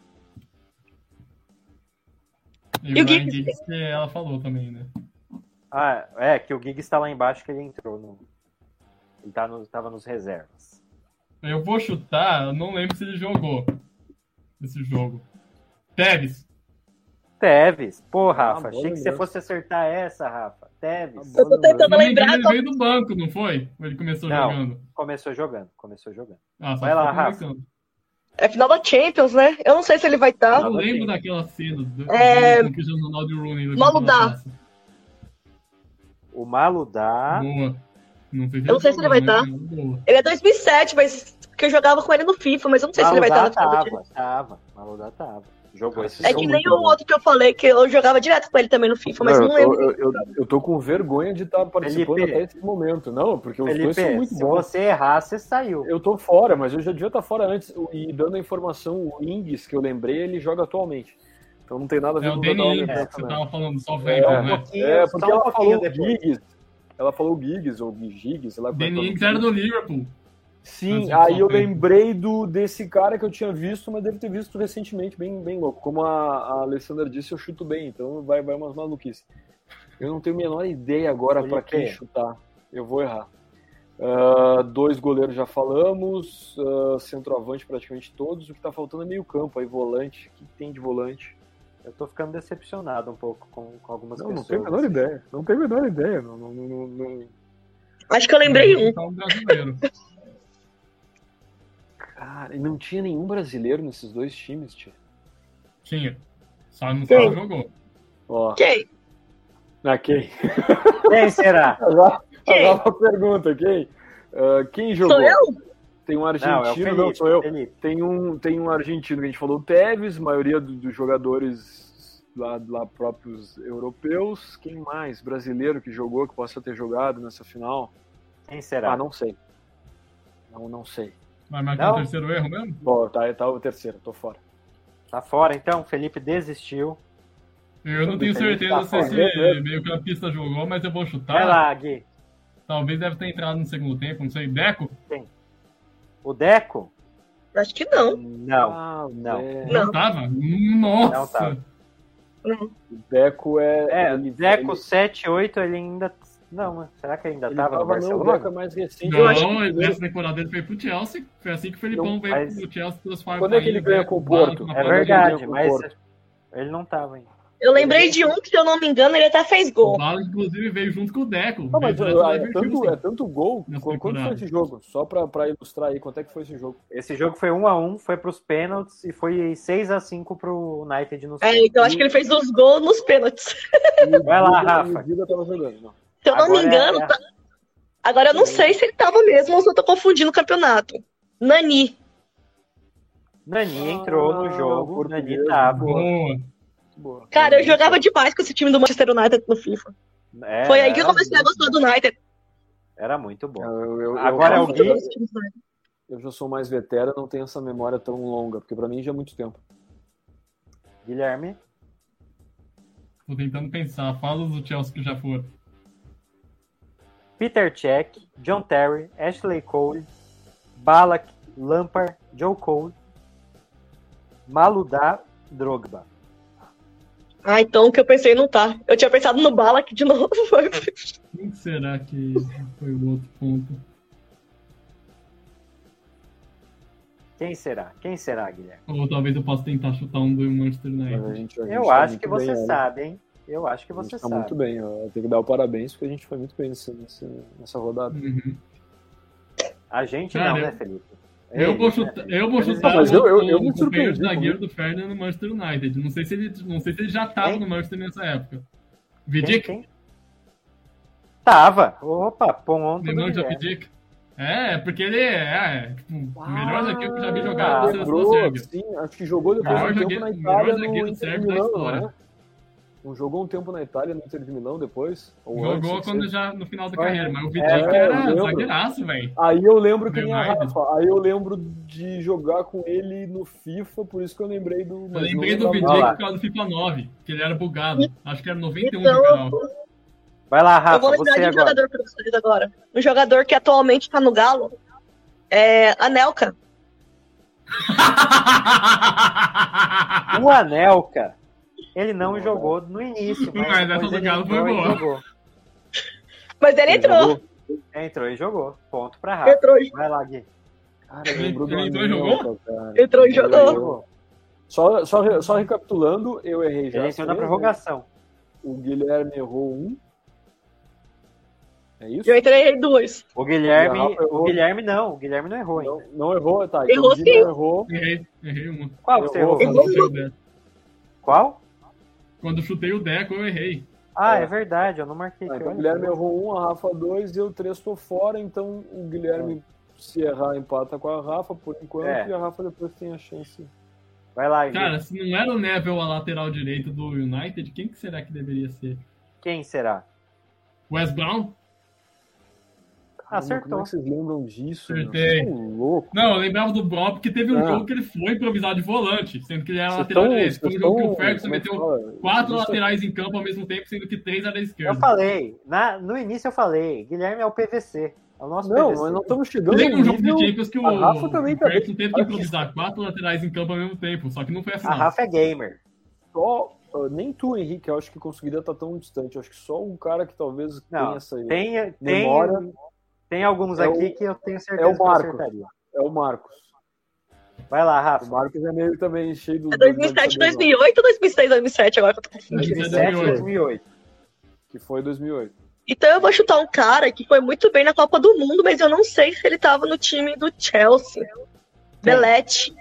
Speaker 6: E, e o Ryan Giggs, que ela falou também, né?
Speaker 3: Ah, é, que o Giggs tá lá embaixo que ele entrou. No... Ele tá no... tava nos reservas.
Speaker 6: Eu vou chutar, eu não lembro se ele jogou esse jogo. Tevez.
Speaker 3: Tevez. Pô,
Speaker 4: Tá
Speaker 3: Rafa, ah, achei que Deus. você fosse acertar essa, Rafa. Tevez.
Speaker 5: Eu tô tentando
Speaker 6: Mas
Speaker 5: lembrar.
Speaker 6: Ele veio do banco, não foi? Ou ele começou
Speaker 3: não,
Speaker 6: jogando?
Speaker 3: Começou jogando, começou jogando. Ah, Vai lá, Rafa. Jogando.
Speaker 5: É final da Champions, né? Eu não sei se ele vai estar.
Speaker 6: Eu lembro daquela cena do
Speaker 5: um é...
Speaker 6: do Cristiano Ronaldo e Rooney.
Speaker 5: Maludá.
Speaker 3: O Maludá.
Speaker 6: Boa. Não sei se né?
Speaker 5: eu não sei se ele vai estar. Ele é 2007, mas que eu jogava com ele no FIFA, mas eu não sei Maludá se ele vai estar
Speaker 3: na final. Tava, tava. Maludá tava. Jogou esse
Speaker 5: É que nem o outro que eu falei, que eu jogava direto com ele também no FIFA, mas não,
Speaker 4: eu
Speaker 5: lembro.
Speaker 4: Tô, eu, eu, eu, tô com vergonha de estar participando
Speaker 3: Felipe.
Speaker 4: até esse momento, não, porque os
Speaker 3: Felipe,
Speaker 4: dois são muito
Speaker 3: se
Speaker 4: bons.
Speaker 3: você errar, você saiu.
Speaker 4: Eu tô fora, mas eu já devia estar fora antes. E dando a informação, o Ings, que eu lembrei, ele joga atualmente. Então não tem nada a ver
Speaker 6: é o
Speaker 4: com
Speaker 6: Danny Ings,
Speaker 4: Lamento,
Speaker 6: que você
Speaker 4: né?
Speaker 6: tava falando, só
Speaker 4: É,
Speaker 6: velho, né?
Speaker 4: é, porque
Speaker 3: Só um
Speaker 4: ela
Speaker 3: pouquinho
Speaker 4: falou
Speaker 3: depois.
Speaker 4: Giggs. Ela falou Giggs ou Giggs, sei lá como é que é o
Speaker 6: Danny
Speaker 4: nome
Speaker 6: Ings era do Ah, Liverpool.
Speaker 4: Sim,
Speaker 6: Mas eu
Speaker 4: aí eu
Speaker 6: só tenho.
Speaker 4: lembrei do, desse cara que eu tinha visto, mas deve ter visto recentemente, bem, bem louco. Como a, a Alessandra disse, eu chuto bem, então vai, vai umas maluquices. Eu não tenho a menor ideia agora
Speaker 3: Felipe.
Speaker 4: para quem chutar. Eu vou errar. Ah, dois goleiros já falamos, ah, centroavante praticamente todos. O que tá faltando é meio campo, aí volante. O que tem de volante?
Speaker 3: Eu tô ficando decepcionado um pouco com, com algumas
Speaker 4: Não, não
Speaker 3: pessoas.
Speaker 4: tenho a menor ideia. Não tenho a menor ideia. Não, não, não, não-
Speaker 5: Acho que eu lembrei um.
Speaker 6: Tá um brasileiro.
Speaker 4: Cara, e não tinha nenhum brasileiro nesses dois times, tio.
Speaker 6: Tinha. Só não só
Speaker 4: Sim.
Speaker 6: jogou.
Speaker 4: Ó,
Speaker 5: Quem?
Speaker 4: naquele.
Speaker 3: Quem será?
Speaker 4: A nova
Speaker 5: Quem?
Speaker 4: a nova pergunta, quem? Ah, quem jogou?
Speaker 5: Sou eu?
Speaker 4: Tem
Speaker 3: Não,
Speaker 4: um argentino,
Speaker 3: é o
Speaker 4: não,
Speaker 3: Felipe.
Speaker 4: sou eu.
Speaker 3: Felipe.
Speaker 4: Tem um, tem um argentino que a gente falou, o Tevez, maioria do- dos jogadores lá, lá próprios europeus. Quem mais? Brasileiro que jogou, que possa ter jogado nessa final?
Speaker 3: Quem será?
Speaker 4: Ah, não sei. Não, não sei.
Speaker 6: Vai marcar
Speaker 3: Não.
Speaker 6: o terceiro erro mesmo?
Speaker 4: Bom, tá, tá o terceiro, tô fora.
Speaker 3: Tá fora, então. Felipe desistiu.
Speaker 6: Eu não
Speaker 4: Tudo
Speaker 6: tenho
Speaker 4: bem,
Speaker 6: certeza
Speaker 4: tá
Speaker 6: se
Speaker 4: fora.
Speaker 6: esse meio campista jogou, mas eu vou
Speaker 4: Tá.
Speaker 3: Vai
Speaker 6: chutar.
Speaker 3: lá, Gui.
Speaker 6: Talvez deve ter entrado no segundo tempo, não sei. Deco?
Speaker 3: O Deco?
Speaker 5: Acho que não.
Speaker 3: Não.
Speaker 4: Ah, o
Speaker 3: não.
Speaker 4: Deco.
Speaker 5: Não.
Speaker 6: Não tava? Nossa!
Speaker 3: Não tava.
Speaker 4: O Deco é.
Speaker 3: É,
Speaker 4: ele-
Speaker 3: Deco
Speaker 4: ele-
Speaker 3: 78, ele ainda. Não, mas será que ainda
Speaker 4: ele
Speaker 3: tava no
Speaker 4: tava não, o Deco é
Speaker 3: Barcelona?
Speaker 4: mais recente. Eu acho que
Speaker 6: Não,
Speaker 4: ele-
Speaker 6: nessa temporada ele foi pro Chelsea. Foi assim que o Felipão
Speaker 4: Não,
Speaker 6: veio
Speaker 3: mas-
Speaker 6: pro Chelsea pelos
Speaker 4: Quando é que ele
Speaker 6: né?
Speaker 4: ganha com o Porto?
Speaker 3: É
Speaker 4: Não,
Speaker 3: verdade,
Speaker 4: não,
Speaker 3: mas
Speaker 4: não, não.
Speaker 3: ele não tava ainda.
Speaker 5: Eu lembrei de um que, se eu não me engano, ele até fez
Speaker 6: O
Speaker 5: gol.
Speaker 6: Bala, inclusive, veio junto com o Deco.
Speaker 4: Não, mas
Speaker 6: Veio
Speaker 4: é,
Speaker 6: direto do
Speaker 4: é tanto,
Speaker 6: Leverkusen.
Speaker 4: é tanto gol.
Speaker 6: Nessa
Speaker 4: Qu- Quanto foi
Speaker 6: temporada.
Speaker 4: esse jogo? Só pra, pra ilustrar aí, quanto é que foi esse jogo?
Speaker 3: Esse jogo foi 1 a 1 foi pros pênaltis e foi 6 a 5 pro United no
Speaker 5: É, então acho que ele fez os gols nos pênaltis.
Speaker 3: Vai lá,
Speaker 4: E o Dida-
Speaker 3: Rafa.
Speaker 4: e O Dida tava jogando. Não.
Speaker 5: Se eu não me engano,
Speaker 3: é,
Speaker 5: tá- agora eu não sei se ele tava mesmo ou se eu tô confundindo o campeonato. Nani.
Speaker 3: Nani entrou no
Speaker 4: Ah,
Speaker 3: jogo, Nani
Speaker 4: português,
Speaker 3: tava.
Speaker 6: Boa.
Speaker 4: Boa.
Speaker 5: Cara, eu jogava demais com esse time do Manchester United no FIFA.
Speaker 3: É,
Speaker 5: Foi aí que Ah. eu
Speaker 3: era
Speaker 5: comecei a
Speaker 3: muito-
Speaker 5: gostar do United.
Speaker 3: Era muito bom.
Speaker 4: Eu- eu- eu-
Speaker 3: Agora é o Gui.
Speaker 4: eu- Eu já sou mais veterano, não tenho essa memória tão longa, porque pra mim já é muito tempo.
Speaker 3: Guilherme?
Speaker 6: Tô tentando pensar. Fala do Chelsea que já foram.
Speaker 3: Peter Cech, John Terry, Ashley Cole, Balak, Lampard, Joe Cole, Maludá, Drogba.
Speaker 5: Ah, então o que eu pensei não tá. Eu tinha pensado no Balak de novo.
Speaker 6: Quem será que foi o outro ponto?
Speaker 3: Quem será? Quem será, Guilherme?
Speaker 6: Ou talvez eu possa tentar chutar um do Manchester
Speaker 4: Mas a
Speaker 6: United.
Speaker 4: gente- a gente
Speaker 3: Eu
Speaker 4: tá
Speaker 3: acho
Speaker 4: muito
Speaker 3: que você
Speaker 4: bem, né?
Speaker 3: sabe, hein? Eu acho que
Speaker 4: A gente
Speaker 3: você
Speaker 4: tá
Speaker 3: sabe.
Speaker 4: muito bem, ó. tem que dar o parabéns porque a gente foi muito bem nesse- nesse- nessa rodada.
Speaker 6: Uhum.
Speaker 3: A gente
Speaker 6: Cara,
Speaker 3: não,
Speaker 6: eu-
Speaker 3: né, Felipe?
Speaker 6: Eu
Speaker 3: Ele,
Speaker 6: vou
Speaker 3: né?
Speaker 6: chutar, eu vou chutar
Speaker 4: Ah, mas eu- eu- eu
Speaker 6: o
Speaker 4: me
Speaker 6: companheiro
Speaker 4: surpreendi
Speaker 6: de
Speaker 4: com
Speaker 6: zagueiro do Fernando no Manchester United. Não sei se ele, não sei se ele já tava
Speaker 3: Quem?
Speaker 6: no Manchester nessa época.
Speaker 3: Quem-
Speaker 6: Vidic?
Speaker 3: quem? Tava. Opa, ponto. do
Speaker 6: Lembrando de
Speaker 3: Guilherme.
Speaker 6: Vidic? É, porque ele é, é tipo, o melhor zagueiro que eu já vi
Speaker 3: Ah,
Speaker 6: jogar na seleção da
Speaker 4: Lembrou,
Speaker 6: Sérvia.
Speaker 4: sim, acho que jogou depois
Speaker 6: Melhor
Speaker 4: um tempo
Speaker 6: zagueiro-
Speaker 4: na
Speaker 6: melhor
Speaker 4: Itália no
Speaker 6: zagueiro
Speaker 4: Inter de
Speaker 6: sérvio da
Speaker 4: Milão,
Speaker 6: história.
Speaker 4: né? Não jogou um tempo na Itália no Inter de Milão depois? Ou antes,
Speaker 6: Jogou
Speaker 4: não sei.
Speaker 6: quando já no final da
Speaker 3: Foi,
Speaker 6: carreira, mas o Vidic
Speaker 3: é,
Speaker 4: eu
Speaker 6: era
Speaker 4: lembro.
Speaker 6: zagueiraço, velho.
Speaker 4: Aí eu lembro que nem a
Speaker 6: Leonardo.
Speaker 4: Rafa, aí eu lembro de jogar com ele no FIFA, por isso que eu lembrei do...
Speaker 6: Eu
Speaker 4: mas
Speaker 6: lembrei
Speaker 4: não lembrava.
Speaker 6: do Vidic
Speaker 3: Olha lá.
Speaker 6: um por causa do FIFA 9, que ele era bugado. Acho que era 91
Speaker 5: Então,
Speaker 6: de final.
Speaker 3: Vai lá, Rafa.
Speaker 5: Eu vou lembrar
Speaker 3: Ah, você
Speaker 5: de um
Speaker 3: agora.
Speaker 5: jogador pra vocês agora. Um jogador que atualmente tá no Galo é Anelka.
Speaker 3: O Anelka, ele não jogou no início, mas,
Speaker 6: Mas essa
Speaker 3: depois
Speaker 6: do
Speaker 3: ele
Speaker 6: Galo foi
Speaker 3: entrou e
Speaker 6: boa.
Speaker 3: jogou.
Speaker 5: Mas ele entrou.
Speaker 3: Entrou e jogou. Ponto pra Rafa.
Speaker 5: Entrou, e-
Speaker 3: Vai lá, Gui.
Speaker 4: Cara,
Speaker 6: Ele-
Speaker 4: lembrou do
Speaker 6: ele dois
Speaker 4: Anelka,
Speaker 6: jogou?
Speaker 4: cara.
Speaker 5: entrou e
Speaker 4: Ele
Speaker 5: jogou.
Speaker 3: jogou.
Speaker 4: Só, só, re- só recapitulando, eu errei já.
Speaker 3: Ele entrou na
Speaker 4: três,
Speaker 3: prorrogação.
Speaker 4: né? O Guilherme errou um. É isso?
Speaker 5: Eu entrei em dois.
Speaker 3: O Guilherme,
Speaker 4: O Rafa errou.
Speaker 3: o Guilherme não, o Guilherme não errou ainda.
Speaker 4: Não, não errou, tá. então
Speaker 5: Errou
Speaker 4: o Guilherme errou.
Speaker 6: Errei, errei uma.
Speaker 3: Qual você
Speaker 4: Eu
Speaker 3: errou?
Speaker 4: vou-
Speaker 5: Errou
Speaker 6: Chutei o Deco.
Speaker 3: Qual?
Speaker 6: Quando eu chutei o Deco, eu errei.
Speaker 3: Ah,
Speaker 4: É.
Speaker 3: é verdade, eu não marquei.
Speaker 4: Ah,
Speaker 3: aqui,
Speaker 4: então o
Speaker 3: olha.
Speaker 4: Guilherme errou um, a Rafa dois e eu três tô fora, então o Guilherme, se errar, empata com a Rafa por enquanto
Speaker 3: É.
Speaker 4: e a Rafa depois tem a chance. é-
Speaker 3: Vai lá, Gui.
Speaker 6: Cara, se não era o Neville a lateral direita do United, quem que será que deveria ser?
Speaker 3: Quem será?
Speaker 6: Wes Brown?
Speaker 4: Como
Speaker 3: Ah, Acertou.
Speaker 4: é que vocês lembram disso? meu?
Speaker 6: Acertei.
Speaker 4: Vocês são loucos.
Speaker 6: Não, eu lembrava do Brown porque teve um
Speaker 4: Ah.
Speaker 6: jogo que ele foi improvisado de volante, sendo que ele era
Speaker 4: Vocês
Speaker 6: lateral
Speaker 4: tão-
Speaker 6: direito. Foi um
Speaker 4: vocês
Speaker 6: jogo que
Speaker 4: tão-
Speaker 6: o Ferguson
Speaker 4: como é que
Speaker 6: meteu
Speaker 4: fala?
Speaker 6: quatro
Speaker 4: Vocês tão-
Speaker 6: laterais em campo ao mesmo tempo, sendo que três era da
Speaker 3: Eu
Speaker 6: esquerda.
Speaker 3: falei, na- no início eu falei, Guilherme é o PVC. É o nosso
Speaker 4: Não,
Speaker 3: PVC.
Speaker 4: mas não estamos chegando
Speaker 6: Lembra um
Speaker 4: no
Speaker 6: jogo
Speaker 4: nível...
Speaker 6: de Champions que o
Speaker 4: a Rafa também tá
Speaker 6: Ferguson teve que
Speaker 4: Olha que-
Speaker 6: improvisar quatro laterais em campo ao mesmo tempo, só que não foi assim.
Speaker 3: A Rafa é gamer.
Speaker 4: só, uh, nem tu, Henrique, eu acho que conseguiria estar tão distante. Eu acho que só um cara que talvez
Speaker 3: Não,
Speaker 4: tenha essa
Speaker 3: Tem, tem,
Speaker 4: memória
Speaker 3: tem alguns
Speaker 4: É o-
Speaker 3: aqui que eu tenho certeza
Speaker 4: é o
Speaker 3: que eu
Speaker 4: Marcos.
Speaker 3: acertaria.
Speaker 4: é o Marcos.
Speaker 3: Vai lá,
Speaker 4: O
Speaker 3: Rafa.
Speaker 4: Marcos é meio também cheio do.
Speaker 5: É 2007, 2008 2006, 2007 agora que eu tô confundindo?
Speaker 3: 2007
Speaker 6: 2008.
Speaker 3: 2008.
Speaker 4: Que foi 2008.
Speaker 5: Então eu vou chutar um cara que foi muito bem na Copa do Mundo, mas eu não sei se ele tava no time do Chelsea. Belete.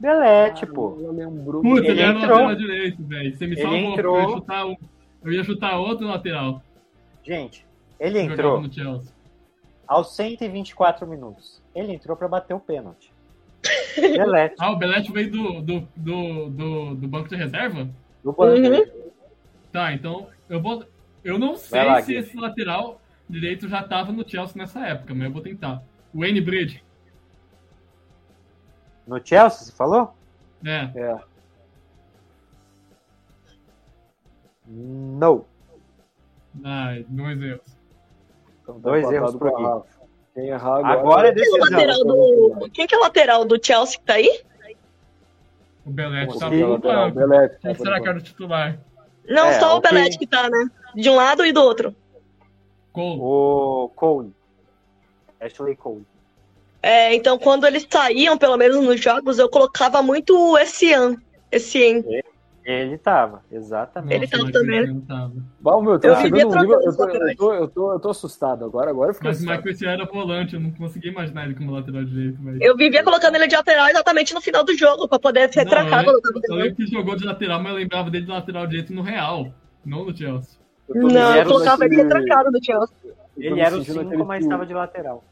Speaker 3: Delete, pô.
Speaker 4: Ela lembrou.
Speaker 6: Puta, né? ele,
Speaker 3: Ele
Speaker 6: era
Speaker 3: entrou.
Speaker 6: lateral direito, velho. Você me
Speaker 3: Ele
Speaker 6: salvou, porque eu ia
Speaker 3: entrou.
Speaker 6: chutar, um- eu ia chutar outro lateral.
Speaker 3: Gente, ele
Speaker 6: que jogava
Speaker 3: entrou
Speaker 6: No Chelsea.
Speaker 3: aos 124 minutos. Ele entrou pra bater o pênalti. Delete.
Speaker 6: Ah, o Belete veio do, do, do, do, do banco de reserva?
Speaker 3: do banco.
Speaker 6: Tá, então eu vou. Eu não sei
Speaker 3: Vai lá,
Speaker 6: se
Speaker 3: Gui.
Speaker 6: esse lateral direito já tava no Chelsea nessa época, mas eu vou tentar. O Wayne Bridge,
Speaker 3: No Chelsea, você falou?
Speaker 6: né?
Speaker 4: É.
Speaker 3: Não.
Speaker 6: Ai, dois erros.
Speaker 4: Então,
Speaker 3: Dois
Speaker 4: empatado
Speaker 3: erros
Speaker 4: com
Speaker 3: pro
Speaker 4: a
Speaker 3: Gui.
Speaker 4: Rafa. Quem errar agora.
Speaker 3: Agora é
Speaker 5: Quem é o
Speaker 3: decisão.
Speaker 5: lateral do... Quem que é o lateral do Chelsea que tá aí?
Speaker 6: O Belete
Speaker 4: Como
Speaker 6: tava
Speaker 3: Sim,
Speaker 4: fica a
Speaker 6: no
Speaker 4: é lateral?
Speaker 6: banco.
Speaker 4: Belete,
Speaker 6: Quem
Speaker 4: tá
Speaker 6: será que
Speaker 4: por
Speaker 6: era o titular?
Speaker 5: Não,
Speaker 3: É,
Speaker 5: só o
Speaker 3: o que-
Speaker 5: Belete que tá, né? De um lado e do outro.
Speaker 6: Cole.
Speaker 3: O Cole. Ashley Cole.
Speaker 5: É, então quando eles saíam, pelo menos nos jogos, eu colocava muito o Essien. Essien.
Speaker 3: Ele tava, exatamente.
Speaker 5: Ele tava
Speaker 6: mas
Speaker 5: também.
Speaker 6: ele não tava.
Speaker 4: Bom, meu, tá
Speaker 5: Eu
Speaker 4: chegando um
Speaker 5: vivia
Speaker 4: nível- Eu
Speaker 5: trocando
Speaker 4: tô,
Speaker 5: os
Speaker 4: eu, tô, eu, tô, eu tô assustado agora. Agora eu fiquei
Speaker 6: Mas o
Speaker 4: assustado.
Speaker 6: Michael Essien era volante, eu não conseguia imaginar ele como lateral direito, mas.
Speaker 5: Eu vivia colocando ele de lateral exatamente no final do jogo, pra poder se
Speaker 6: Não, é.
Speaker 5: retratar
Speaker 6: eu
Speaker 5: quando eu tava
Speaker 6: Eu
Speaker 5: ganhando.
Speaker 6: lembro que jogou de lateral, mas eu lembrava dele de lateral direito no Real, não no Chelsea.
Speaker 4: Eu tô me
Speaker 5: Não, eu
Speaker 4: sentindo
Speaker 5: colocava ele
Speaker 4: naquele-
Speaker 5: retrancado do Chelsea.
Speaker 4: eu tô
Speaker 3: Ele
Speaker 4: me
Speaker 3: era o
Speaker 4: sentindo
Speaker 3: 5,
Speaker 4: naquele
Speaker 3: mas
Speaker 4: filme.
Speaker 3: estava de lateral.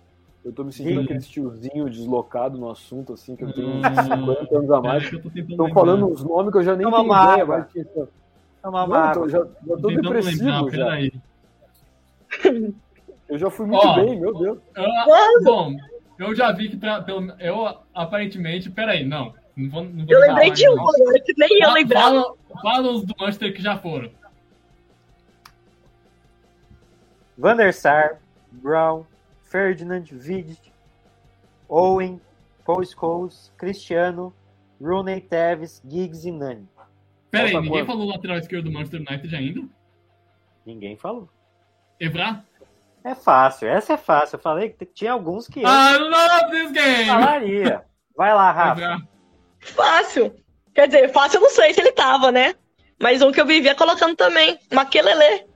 Speaker 4: Eu tô me sentindo
Speaker 6: Sim.
Speaker 4: aquele tiozinho deslocado no assunto, assim, que eu tenho uns
Speaker 6: Hum.
Speaker 4: 50 anos a mais.
Speaker 6: Pera aí que eu tô tentando
Speaker 4: Estão
Speaker 6: lembrar.
Speaker 4: falando uns nomes que eu já nem
Speaker 3: Toma
Speaker 4: tenho
Speaker 3: uma
Speaker 4: ideia,
Speaker 3: água.
Speaker 4: mas que-
Speaker 3: Toma
Speaker 4: Não, então-
Speaker 3: uma
Speaker 4: eu
Speaker 3: água.
Speaker 4: tô, já, já tô
Speaker 6: Tentando
Speaker 4: depressivo
Speaker 6: lembrar,
Speaker 4: já.
Speaker 6: peraí.
Speaker 4: Eu já fui muito
Speaker 6: Ó.
Speaker 4: bem, meu Deus.
Speaker 6: Ah,
Speaker 5: Quando?
Speaker 6: bom, eu já vi que pra, pelo, eu aparentemente. Peraí, não. Não vou, não vou
Speaker 5: Eu
Speaker 6: lembrar
Speaker 5: lembrei
Speaker 6: mais,
Speaker 5: de um
Speaker 6: não.
Speaker 5: agora, que nem eu
Speaker 6: Fa-
Speaker 5: lembrava.
Speaker 6: Fala, fala os do Manchester que já foram.
Speaker 3: Van der Sar, Brown, Ferdinand, Vidic, Owen, Paul Scholes, Cristiano, Rooney, Tevez, Giggs e Nani.
Speaker 6: Peraí,
Speaker 4: Falta
Speaker 6: ninguém
Speaker 4: quanto?
Speaker 6: falou o lateral esquerdo do Manchester United ainda?
Speaker 3: Ninguém falou.
Speaker 6: Evra?
Speaker 3: É fácil, essa é fácil. Eu falei que t- tinha alguns que eu
Speaker 6: I love this game!
Speaker 3: falaria. Vai lá, Rafa.
Speaker 6: Evra.
Speaker 5: Fácil. Quer dizer, fácil eu não sei se ele tava, né? Mas um que eu vivia colocando também, Maquelele.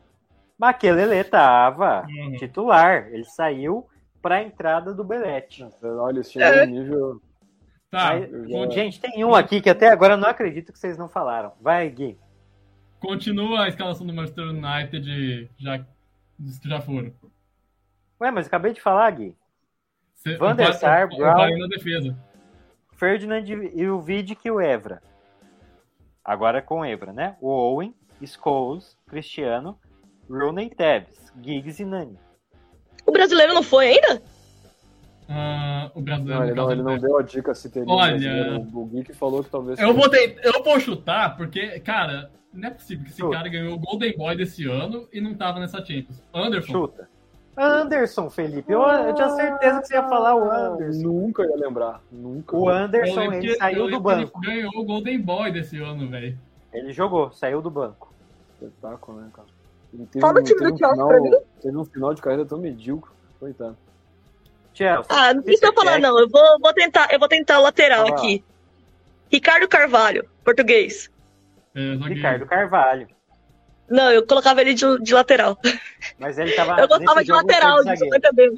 Speaker 3: Maquelele tava
Speaker 6: Uhum.
Speaker 3: titular. Ele saiu pra entrada do Belete.
Speaker 4: Olha, eles
Speaker 5: É.
Speaker 4: chegaram no nível.
Speaker 6: Tá,
Speaker 3: Aí,
Speaker 4: eu já-
Speaker 6: conti-
Speaker 3: Gente, tem um aqui que até agora eu não acredito que vocês não falaram. Vai, Gui.
Speaker 6: continua a escalação do Manchester United já, dos que já foram.
Speaker 3: Ué, mas eu acabei de falar, Gui.
Speaker 6: Cê-
Speaker 3: Van der
Speaker 6: eu-
Speaker 3: Sar,
Speaker 6: eu- eu
Speaker 3: Brown.
Speaker 6: parei na defesa.
Speaker 3: Ferdinand e o Vidic e o Evra. Agora é com o Evra, né? O Owen, Scholes, Cristiano, Rooney e Tevez, Giggs e Nani.
Speaker 5: O brasileiro não foi ainda?
Speaker 6: Ah, o brasileiro.
Speaker 4: Não, ele
Speaker 6: no caso,
Speaker 4: não, ele não
Speaker 6: né?
Speaker 4: deu a dica se teria.
Speaker 6: Olha.
Speaker 4: brasileiro. O Gui que falou que talvez.
Speaker 6: Eu vou, ten- eu vou chutar, porque, cara, não é possível que esse Chuta. cara ganhou o Golden Boy desse ano e não tava nessa Champions. Anderson.
Speaker 3: Chuta. Anderson, Felipe. Eu, eu tinha certeza que você ia falar o Anderson.
Speaker 4: Nunca ia lembrar. Nunca.
Speaker 3: O Anderson, ele que, saiu do banco.
Speaker 6: Ele ganhou o Golden Boy desse ano, velho.
Speaker 3: Ele jogou, saiu do banco.
Speaker 4: Espetáculo, né, cara? Ele
Speaker 5: teve, Fala o time do Chelsea pra mim.
Speaker 4: um Teve um final de carreira tão medíocre. Coitado.
Speaker 3: Chelsea.
Speaker 5: Ah, não
Speaker 3: é
Speaker 5: precisa falar, não. Eu vou, vou, tentar, eu vou tentar o lateral ah. aqui. Ricardo Carvalho, português.
Speaker 6: É,
Speaker 3: Ricardo Carvalho.
Speaker 5: Não, eu colocava ele de, de lateral.
Speaker 3: Mas ele tava.
Speaker 5: Eu gostava de lateral,
Speaker 3: de
Speaker 5: também.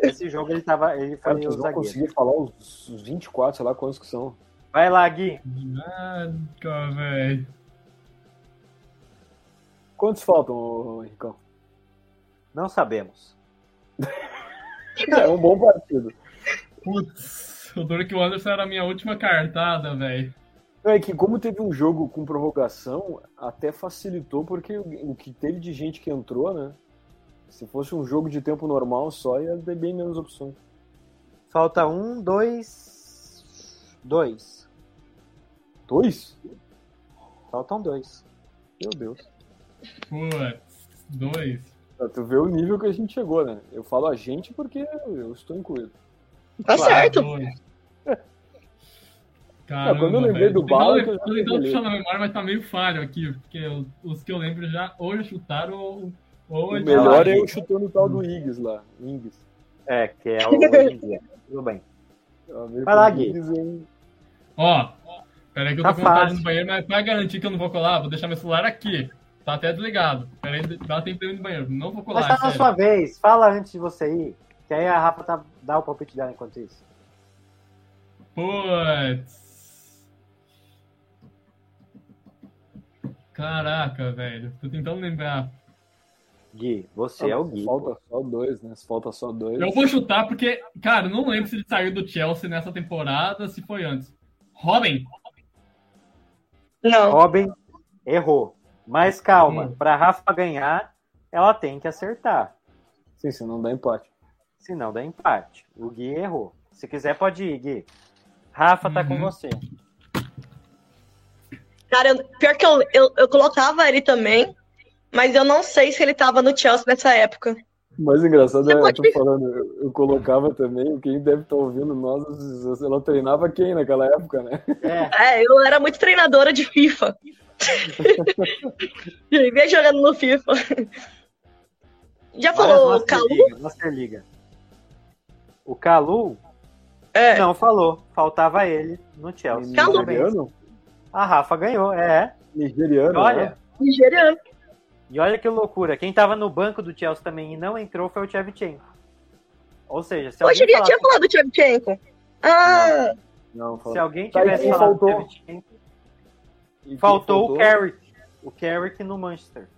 Speaker 3: Esse jogo ele tava. Ele foi um
Speaker 4: Cara, o zagueiro. consegui falar os 24, sei lá quantos que são.
Speaker 3: Vai lá, Gui.
Speaker 6: Nada, velho.
Speaker 4: Quantos faltam, Ricão?
Speaker 3: Não sabemos.
Speaker 4: é um bom partido.
Speaker 6: Putz, o duro é que o Anderson era a minha última cartada, velho.
Speaker 4: É que como teve um jogo com prorrogação, até facilitou, porque o que teve de gente que entrou, né? Se fosse um jogo de tempo normal só, ia ter bem menos opções.
Speaker 3: Falta um, dois. Dois.
Speaker 4: Dois?
Speaker 3: Faltam dois.
Speaker 4: Meu Deus.
Speaker 6: Putz, dois.
Speaker 4: Pra tu ver o nível que a gente chegou, né? Eu falo a gente porque eu estou incluído.
Speaker 5: Tá claro, certo.
Speaker 4: Caramba, é, quando eu lembrei do Bala.
Speaker 6: Tô tentando puxar na memória, mas tá meio falho aqui, porque eu, os que eu lembro já ou já chutaram ou. ou
Speaker 4: o melhor é eu chutando o tal do Ings lá. Ings.
Speaker 3: É, que é o Ings. Tudo bem.
Speaker 4: É
Speaker 3: Vai lá, Gui.
Speaker 6: Ó, peraí que eu tô tá com vontade no banheiro, mas pra garantir que eu não vou colar, vou deixar meu celular aqui. Tá até desligado. Peraí, dá tempo de ir no banheiro. Não vou colar.
Speaker 3: Mas tá na sua vez. Fala antes de você ir, que aí a Rafa tá, dá o palpite dela enquanto isso.
Speaker 6: Putz. Caraca, velho. Tô tentando lembrar.
Speaker 3: Gui, você ah, é o Gui.
Speaker 4: Falta pô. só dois, né? Falta só dois.
Speaker 6: Eu vou chutar porque, cara, não lembro se ele saiu do Chelsea nessa temporada, se foi antes. Robin?
Speaker 5: Não.
Speaker 3: Robin errou. Mas calma, hum. pra Rafa ganhar, ela tem que acertar.
Speaker 4: Sim, senão dá empate.
Speaker 3: Senão dá empate. O Gui errou. Se quiser, pode ir, Gui. Rafa tá uhum. com você.
Speaker 5: Cara, eu, pior que eu, eu, eu, colocava ele também, mas eu não sei se ele tava no Chelsea nessa época.
Speaker 4: Mas engraçado Você é, pode... eu tô falando, eu, eu, colocava também, quem deve estar tá ouvindo nós, ela treinava quem naquela época, né?
Speaker 5: É, é eu era muito treinadora de FIFA. Vivia jogando no FIFA. Já falou o Calu?
Speaker 3: Liga, Master Liga. O Calu?
Speaker 5: É.
Speaker 3: Não falou, faltava ele no Chelsea.
Speaker 5: Calu, mesmo.
Speaker 3: A Rafa ganhou, é.
Speaker 4: Nigeriano.
Speaker 3: Olha.
Speaker 5: Né? Nigeriano.
Speaker 3: E olha que loucura. Quem tava no banco do Chelsea também e não entrou foi o Tchevchenko. Ou seja, se
Speaker 5: Hoje
Speaker 3: alguém.
Speaker 5: Hoje tinha falado do Tchevchenko. Ah!
Speaker 3: Não, não se alguém tivesse tá, falado faltou. do Tchevchenko. Faltou, faltou o Carrick. O Carrick no Manchester.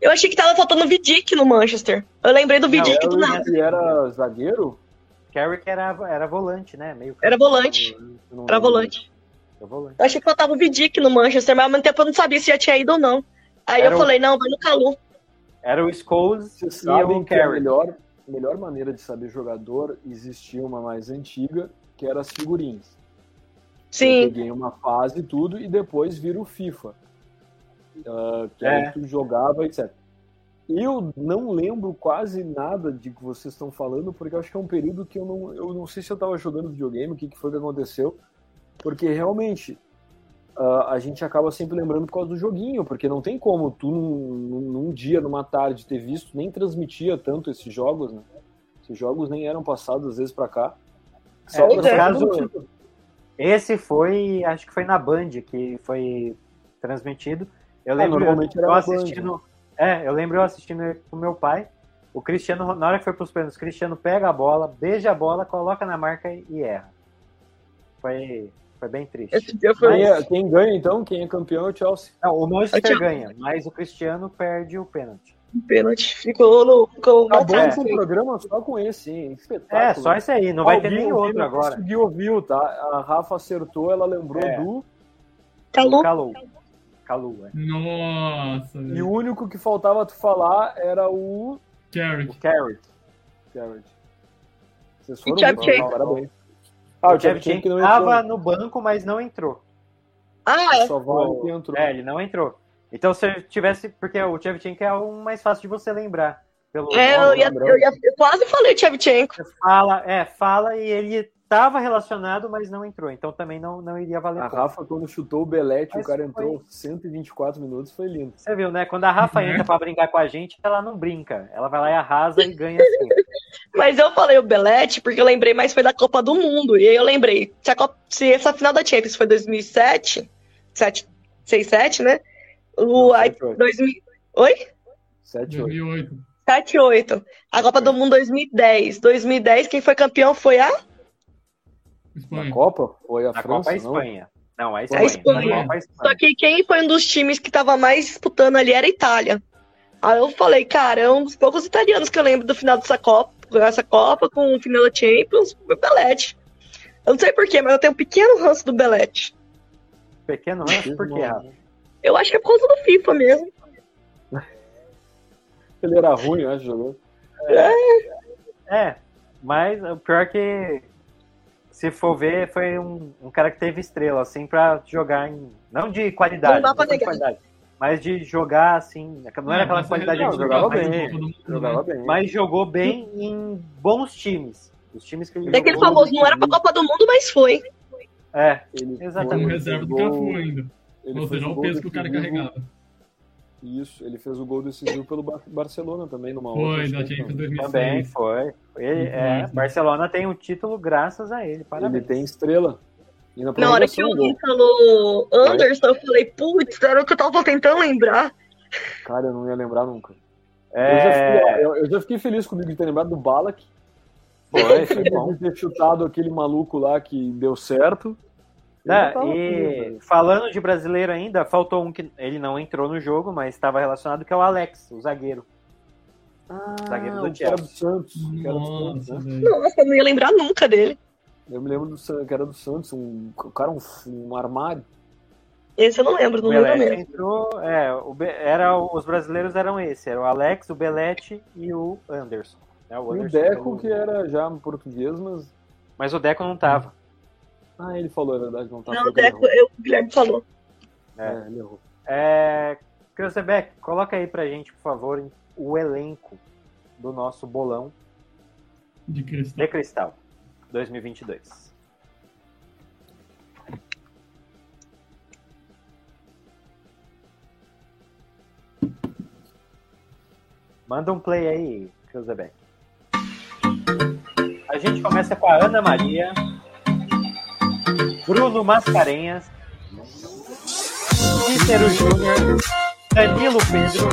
Speaker 5: Eu achei que tava faltando o Vidic no Manchester. Eu lembrei do Vidic não,
Speaker 4: do nada. Ele era zagueiro?
Speaker 3: Carrick era, era volante, né? Meio
Speaker 5: era volante. Não, era volante. Eu achei que faltava o Vidic no Manchester, mas ao mesmo tempo eu não sabia se já tinha ido ou não. Aí era um eu falei, o... não, vai no Calu.
Speaker 3: Era o Scholes
Speaker 4: Vocês e o Carey. A melhor, a melhor maneira de saber jogador existia uma mais antiga, que era as figurinhas.
Speaker 5: Sim.
Speaker 4: Eu peguei uma fase e tudo, e depois vira o FIFA. Uh, que é. tu jogava, etc. Eu não lembro quase nada de que vocês estão falando, porque acho que é um período que eu não, eu não sei se eu estava jogando videogame, o que, que foi que aconteceu, porque realmente uh, a gente acaba sempre lembrando por causa do joguinho, porque não tem como tu num, num, dia, numa tarde ter visto, nem transmitia tanto esses jogos, né? Esses jogos nem eram passados às vezes para cá.
Speaker 3: Só é, pra caso, esse foi, acho que foi na Band que foi transmitido. Eu lembro ah, eu, eu assistindo, é, eu lembro eu assistindo com meu pai. O Cristiano, na hora que foi pros pênaltis, o Cristiano pega a bola, beija a bola, coloca na marca e erra. Foi foi bem triste.
Speaker 5: Esse dia foi...
Speaker 4: Mas... Quem ganha, então, quem é campeão é o Chelsea.
Speaker 3: Não, o Manchester é ganha, mas o Cristiano perde o pênalti.
Speaker 5: O um pênalti ficou no. Ficou
Speaker 4: Acabou é. o programa só com esse, hein? Espetáculo.
Speaker 3: É, só esse aí, não vai ter nenhum outro agora.
Speaker 4: Consegui ouviu, tá? A Rafa acertou, ela lembrou é. do.
Speaker 5: Calou.
Speaker 3: Calou. Calou, é.
Speaker 6: Nossa.
Speaker 4: E
Speaker 3: Hum.
Speaker 4: o único que faltava tu falar era o.
Speaker 6: Carrot.
Speaker 3: O Carrot.
Speaker 4: Carrot. Vocês
Speaker 5: foram. E bem,
Speaker 4: parabéns. Ah,
Speaker 3: Ah, o Jeff Chen estava no banco, mas não entrou.
Speaker 5: Ah, é?
Speaker 4: né? Só vale quem entrou.
Speaker 3: É, ele não entrou. Então se eu tivesse. Porque o Tchevchenko é o mais fácil de você lembrar. Pelo
Speaker 5: É, eu, ia, eu, ia, eu quase falei Tchevchenko.
Speaker 3: Você fala, é, fala e ele estava relacionado, mas não entrou. Então também não, não iria valer.
Speaker 4: A
Speaker 3: ponto.
Speaker 4: Rafa, quando chutou o Belete,
Speaker 3: Mas
Speaker 4: o cara
Speaker 3: foi-
Speaker 4: entrou 124 minutos, foi lindo.
Speaker 3: Você viu, né? Quando a Rafa entra pra brincar com a gente, ela não brinca. Ela vai lá e arrasa e ganha assim. sempre.
Speaker 5: Mas eu falei o Belete porque eu lembrei, mas foi da Copa do Mundo. E aí eu lembrei, se, a Copa- se essa final da Champions foi 2007, 7, 6, 7, né? O,
Speaker 4: Não,
Speaker 5: aí,
Speaker 4: 7, 8.
Speaker 5: 2000, oi?
Speaker 4: 7 8.
Speaker 6: 2008.
Speaker 5: 7, 8. A Copa do Mundo 2010. 2010, quem foi campeão foi a...
Speaker 4: Na
Speaker 6: Espanha.
Speaker 4: Copa? Foi a
Speaker 3: Uhum. Na
Speaker 4: França,
Speaker 3: Copa é a
Speaker 4: não?
Speaker 3: Espanha. Não, é a
Speaker 5: A
Speaker 3: Espanha.
Speaker 5: Espanha.
Speaker 3: Na Copa é a Espanha.
Speaker 5: Só que quem foi um dos times que tava mais disputando ali era a Itália. Aí eu falei, cara, é um dos poucos italianos que eu lembro do final dessa Copa, essa Copa com o final da Champions, foi o Belete. Eu não sei porquê, mas eu tenho um pequeno ranço do Belete.
Speaker 3: Pequeno lance, por quê, Rafa?
Speaker 5: Eu acho que é por causa do FIFA mesmo.
Speaker 4: Ele era ruim, eu acho, jogou.
Speaker 3: É, mas o pior é que se for ver, foi um, um cara que teve estrela, assim, pra jogar em. Não de qualidade,
Speaker 5: Não dá pra
Speaker 3: foi de
Speaker 5: negar.
Speaker 3: qualidade, mas de jogar assim. Não
Speaker 6: É,
Speaker 3: era aquela qualidade
Speaker 4: não,
Speaker 3: de
Speaker 4: jogava
Speaker 3: jogar
Speaker 4: bem,
Speaker 3: bem,
Speaker 4: Jogava bem.
Speaker 3: Uhum. mas jogou bem em bons times. Os times que ele
Speaker 5: É aquele
Speaker 3: jogou-
Speaker 5: famoso, não era pra Copa do Mundo, mas foi.
Speaker 3: É,
Speaker 4: ele
Speaker 3: exatamente.
Speaker 6: Como
Speaker 4: foi
Speaker 6: reserva do
Speaker 4: gol-
Speaker 6: Cafu ainda.
Speaker 4: ele fez
Speaker 6: Ou seja, olha o
Speaker 4: gol
Speaker 6: peso que o cara
Speaker 4: decisivo-
Speaker 6: carregava.
Speaker 4: Isso, ele fez o gol decisivo pelo Bar- Barcelona também, numa
Speaker 6: Foi, da
Speaker 4: outra.
Speaker 6: Champions
Speaker 4: Champions.
Speaker 6: 2006.
Speaker 3: também foi. Ele, é,
Speaker 6: Uhum.
Speaker 3: Barcelona tem um título graças a ele,
Speaker 4: Ele
Speaker 3: parabéns.
Speaker 4: tem estrela. E na
Speaker 5: Na hora que
Speaker 4: prorrogação,
Speaker 5: o
Speaker 4: gol.
Speaker 5: Luiz falou Anderson, eu falei, putz, era o que eu tava tentando lembrar.
Speaker 4: Cara, eu não ia lembrar nunca. Eu, já
Speaker 3: É,
Speaker 4: fiquei, eu- eu já fiquei feliz comigo de ter lembrado do Balak,
Speaker 3: foi, foi
Speaker 4: de
Speaker 3: bom.
Speaker 4: ter chutado aquele maluco lá que deu certo. Eu
Speaker 3: Né,
Speaker 4: já tava feliz,
Speaker 3: e
Speaker 4: velho.
Speaker 3: falando de brasileiro ainda, faltou um que ele não entrou no jogo, mas estava relacionado, que é o Alex, o zagueiro. zagueiro do
Speaker 4: Ah, o
Speaker 3: Chelsea.
Speaker 4: cara do Santos. o cara do Santos,
Speaker 6: Nossa,
Speaker 4: né?
Speaker 6: velho.
Speaker 5: Nossa, eu não ia lembrar nunca dele.
Speaker 4: Eu me lembro do San- que era do Santos, um o cara um, um armário.
Speaker 5: Esse eu não lembro,
Speaker 3: O
Speaker 5: não lembro
Speaker 3: Belete
Speaker 5: mesmo.
Speaker 3: entrou, é, o Be- era, os brasileiros eram esse, era o Alex, o Belete e o Anderson. né,
Speaker 4: E o
Speaker 3: Anderson
Speaker 4: Deco,
Speaker 3: não-
Speaker 4: que é- era já um português, mas.
Speaker 3: Mas o Deco não tava.
Speaker 4: Ah, ele falou, é verdade, não tá
Speaker 5: Não, o
Speaker 4: ele
Speaker 5: Deco,
Speaker 4: errou.
Speaker 5: eu, o Guilherme falou.
Speaker 4: É, ele errou.
Speaker 3: É, Cruzebeck, coloca aí pra gente, por favor, o elenco do nosso bolão
Speaker 6: De Cristo.
Speaker 3: de Cristal 2022. Manda um play aí, Cruzebeck. A gente começa com a Ana Maria, Bruno Mascarenhas, Cícero Júnior, Danilo Pedro,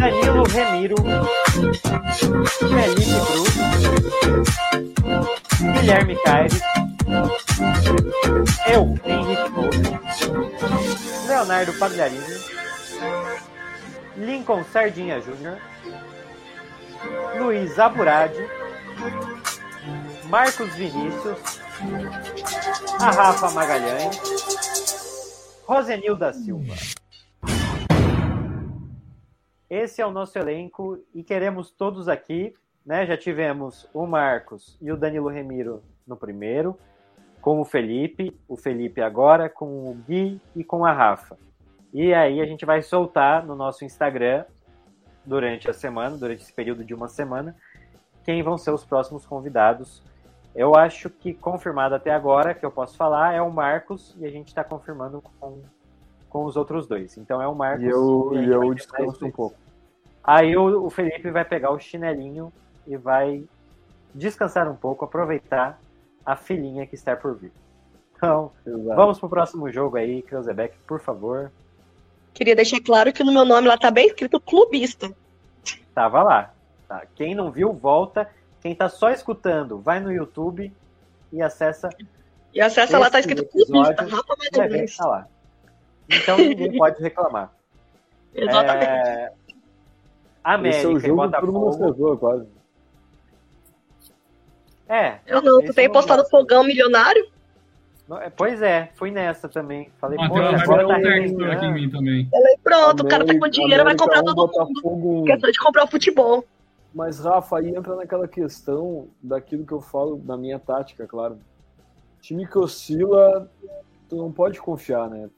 Speaker 3: Danilo Remiro, Felipe Cruz, Guilherme Caires, eu, Henrique Couto, Leonardo Pagliarini, Lincoln Sardinha Júnior, Luiz Aburadi, Marcos Vinícius, a Rafa Magalhães, Rosenilda Silva. Esse é o nosso elenco e queremos todos aqui, né? Já tivemos o Marcos e o Danilo Remiro no primeiro, com o Felipe, o Felipe agora, com o Gui e com a Rafa. E aí a gente vai soltar no nosso Instagram durante a semana, durante esse período de uma semana, quem vão ser os próximos convidados. Eu acho que confirmado até agora, que eu posso falar, é o Marcos e a gente está confirmando com, com os outros dois. Então é o Marcos.
Speaker 4: E eu,
Speaker 3: a
Speaker 4: e
Speaker 3: gente vai ter
Speaker 4: eu
Speaker 3: mais
Speaker 4: descanso um
Speaker 3: dois.
Speaker 4: pouco.
Speaker 3: Aí o, o Felipe vai pegar o chinelinho e vai descansar um pouco, aproveitar a filhinha que está por vir. Então,
Speaker 4: Exato.
Speaker 3: vamos pro próximo jogo aí, Kreuzebeck, por favor.
Speaker 5: Queria deixar claro que no meu nome lá tá bem escrito clubista.
Speaker 3: Tava lá. tá? Quem não viu, volta. Quem tá só escutando, vai no YouTube e acessa.
Speaker 5: E acessa lá, tá escrito
Speaker 3: Esse
Speaker 5: clubista. É.
Speaker 3: episódio
Speaker 5: Rafa
Speaker 3: o Kreuzebeck
Speaker 5: Magalhães.
Speaker 3: tá lá. Então ninguém pode reclamar.
Speaker 5: Exatamente.
Speaker 3: É,
Speaker 4: Esse
Speaker 3: América
Speaker 4: é o
Speaker 3: e
Speaker 4: jogo que todo mundo
Speaker 3: Botafogo.
Speaker 4: acertou, quase.
Speaker 3: É,
Speaker 5: Eu não,
Speaker 3: esse
Speaker 5: tu tem
Speaker 3: não
Speaker 5: postado
Speaker 3: dá.
Speaker 5: fogão milionário?
Speaker 3: não- é, pois é, fui nessa também. Falei,
Speaker 6: Ah,
Speaker 3: pô,
Speaker 6: tem uma
Speaker 3: agora
Speaker 6: agora
Speaker 3: tá
Speaker 6: um texto aqui em
Speaker 3: resenhando.
Speaker 6: mim também.
Speaker 5: Falei, pronto, o cara tá com
Speaker 4: América-
Speaker 5: dinheiro, vai comprar
Speaker 4: América
Speaker 5: todo
Speaker 4: um,
Speaker 5: mundo.
Speaker 4: Botafogo um.
Speaker 5: Questão de comprar o futebol.
Speaker 4: Mas, Rafa, aí entra naquela questão daquilo que eu falo, da minha tática, claro. Time que oscila, tu tu não pode confiar, né?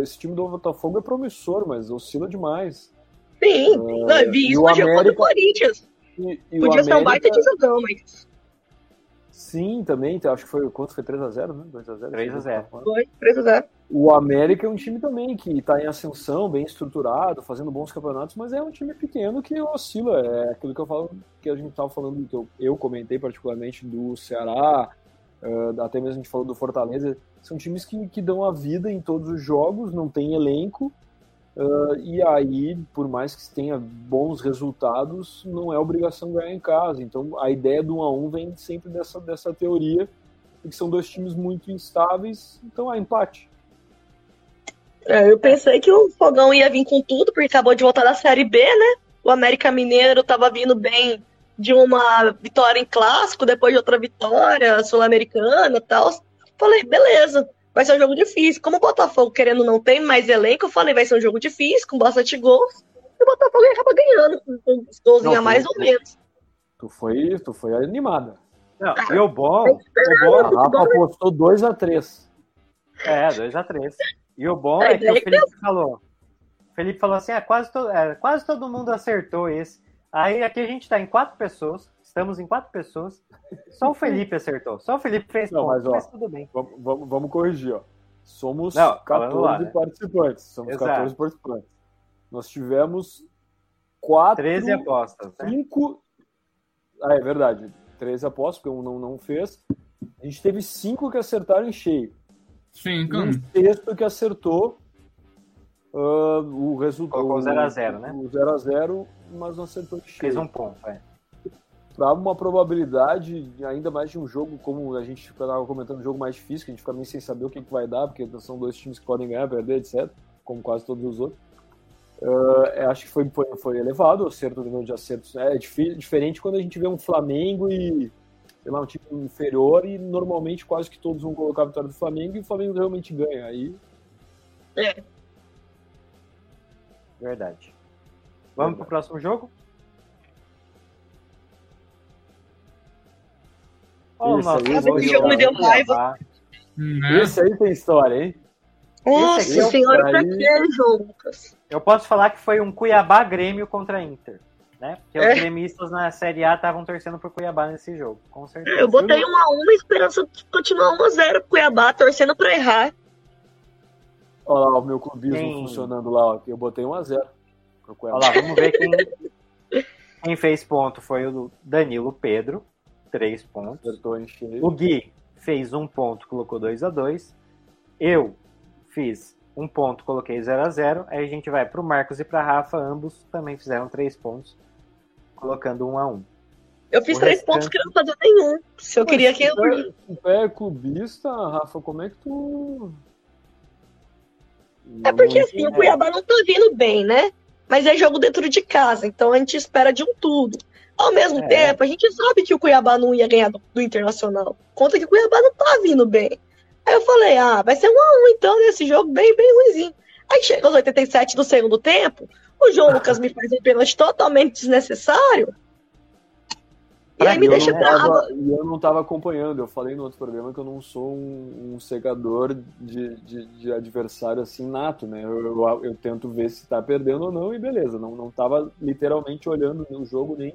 Speaker 4: Esse time do Botafogo é promissor, mas oscila demais.
Speaker 5: Sim, uh, não, vi isso no América... contra o Corinthians. E, e Podia o ser um baita de jogão, mas.
Speaker 4: Sim, também. Acho que foi quanto? Foi 3x0, né? 2x0.
Speaker 3: 3x0.
Speaker 5: Foi, 3x0.
Speaker 4: O América é um time também que está em ascensão, bem estruturado, fazendo bons campeonatos, mas é um time pequeno que oscila. É aquilo que eu falo, que a gente estava falando, que eu, eu comentei particularmente do Ceará, uh, até mesmo a gente falou do Fortaleza. São times que, que dão a vida em todos os jogos, não tem elenco, Uh, e aí, por mais que tenha bons resultados, não é obrigação ganhar em casa. Então, a ideia do 1 a 1 vem sempre dessa, dessa teoria, que são dois times muito instáveis, então há é empate.
Speaker 5: É, eu pensei que o Fogão ia vir com tudo, porque acabou de voltar da Série B, né? O América Mineiro estava vindo bem de uma vitória em clássico, depois de outra vitória sul-americana e tal. Falei, beleza, vai ser um jogo difícil. Como o Botafogo, querendo não, tem mais elenco, eu falei, vai ser um jogo difícil, com bastante gols. E o Botafogo acaba ganhando, com uns golzinhos a mais ou menos.
Speaker 4: Tu foi, tu foi animada.
Speaker 3: Não, ah, e o bom, o bom,
Speaker 4: a Rafa apostou 2x3.
Speaker 3: É, 2x3. E o bom
Speaker 5: Tá,
Speaker 3: é, é que o Felipe é... falou. O Felipe falou assim: ah, quase, to... é, quase todo mundo acertou esse. Aí aqui a gente tá em quatro pessoas, estamos em quatro pessoas. Só o Felipe acertou. Só o Felipe fez
Speaker 4: não, mas, ó, mas
Speaker 3: tudo bem.
Speaker 4: Vamos, vamos, vamos corrigir, ó. Somos não, 14 lá, né? participantes. Somos Exato. 14 participantes. Nós tivemos quatro.
Speaker 3: 13
Speaker 4: né?
Speaker 3: apostas.
Speaker 4: Cinco. Né? Ah, é verdade. 13 apostas, porque um não, não fez. A gente teve cinco que acertaram em cheio.
Speaker 6: Cinco.
Speaker 4: Um sexto que acertou uh, o resultado.
Speaker 3: Colocou 0x0, né?
Speaker 4: O 0x0, mas não acertou em cheio.
Speaker 3: Fez um ponto, é
Speaker 4: para uma probabilidade, ainda mais de um jogo, como a gente estava comentando, um jogo mais difícil, que a gente fica meio sem saber o que, que vai dar, porque são dois times que podem ganhar, perder, etc., como quase todos os outros. Uh, acho que foi, foi, foi elevado o acerto do número de acertos. Né? É dif diferente quando a gente vê um Flamengo e, sei lá, um time inferior, e normalmente quase que todos vão colocar a vitória do Flamengo e o Flamengo realmente ganha. Aí.
Speaker 5: É.
Speaker 3: Verdade. Vamos para o próximo jogo?
Speaker 5: Oh, esse, aí, esse jogo jogar. me deu raiva.
Speaker 6: né?
Speaker 4: Esse aí tem história, hein?
Speaker 5: Nossa senhora, pra que jogo, Lucas?
Speaker 3: Eu posso falar que foi um Cuiabá Grêmio contra Inter. Né? Porque é. os gremistas na Série A estavam torcendo pro Cuiabá nesse jogo, com certeza.
Speaker 5: Eu botei 1 a 1 na esperança de continuar 1x0 pro Cuiabá, torcendo pra errar.
Speaker 4: Olha lá, o meu clubismo quem... funcionando lá, ó. Eu botei 1x0
Speaker 3: pro Cuiabá. Olha lá, vamos ver quem... quem fez ponto foi o Danilo Pedro, três pontos. O Gui fez um ponto, colocou 2 a 2 Eu fiz um ponto, coloquei 0 a 0 Aí a gente vai para o Marcos e para Rafa, ambos também fizeram três pontos, colocando 1 um a 1 um.
Speaker 5: Eu fiz o três restante... pontos que não fazia nenhum. Se eu Mas queria que eu.
Speaker 4: Tu é clubista, Rafa, como é que tu.
Speaker 5: É porque assim,
Speaker 4: né?
Speaker 5: o Cuiabá não tá vindo bem, né? Mas é jogo dentro de casa, então a gente espera de um tudo. Ao mesmo é. tempo, a gente sabe que o Cuiabá não ia ganhar do, do, Internacional. Conta que o Cuiabá não tá vindo bem. Aí eu falei, ah, vai ser um a um então nesse jogo bem, bem ruimzinho. Aí chega aos 87 do segundo tempo, o João Lucas me faz um pênalti totalmente desnecessário.
Speaker 4: E aí ah, me deixa brava. E eu não tava acompanhando, eu falei no outro programa que eu não sou um, um secador de, de, de, adversário assim nato, né? Eu, eu, eu, tento ver se tá perdendo ou não e beleza. Não, não tava literalmente olhando o jogo nem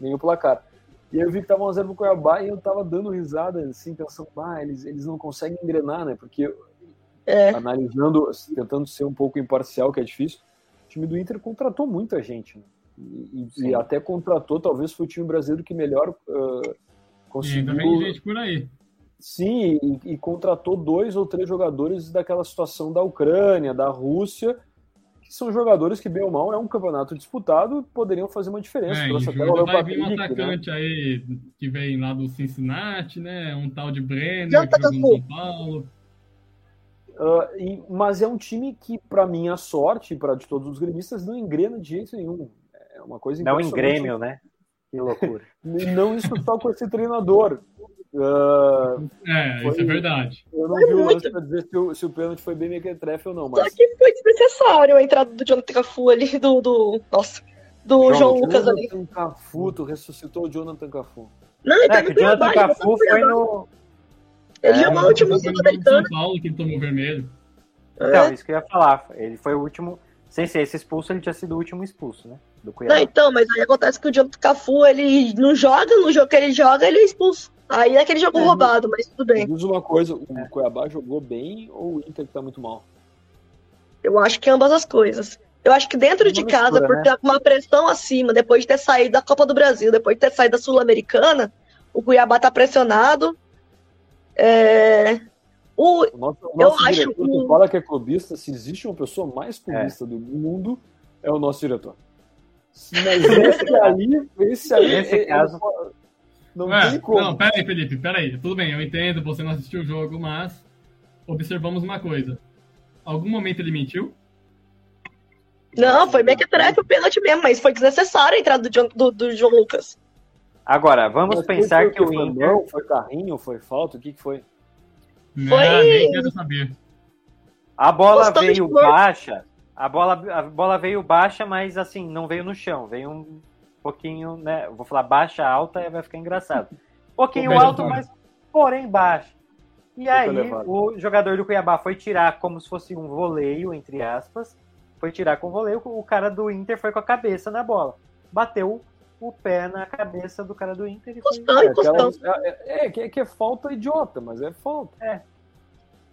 Speaker 4: nem o placar. E aí eu vi que tava 1x0 pro Cuiabá e eu tava dando risada, assim, pensando, ah, eles, eles não conseguem engrenar, né? Porque é. analisando, tentando ser um pouco imparcial, que é difícil, o time do Inter contratou muita gente. Né? E, e, até contratou, talvez foi o time brasileiro que melhor uh, conseguiu.
Speaker 6: E ainda gente por aí.
Speaker 4: Sim, e, e contratou dois ou três jogadores daquela situação da Ucrânia, da Rússia, são jogadores que, bem ou mal, é um campeonato disputado, poderiam fazer uma diferença.
Speaker 6: É, Trouxe até o vai vir um atacante né? aí que vem lá do Cincinnati, né? Um tal de Brenner, Janta que jogou São Paulo.
Speaker 4: Uh, e, mas é um time que, para minha sorte, para de todos os gremistas, não engrena de jeito nenhum. É uma coisa
Speaker 3: Não em Grêmio, né? Que loucura.
Speaker 4: não isso só com esse treinador. Uh,
Speaker 6: é, foi, isso é verdade.
Speaker 4: Eu não foi vi o lance muito... pra dizer se o, se o pênalti foi bem mequetrefe ou não. Mas...
Speaker 5: Só que foi desnecessário a entrada do Jonathan Cafu ali, do. do nossa, do João, João Lucas
Speaker 4: Jonathan
Speaker 5: ali.
Speaker 4: Jonathan Cafu, tu ressuscitou o Jonathan Cafu.
Speaker 5: Não, ele é, tá
Speaker 3: Jonathan Cafu foi no.
Speaker 5: Ele é, chamou o último sul-americano.
Speaker 6: São Paulo que tomou vermelho.
Speaker 5: É.
Speaker 3: Então, isso que eu ia falar. Ele foi o último. Sem ser esse expulso, ele tinha sido o último expulso, né? Do Cuiabá.
Speaker 5: Não, então, mas aí acontece que o Diogo Cafu, ele não joga, no jogo que ele joga, ele é expulso. Aí é aquele jogo é, roubado, mas tudo bem.
Speaker 4: Diz uma coisa, o é. Cuiabá jogou bem ou o Inter que tá muito mal?
Speaker 5: Eu acho que é ambas as coisas. Eu acho que dentro é de mistura, casa, por né? ter uma pressão acima, depois de ter saído da Copa do Brasil, depois de ter saído da Sul-Americana, o Cuiabá tá pressionado. É... O,
Speaker 4: o nosso, o nosso eu diretor acho que fala que é clubista. Se existe uma pessoa mais clubista é. do mundo, é o nosso diretor. Mas esse aí, esse aí,
Speaker 3: esse é, caso.
Speaker 6: Não é, tem como. Não, peraí, Felipe, peraí. Tudo bem, eu entendo, você não assistiu o jogo, mas observamos uma coisa. Algum momento ele mentiu?
Speaker 5: Não, foi bem que atrás pro pênalti mesmo, mas foi desnecessário a entrada do John, do, do John Lucas.
Speaker 3: Agora, vamos mas pensar que, que, o Inter. Não,
Speaker 4: foi carrinho, foi falta, o que, que foi?
Speaker 6: Não, foi... Né? Ah, nem quero saber.
Speaker 3: A bola Gostou veio baixa. A bola, a bola veio baixa, mas assim, não veio no chão. Veio um pouquinho, né? Vou falar baixa, alta, vai ficar engraçado. Um pouquinho alto, mas porém baixo. E Tô aí, elevado. o jogador do Cuiabá foi tirar como se fosse um voleio, entre aspas. Foi tirar com o voleio. O cara do Inter foi com a cabeça na bola. Bateu o pé na cabeça do cara do Inter. E
Speaker 5: costão, foi... costão.
Speaker 4: É, é, é, que é falta idiota, mas é falta.
Speaker 3: É.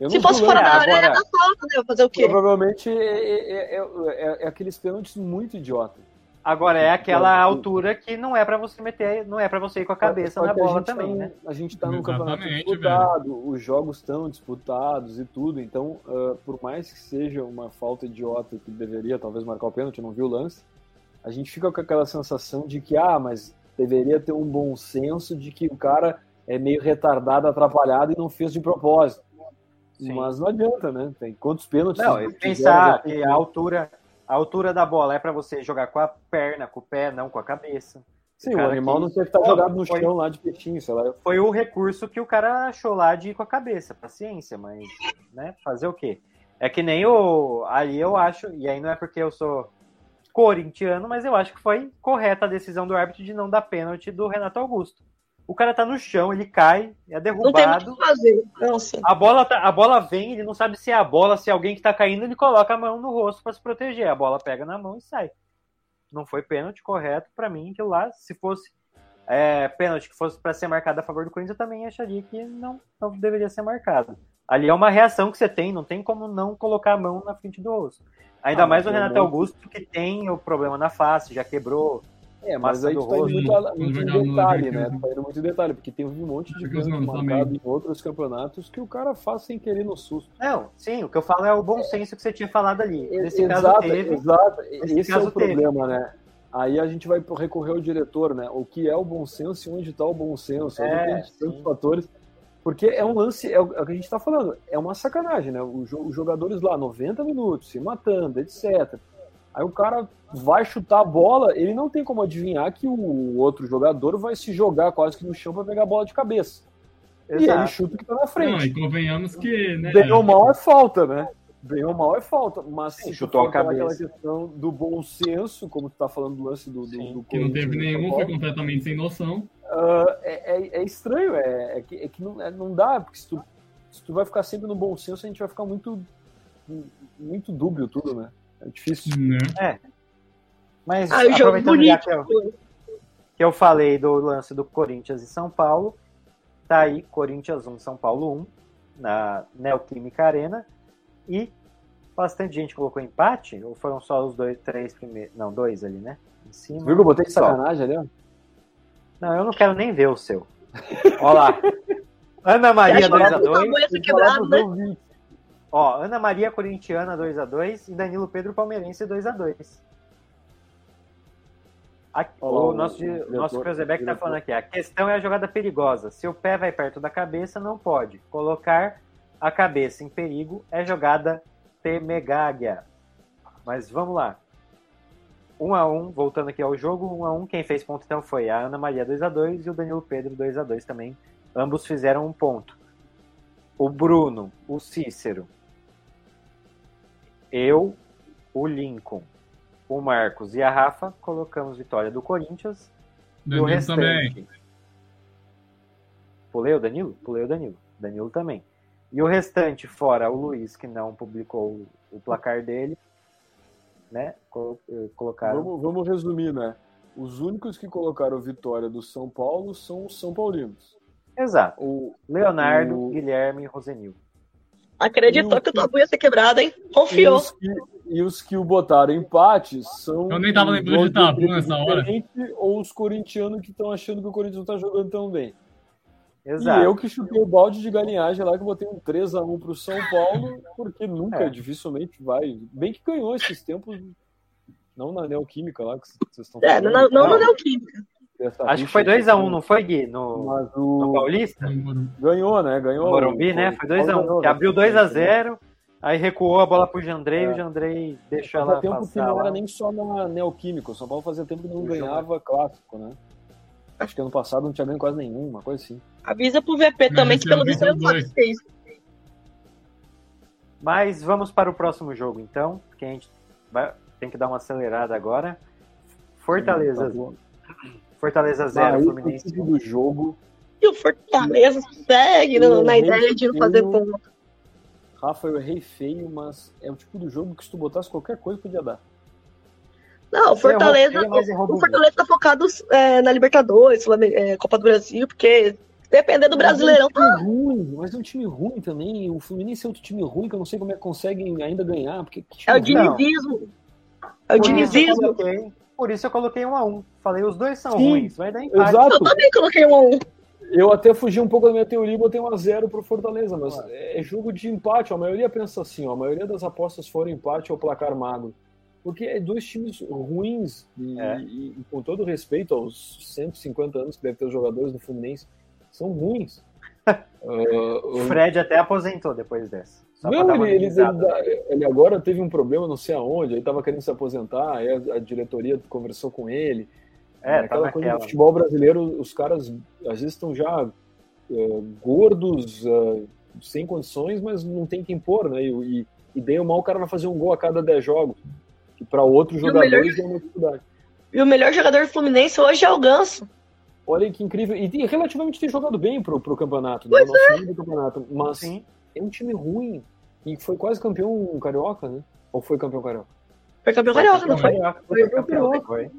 Speaker 5: Se fosse fora da área, era falta, né? Fazer o quê?
Speaker 4: Provavelmente é, é, aqueles pênaltis muito idiota.
Speaker 3: Agora é aquela altura que não é para você meter, não é para você ir com a cabeça na bola também,
Speaker 4: tá,
Speaker 3: né?
Speaker 4: A gente tá num campeonato disputado, velho. os jogos estão disputados e tudo, então uh, por mais que seja uma falta idiota que deveria talvez marcar o pênalti, não viu o lance, a gente fica com aquela sensação de que, ah, mas deveria ter um bom senso de que o cara é meio retardado, atrapalhado e não fez de propósito. Sim. Mas não adianta, né? Tem quantos pênaltis?
Speaker 3: Não, não pensar que a altura, a altura da bola é para você jogar com a perna, com o pé, não com a cabeça.
Speaker 4: Sim, o, o animal que... não tinha que estar jogado no foi, chão lá de peixinho, sei lá.
Speaker 3: Foi o recurso que o cara achou lá de ir com a cabeça, paciência, mas, né, fazer o quê? É que nem o... Ali eu acho, e aí não é porque eu sou corintiano, mas eu acho que foi correta a decisão do árbitro de não dar pênalti do Renato Augusto. O cara tá no chão, ele cai, é derrubado.
Speaker 5: Não tem o que fazer. Nossa.
Speaker 3: A bola, tá, a bola vem, ele não sabe se é a bola, se é alguém que tá caindo, ele coloca a mão no rosto para se proteger. A bola pega na mão e sai. Não foi pênalti correto para mim, que lá, se fosse é, pênalti que fosse para ser marcado a favor do Corinthians, eu também acharia que não, não deveria ser marcado. Ali é uma reação que você tem, não tem como não colocar a mão na frente do rosto. Ainda ah, mais
Speaker 4: é
Speaker 3: o Renato Augusto, que tem o problema na face, já quebrou.
Speaker 4: É, mas aí tu tá indo muito, muito em detalhe, né? Tu tá indo muito em detalhe, porque tem um monte de coisa marcado em outros campeonatos que o cara faz sem querer no susto.
Speaker 3: Não, sim, o que eu falo é o bom senso que você tinha falado ali. Nesse
Speaker 4: exato,
Speaker 3: caso teve.
Speaker 4: Exato, esse é o problema, teve. né? Aí a gente vai recorrer ao diretor, né? O que é o bom senso e onde está o bom senso. É, tantos fatores. Porque é um lance, é o que a gente está falando, é uma sacanagem, né? Os jogadores lá, 90 minutos, se matando, etc. Aí o cara vai chutar a bola, ele não tem como adivinhar que o outro jogador vai se jogar quase que no chão para pegar a bola de cabeça. Exato. E ele chuta o que está na frente. Não,
Speaker 6: e convenhamos que. Né?
Speaker 4: Bem ou mal é falta, né? Bem ou mal é falta. Mas se
Speaker 3: chutou a cabeça.
Speaker 4: questão do bom senso, como tu tá falando do lance do. Sim, do, do
Speaker 6: que não teve nenhum, foi completamente sem noção.
Speaker 4: Uh, é, é, é, estranho, é, é que, é que não, não, dá, porque se tu, se tu vai ficar sempre no bom senso, a gente vai ficar muito, muito dúbio tudo, né? É difícil.
Speaker 6: né?
Speaker 3: É. Mas ah, aproveitando já que eu, que eu falei do lance do Corinthians e São Paulo, tá aí Corinthians 1, São Paulo 1, na Neoquímica Arena, e bastante gente colocou empate, ou foram só os dois, três primeiros, não, dois ali, né? Em cima.
Speaker 4: Viu que eu botei
Speaker 3: Então,
Speaker 4: de sacanagem ali, ó?
Speaker 3: Não, eu não quero nem ver o seu. Olha lá. Ana Maria 2x2. Né? Ó, Ana Maria Corintiana 2x2 e Danilo Pedro Palmeirense 2x2. o nosso, o nosso Cruzebeck tá falando aqui. A questão é a jogada perigosa. Se o pé vai perto da cabeça, não pode. Colocar a cabeça em perigo é jogada temegáguia. Mas vamos lá. 1 a 1 voltando aqui ao jogo, 1 a 1 quem fez ponto então foi a Ana Maria 2 a 2 e o Danilo Pedro 2 a 2 também. Ambos fizeram um ponto. O Bruno, o Cícero, eu, o Lincoln, o Marcos e a Rafa colocamos vitória do Corinthians.
Speaker 6: Danilo
Speaker 3: e o restante.
Speaker 6: também.
Speaker 3: Pulei o Danilo? Pulei o Danilo. Danilo também. E o restante, fora o Luiz, que não publicou o placar dele, né? Colocaram.
Speaker 4: Vamos, vamos resumir, né? Os únicos que colocaram vitória do São Paulo são os São Paulinos.
Speaker 3: Exato. O, Leonardo, o... Guilherme e Rosenil.
Speaker 5: Acreditou o... que o tabu ia ser quebrado, hein?
Speaker 4: E
Speaker 5: Confiou.
Speaker 4: os que, e os que o botaram empate são.
Speaker 6: Eu nem tava lembrando de tabu nessa hora.
Speaker 4: Ou os corintianos que estão achando que o Corinthians não tá jogando tão bem.
Speaker 3: Exato.
Speaker 4: E eu que chutei o balde de galinhagem lá, que eu botei um 3x1 pro São Paulo, porque nunca, é. dificilmente vai. Bem que ganhou esses tempos, não na Neoquímica lá que vocês estão
Speaker 5: É, não, não na Neoquímica.
Speaker 3: Acho que foi
Speaker 4: né?
Speaker 3: 2x1, um, não foi, Gui? No, Mas o... no Paulista?
Speaker 4: Ganhou, né? Ganhou.
Speaker 3: Morumbi, né? Foi 2x1. Um, que abriu 2x0, aí recuou a bola pro Jandrei, é. o Jandrei deixou ela
Speaker 4: tempo
Speaker 3: passar.
Speaker 4: que um não era nem só na Neoquímica, o São Paulo fazia tempo que não ganhava clássico, né? Acho que ano passado não tinha ganho quase nenhum, uma coisa assim.
Speaker 5: Avisa pro VP também é, que pelo visto ele não sabe que é isso.
Speaker 3: Mas vamos para o próximo jogo, então. Que a gente vai... tem que dar uma acelerada agora. Fortaleza.
Speaker 4: Então,
Speaker 3: Sim, tá Fortaleza
Speaker 4: ah,
Speaker 3: 0, Fluminense.
Speaker 4: é tipo
Speaker 3: um.
Speaker 4: do jogo.
Speaker 5: E o Fortaleza e... segue no, na ideia de não fazer ponto.
Speaker 4: Rafa, eu errei feio, mas é o tipo do jogo que se tu botasse qualquer coisa podia dar.
Speaker 5: Não, o
Speaker 3: é um
Speaker 5: Fortaleza, o Fortaleza tá focado é, na Libertadores, é, Copa do Brasil, porque dependendo do Brasileirão.
Speaker 4: Mas é um time ruim, mas é um time ruim também. O Fluminense é outro time ruim que eu não sei como é que conseguem ainda ganhar. Porque,
Speaker 5: é o dinizismo. É o dinizismo.
Speaker 3: Por isso eu coloquei um a um. Falei, os dois são Sim, ruins, vai dar empate.
Speaker 5: Exato. Eu também coloquei um a um.
Speaker 4: Eu até fugi um pouco da minha teoria e botei um a zero pro Fortaleza, mas ah. é jogo de empate. A maioria pensa assim, ó, a maioria das apostas foram empate ou placar magro porque é dois times ruins e, é. e, e, com todo respeito aos 150 anos que deve ter os jogadores do Fluminense, são ruins. É,
Speaker 3: uh, o Fred até aposentou depois dessa.
Speaker 4: Não, ele, ele, ele, ele, agora teve um problema, não sei aonde, ele estava querendo se aposentar, aí a, a, diretoria conversou com ele.
Speaker 3: É,
Speaker 4: aquela tá coisa do futebol brasileiro, os caras às vezes estão já uh, gordos, uh, sem condições, mas não tem quem pôr, né? E, e, e daí o mal o cara vai fazer um gol a cada 10 jogos que para outros jogadores melhor... é uma dificuldade.
Speaker 5: E o melhor jogador do Fluminense hoje é o Ganso.
Speaker 4: Olha que incrível. E, e relativamente tem jogado bem pro, pro campeonato, pois né? Nosso é. time do campeonato. Mas Sim. é um time ruim. E foi quase campeão carioca, né? Ou foi campeão carioca?
Speaker 5: Foi campeão carioca, não foi?
Speaker 3: Foi campeão carioca. Foi.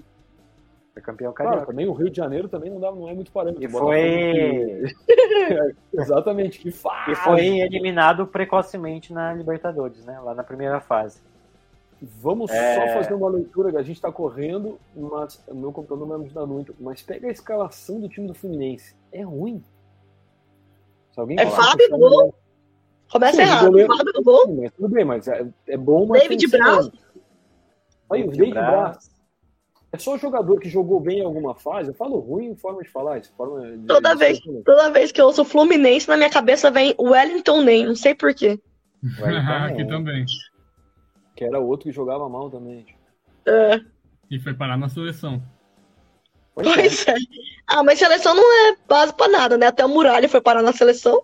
Speaker 3: Foi campeão carioca.
Speaker 4: também o Rio de Janeiro também não, dá, não é muito parâmetro.
Speaker 3: E foi...
Speaker 4: Exatamente, que
Speaker 3: fácil. E foi eliminado precocemente na Libertadores, né? Lá na primeira fase.
Speaker 4: Vamos é... só fazer uma leitura, que a gente está correndo, mas meu computador não vai me ajudar muito. Mas pega a escalação do time do Fluminense. É ruim.
Speaker 5: Se alguém é Fábio no gol. Começa Sim, errado. Goleiro, Fábio no gol.
Speaker 4: é Mas tudo bem, mas é, é bom, mas.
Speaker 5: David Braz.
Speaker 4: Aí, o David Braz. É só jogador que jogou bem em alguma fase. Eu falo ruim em forma de falar. Forma de...
Speaker 5: Toda,
Speaker 4: de...
Speaker 5: vez, toda vez que eu ouço Fluminense, na minha cabeça vem Wellington Nem. Não sei porquê.
Speaker 3: então, é.
Speaker 6: Aqui também
Speaker 4: que era outro que jogava mal também.
Speaker 5: É.
Speaker 6: E foi parar na seleção.
Speaker 5: Pois, pois é. é. Ah, mas seleção não é base pra nada, né? Até o Muralha foi parar na seleção.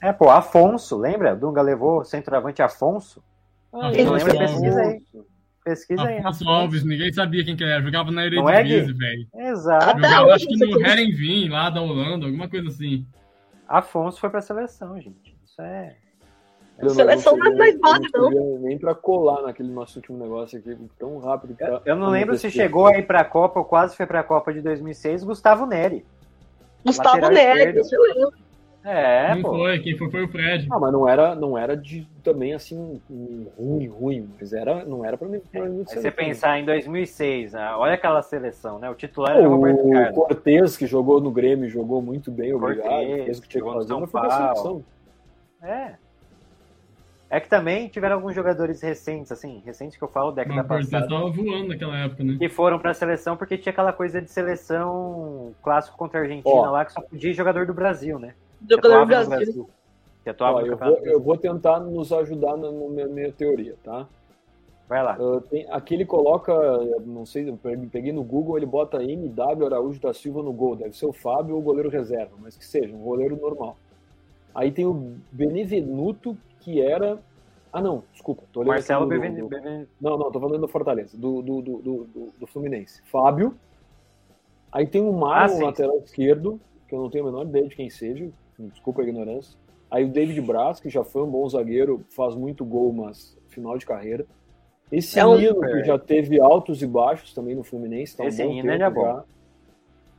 Speaker 3: É, pô, Afonso, lembra? Dunga levou centroavante Afonso.
Speaker 6: Ah,
Speaker 4: é
Speaker 6: Afonso
Speaker 3: lembra? Pesquisa aí. Pesquisa aí.
Speaker 6: Afonso Alves, ninguém sabia quem que era. Jogava na Eredivisie, é, velho.
Speaker 3: Exato.
Speaker 6: Jogava, acho que no Herenvin, lá da Holanda, alguma coisa assim.
Speaker 3: Afonso foi pra seleção, gente. Isso é...
Speaker 5: Eu seleção não, não mais base, não. não.
Speaker 4: Nem pra colar naquele nosso último negócio aqui, tão rápido que tá.
Speaker 3: Eu não lembro se chegou aí pra Copa, ou quase foi pra Copa de 2006, Gustavo Neri.
Speaker 5: Gustavo Neri, isso eu lembro.
Speaker 3: É,
Speaker 6: Quem
Speaker 3: pô.
Speaker 6: foi? Quem foi foi o Fred.
Speaker 4: Ah, mas não era, não era de, também assim, ruim, ruim. Mas era, não era pra mim. Pra mim
Speaker 3: é, você pensar em 2006, né? olha aquela seleção, né? O titular
Speaker 4: "Ah,
Speaker 3: era o Roberto Carlos.
Speaker 4: O Cortez, que jogou no Grêmio, jogou muito bem, obrigado. Cortez, que chegou no São Paulo.
Speaker 3: É. É que também tiveram alguns jogadores recentes, assim, recentes que eu falo, década Não, passada.
Speaker 6: tava tá voando naquela época, né?
Speaker 3: Que foram pra seleção porque tinha aquela coisa de seleção clássico contra a Argentina Ó, lá, que só podia ir jogador do Brasil, né?
Speaker 5: Jogador do Brasil. Brasil.
Speaker 3: Que atuava
Speaker 4: Ó, eu, vou, eu vou tentar nos ajudar na, na minha teoria, tá?
Speaker 3: Vai lá.
Speaker 4: Uh, tem, aqui ele coloca, não sei, eu peguei no Google, ele bota MW Araújo da Silva no gol. Deve ser o Fábio ou o goleiro reserva, mas que seja, um goleiro normal. Aí tem o Benevenuto, que era. Ah, não, desculpa. Tô
Speaker 3: Marcelo
Speaker 4: do,
Speaker 3: Beveni,
Speaker 4: do... Beveni. Não, não, tô falando do Fortaleza, do, do, do, do, do Fluminense. Fábio. um Aí tem o Mário, ah, lateral esquerdo, que eu não tenho a menor ideia de quem seja. Desculpa a ignorância. Aí o David Braz, que já foi um bom zagueiro, faz muito gol, mas final de carreira. Esse
Speaker 3: um
Speaker 4: é Nino, que já teve altos e baixos também no Fluminense, tá um
Speaker 3: Esse
Speaker 4: bom
Speaker 3: Nino,
Speaker 4: tempo
Speaker 3: ele é bom.
Speaker 4: já.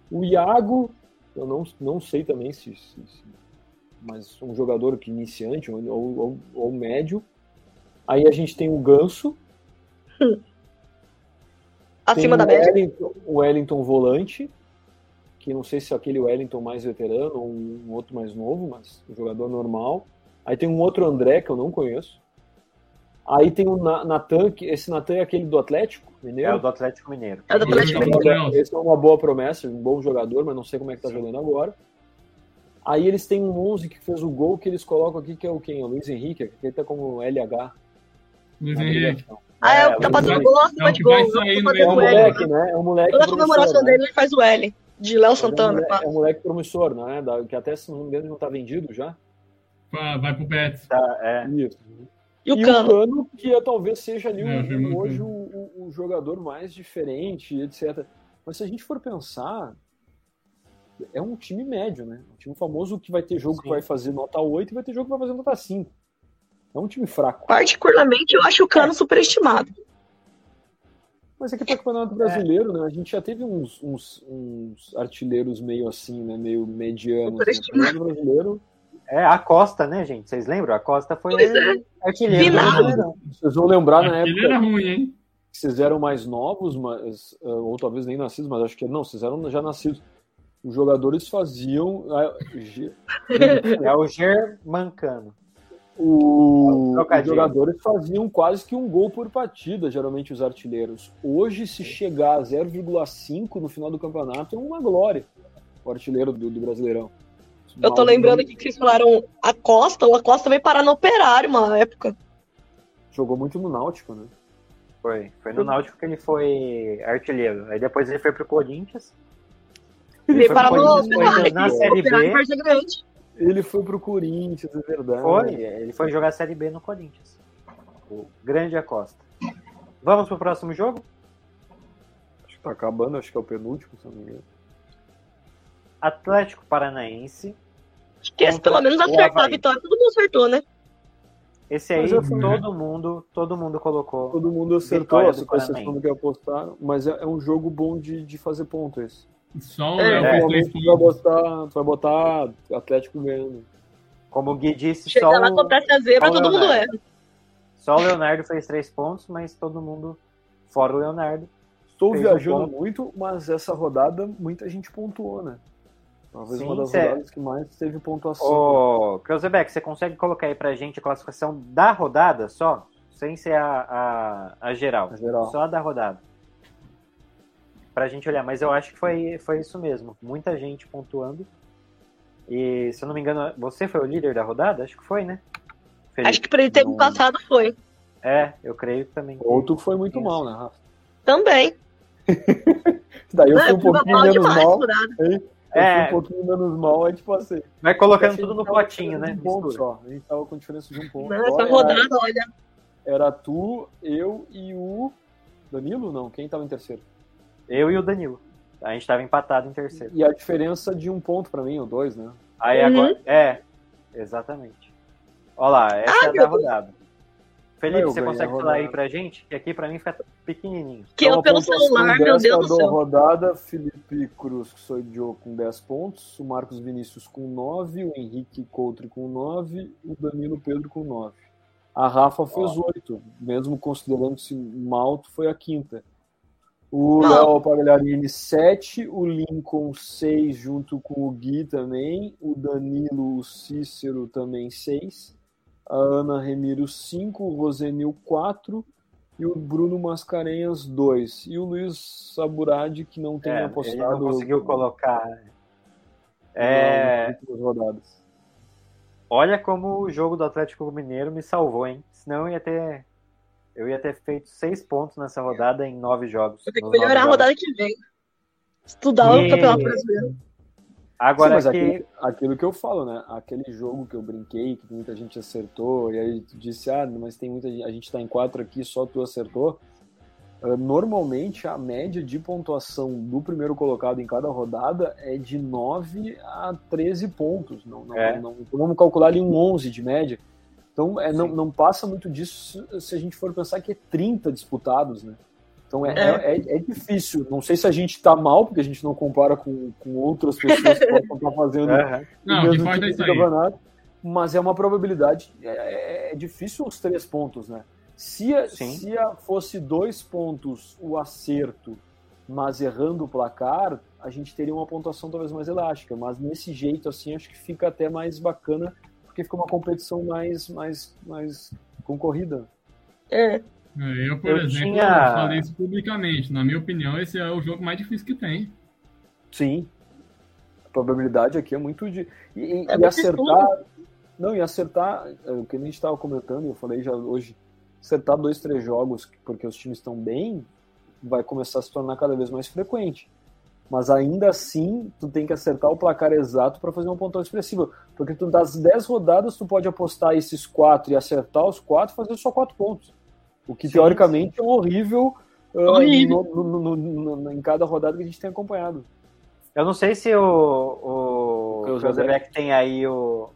Speaker 4: O Iago, eu não, não sei também se, se- se- mas um jogador que iniciante ou, ou, ou- ou médio. Aí a gente tem o Ganso,
Speaker 5: Acima
Speaker 4: tem
Speaker 5: da
Speaker 4: o
Speaker 5: média.
Speaker 4: Wellington, o Wellington volante, que não sei se é aquele Wellington mais veterano ou um outro mais novo, mas um jogador normal. Aí tem um outro André que eu não conheço. Aí tem o Na- Natan, que esse Natan é aquele do Atlético
Speaker 3: É
Speaker 4: Mineiro.
Speaker 3: o do Atlético Mineiro.
Speaker 5: É do
Speaker 4: Esse é,
Speaker 5: Atlético Mineiro.
Speaker 4: uma, esse é uma boa promessa, um bom jogador, mas não sei como é que tá jogando agora. Aí eles têm um 11 que fez o gol que eles colocam aqui, que é o quem? O Luiz Henrique, que ele tá como LH.
Speaker 6: Luiz
Speaker 4: na
Speaker 6: Henrique.
Speaker 4: ligação.
Speaker 5: Ah, é o
Speaker 3: É,
Speaker 5: que tá
Speaker 3: o
Speaker 5: passando
Speaker 6: Zé-
Speaker 5: gol nossa,
Speaker 6: é o
Speaker 5: bate
Speaker 6: que
Speaker 5: gol.
Speaker 6: vai
Speaker 5: eu
Speaker 6: sair no
Speaker 5: vou
Speaker 4: É
Speaker 5: fazer
Speaker 6: meio
Speaker 4: um
Speaker 6: do
Speaker 5: o L.
Speaker 4: moleque, né? É um moleque.
Speaker 5: Toda
Speaker 4: promissor,
Speaker 5: comemoração
Speaker 4: né?
Speaker 5: dele ele faz o L. De Léo
Speaker 4: É um
Speaker 5: Santana.
Speaker 4: moleque,
Speaker 5: pá.
Speaker 4: é um moleque promissor, né? Da- Que até, se não me engano, não tá vendido já.
Speaker 6: Vai, vai pro Betis.
Speaker 3: Tá, é.
Speaker 4: Isso.
Speaker 5: E o
Speaker 4: e
Speaker 5: Cano.
Speaker 4: o Cano, que é, talvez seja ali o-
Speaker 6: É, foi muito
Speaker 4: hoje o, o- o jogador mais diferente, etc. Mas se a gente for pensar, é um time médio, né? Um time famoso que vai ter jogo que
Speaker 3: Sim.
Speaker 4: vai fazer nota 8 e vai ter jogo que vai fazer nota 5. É um time fraco.
Speaker 5: Particularmente, eu acho o Cano superestimado.
Speaker 4: Mas aqui para o
Speaker 5: É.
Speaker 4: Campeonato Brasileiro, né? A gente já teve uns, uns- uns artilheiros meio assim, né? Meio medianos. Né? O
Speaker 5: Superestimado.
Speaker 4: Campeonato Brasileiro,
Speaker 3: É, a Costa, né, gente? Vocês lembram? A Costa foi
Speaker 5: Pois é.
Speaker 3: artilheiro. do
Speaker 5: Vinaldo.
Speaker 3: Brasileirão.
Speaker 4: vocês vão lembrar Tá na
Speaker 6: Ele
Speaker 4: época.
Speaker 6: era ruim, hein?
Speaker 4: vocês eram mais novos, mas, eh, ou talvez nem nascidos, mas acho que não, vocês eram já nascidos. Os jogadores faziam. ah, ge-
Speaker 3: É o Germancano.
Speaker 4: o- os
Speaker 3: Trocadilho.
Speaker 4: jogadores faziam quase que um gol por partida, geralmente os artilheiros. Hoje, se chegar a 0,5 no final do campeonato, é uma glória. O artilheiro do, do Brasileirão.
Speaker 5: Eu tô lembrando que vocês falaram a Costa, o Acosta veio parar no Operário uma época.
Speaker 4: Jogou muito no Náutico, né?
Speaker 3: Foi. Foi no Náutico que ele foi artilheiro. Aí depois ele foi pro Corinthians.
Speaker 5: Veio
Speaker 3: foi
Speaker 5: parar no
Speaker 3: pro Corinthians
Speaker 5: Operário.
Speaker 3: na Série
Speaker 5: Operário
Speaker 3: B.
Speaker 5: Vargas Grande.
Speaker 4: Ele foi pro Corinthians, é verdade.
Speaker 3: Foi. Então, Ele foi jogar a Série B no Corinthians. O grande Acosta. Vamos pro próximo jogo?
Speaker 4: Acho que tá acabando, acho que é o penúltimo, se não me engano.
Speaker 3: Atlético Paranaense.
Speaker 5: Acho que esse pelo menos
Speaker 3: O
Speaker 5: acertar a
Speaker 3: Havaí.
Speaker 5: vitória, todo mundo acertou, né?
Speaker 3: Esse aí
Speaker 4: Mas eu fui, né?
Speaker 3: todo mundo, todo mundo colocou.
Speaker 4: Todo mundo acertou,
Speaker 3: Vitória do
Speaker 4: essa exceção
Speaker 3: Paranaense.
Speaker 4: do que apostaram, mas é, é um jogo bom de, de fazer ponto esse.
Speaker 6: Só o
Speaker 5: É,
Speaker 6: Léo fez
Speaker 4: Normalmente tu
Speaker 6: três
Speaker 4: vai
Speaker 6: pontos.
Speaker 4: botar, tu vai botar Atlético ganhando.
Speaker 3: Como o Gui disse,
Speaker 5: Chegar
Speaker 3: só
Speaker 5: lá,
Speaker 3: o,
Speaker 5: comprar essa zebra,
Speaker 3: só o
Speaker 5: todo mundo
Speaker 3: Leonardo.
Speaker 5: erra.
Speaker 3: só o Leonardo fez três pontos, mas todo mundo, fora o Leonardo,
Speaker 4: Estou
Speaker 3: Fez
Speaker 4: viajando
Speaker 3: um
Speaker 4: muito, mas essa rodada muita gente pontuou, né? Talvez
Speaker 3: Sim,
Speaker 4: uma das
Speaker 3: sério.
Speaker 4: rodadas que mais teve pontuação.
Speaker 3: Ô, Krausebeck, você consegue colocar aí pra gente a classificação da rodada só? Sem ser a, a, a geral.
Speaker 4: na geral.
Speaker 3: Só a da rodada. Pra gente olhar. Mas eu acho que foi, foi isso mesmo. Muita gente pontuando. E, se eu não me engano, você foi o líder da rodada? Acho que foi, né? Felipe?
Speaker 5: Acho que pra ele ter
Speaker 4: Não.
Speaker 5: passado foi.
Speaker 3: É, eu creio que também.
Speaker 4: Outro que foi muito
Speaker 3: Isso.
Speaker 4: mal, né, Rafa?
Speaker 5: Também.
Speaker 4: Daí eu
Speaker 5: Não,
Speaker 4: fui um
Speaker 5: fui
Speaker 4: pouquinho
Speaker 5: mal
Speaker 4: menos
Speaker 5: demais, né?
Speaker 4: mal,
Speaker 5: furado.
Speaker 4: eu
Speaker 3: É.
Speaker 4: fui um pouquinho menos mal, aí tipo assim.
Speaker 3: Vai colocando tudo no potinho, né?
Speaker 4: Um ponto
Speaker 3: Mistura.
Speaker 4: só. A gente tava com diferença de um ponto.
Speaker 5: Não,
Speaker 4: só,
Speaker 5: Essa
Speaker 4: era-
Speaker 5: rodada, olha.
Speaker 4: era tu, eu e o Danilo, não, quem tava em terceiro?
Speaker 3: Eu e o Danilo. A gente tava empatado em terceiro.
Speaker 4: E a diferença de um ponto pra mim, ou dois, né?
Speaker 3: Aí
Speaker 5: Uhum.
Speaker 3: agora. É, exatamente. Olha lá, essa
Speaker 5: Ah,
Speaker 3: é a da
Speaker 5: meu Deus.
Speaker 3: rodada. Felipe,
Speaker 4: Eu
Speaker 3: você
Speaker 4: ganhei a
Speaker 3: consegue falar
Speaker 4: rodada.
Speaker 3: aí pra gente? Que aqui pra mim fica pequenininho.
Speaker 5: Que eu
Speaker 4: Então,
Speaker 5: pelo
Speaker 4: a pontuação
Speaker 5: celular, meu
Speaker 4: dessa
Speaker 5: Deus
Speaker 4: da
Speaker 5: do céu.
Speaker 4: rodada, Felipe Cruz, que sou idiota, com 10 pontos, o Marcos Vinícius com 9, o Henrique Coutre com 9, o Danilo Pedro com 9. A Rafa fez 8, mesmo considerando-se mal, tu foi a quinta. O
Speaker 5: Não.
Speaker 4: Léo Pagliarini 7, o Lincoln 6, junto com o Gui também, o Danilo o Cícero também 6, a Ana Remiro 5, o Rosenil 4 e o Bruno Mascarenhas 2. E o Luiz Saburadi, que não tem
Speaker 3: É, ele
Speaker 4: apostado.
Speaker 3: não conseguiu colocar.
Speaker 4: nas
Speaker 3: É,
Speaker 4: últimas rodadas.
Speaker 3: olha como o jogo do Atlético Mineiro me salvou, hein? Senão eu ia ter. Eu ia ter feito seis pontos nessa rodada em nove jogos.
Speaker 5: Eu tenho que
Speaker 3: nos nove
Speaker 5: melhorar a
Speaker 3: jogos.
Speaker 5: rodada que vem. Estudar
Speaker 3: E-
Speaker 5: o campeonato brasileiro.
Speaker 3: Agora
Speaker 4: Sim, mas
Speaker 3: que.
Speaker 4: aquilo, aquilo que eu falo, né? Aquele jogo que eu brinquei, que muita gente acertou, e aí tu disse, ah, mas tem muita gente, a gente tá em quatro aqui, só tu acertou. Normalmente a média de pontuação do primeiro colocado em cada rodada é de 9 a 13 pontos. Não, não, é. não vamos calcular ali um 11 de média. Então é, não, não passa muito disso se, se a gente for pensar que é 30 disputados, né? Então é, é. é, é difícil. Não sei se a gente está mal, porque a gente não compara com, com outras pessoas que possam estar fazendo é.
Speaker 6: não, o mesmo tipo de campeonato.
Speaker 4: Mas é uma probabilidade. É, difícil os três pontos, né? Se, a, se a fosse dois pontos o acerto, mas errando o placar, a gente teria uma pontuação talvez mais elástica. Mas nesse jeito, assim, acho que fica até mais bacana, porque fica uma competição mais, mais, mais concorrida.
Speaker 5: É.
Speaker 6: Eu, por eu exemplo, tinha... eu falei isso publicamente. Na minha opinião, esse é o jogo mais difícil que tem.
Speaker 4: Sim. A probabilidade aqui é muito de. E, é e acertar. Não, e acertar. é, O que a gente estava comentando, eu falei já hoje. Acertar dois, três jogos porque os times estão bem, vai começar a se tornar cada vez mais frequente. Mas ainda assim, tu tem que acertar o placar exato para fazer uma pontuação expressiva. Porque tu, das 10 rodadas, tu pode apostar esses quatro e acertar os quatro, fazer só quatro pontos. O que sim, teoricamente sim. é horrível, horrível. Uh, no, no, no, em cada rodada que a gente tem acompanhado.
Speaker 3: Eu não sei se o, o, o Josebeck tem aí o,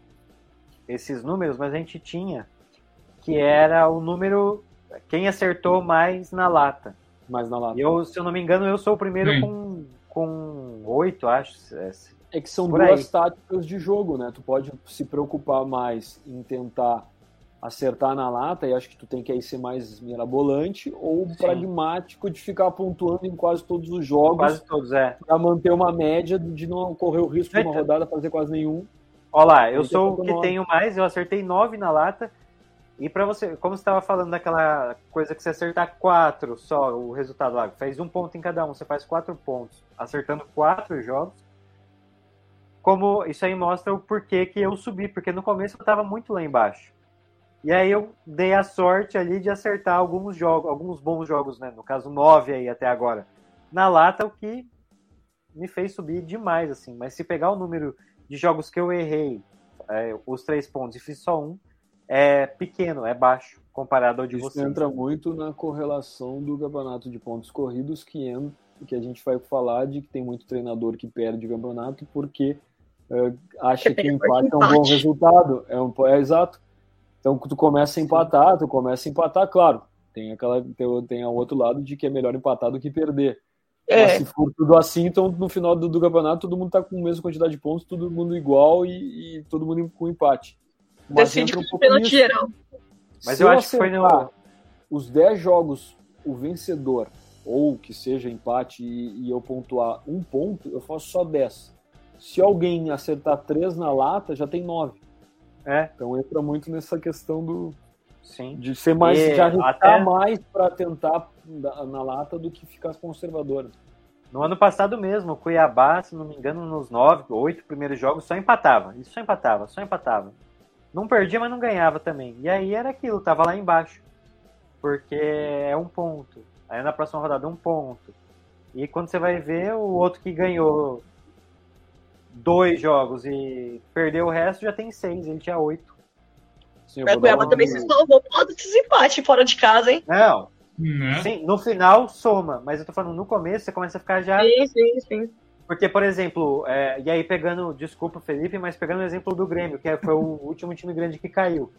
Speaker 3: esses números, mas a gente tinha que era o número quem acertou mais na lata.
Speaker 4: Mais na lata.
Speaker 3: Eu, se eu não me engano, eu sou o primeiro sim. com com oito, acho. É,
Speaker 4: é que são duas aí. táticas de jogo, né? Tu pode se preocupar mais em tentar acertar na lata, e acho que tu tem que aí ser mais mirabolante, ou Sim. pragmático de ficar pontuando em quase todos os jogos.
Speaker 3: Quase todos, é.
Speaker 4: Pra manter uma média de não correr o risco Eita. de uma rodada fazer quase nenhum.
Speaker 3: Olha lá, eu, eu sou o que nove. tenho mais, eu acertei nove na lata. E para você, como você estava falando daquela coisa que você acertar quatro só, o resultado lá, fez um ponto em cada um, você faz quatro pontos, acertando quatro jogos. Como isso aí mostra o porquê que eu subi, porque no começo eu estava muito lá embaixo. E aí eu dei a sorte ali de acertar alguns jogos, alguns bons jogos, né? No caso, nove aí até agora. Na lata, o que me fez subir demais, assim. Mas se pegar o número de jogos que eu errei, é, os três pontos, e fiz só um, é pequeno, é baixo, comparado ao de
Speaker 4: Isso
Speaker 3: vocês.
Speaker 4: entra muito na correlação do campeonato de pontos corridos, que, entra, que a gente vai falar de que tem muito treinador que perde o campeonato porque é, acha que o empate é um bom resultado. É, um, é exato. Então tu começa a empatar, tu começa a empatar, claro. Tem aquela tem o outro lado de que é melhor empatar do que perder. É. Mas se for tudo assim, então no final do, do, campeonato todo mundo tá com a mesma quantidade de pontos, todo mundo igual e, e todo mundo com empate. Então,
Speaker 5: Mas Decide um pouco pênalti geral.
Speaker 4: Mas se eu acho que foi no... os 10 jogos, o vencedor, ou que seja empate e, e eu pontuar um ponto, eu faço só 10. Se alguém acertar 3 na lata, já tem 9.
Speaker 3: É.
Speaker 4: Então entra muito nessa questão do
Speaker 3: Sim.
Speaker 4: de ser mais e de arriscar até... mais para tentar na lata do que ficar conservador.
Speaker 3: No ano passado mesmo, o Cuiabá, se não me engano, nos nove, oito primeiros jogos só empatava. E só empatava, só empatava. Não perdia, mas não ganhava também. E aí era aquilo, tava lá embaixo. Porque é um ponto. Aí na próxima rodada um ponto. E quando você vai ver, o outro que ganhou dois jogos e perdeu o resto, já tem seis, ele tinha oito.
Speaker 5: Sim, o
Speaker 4: um
Speaker 5: Cuiabá também se salvou por desempate fora de casa, hein?
Speaker 3: Não.
Speaker 6: Né?
Speaker 3: Uhum. Sim, no final soma, mas eu tô falando no começo, você começa a ficar já.
Speaker 5: Sim, sim, sim.
Speaker 3: Porque, por exemplo, é, e aí pegando, desculpa Felipe, mas pegando o exemplo do Grêmio, que é, foi o último time grande que caiu.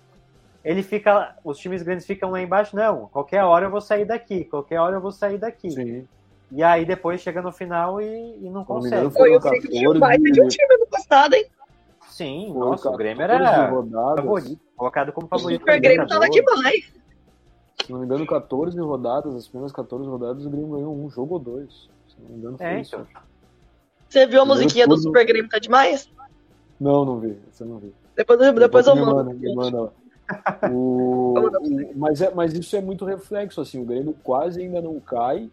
Speaker 3: Ele fica, os times grandes ficam lá embaixo, não, qualquer hora eu vou sair daqui, qualquer hora eu vou sair daqui.
Speaker 4: Sim.
Speaker 3: E aí depois chega no final e, e não consegue.
Speaker 5: Foi o que tinha de um time ano passado, hein?
Speaker 3: Sim, Foi nossa, o Grêmio era favorito, colocado como favorito.
Speaker 5: O Super Grêmio tava demais.
Speaker 4: Se não me engano, 14 rodadas, as primeiras 14 rodadas, o Grêmio ganhou um jogo ou dois. Se não me engano, foi é, isso. Então.
Speaker 5: Você viu a musiquinha do Super Grêmio tá demais?
Speaker 4: Não, não vi. Você não vi.
Speaker 5: Depois, depois, depois eu mando.
Speaker 4: Me manda, lá. O... mas, é, mas isso é muito reflexo, assim, o Grêmio quase ainda não cai,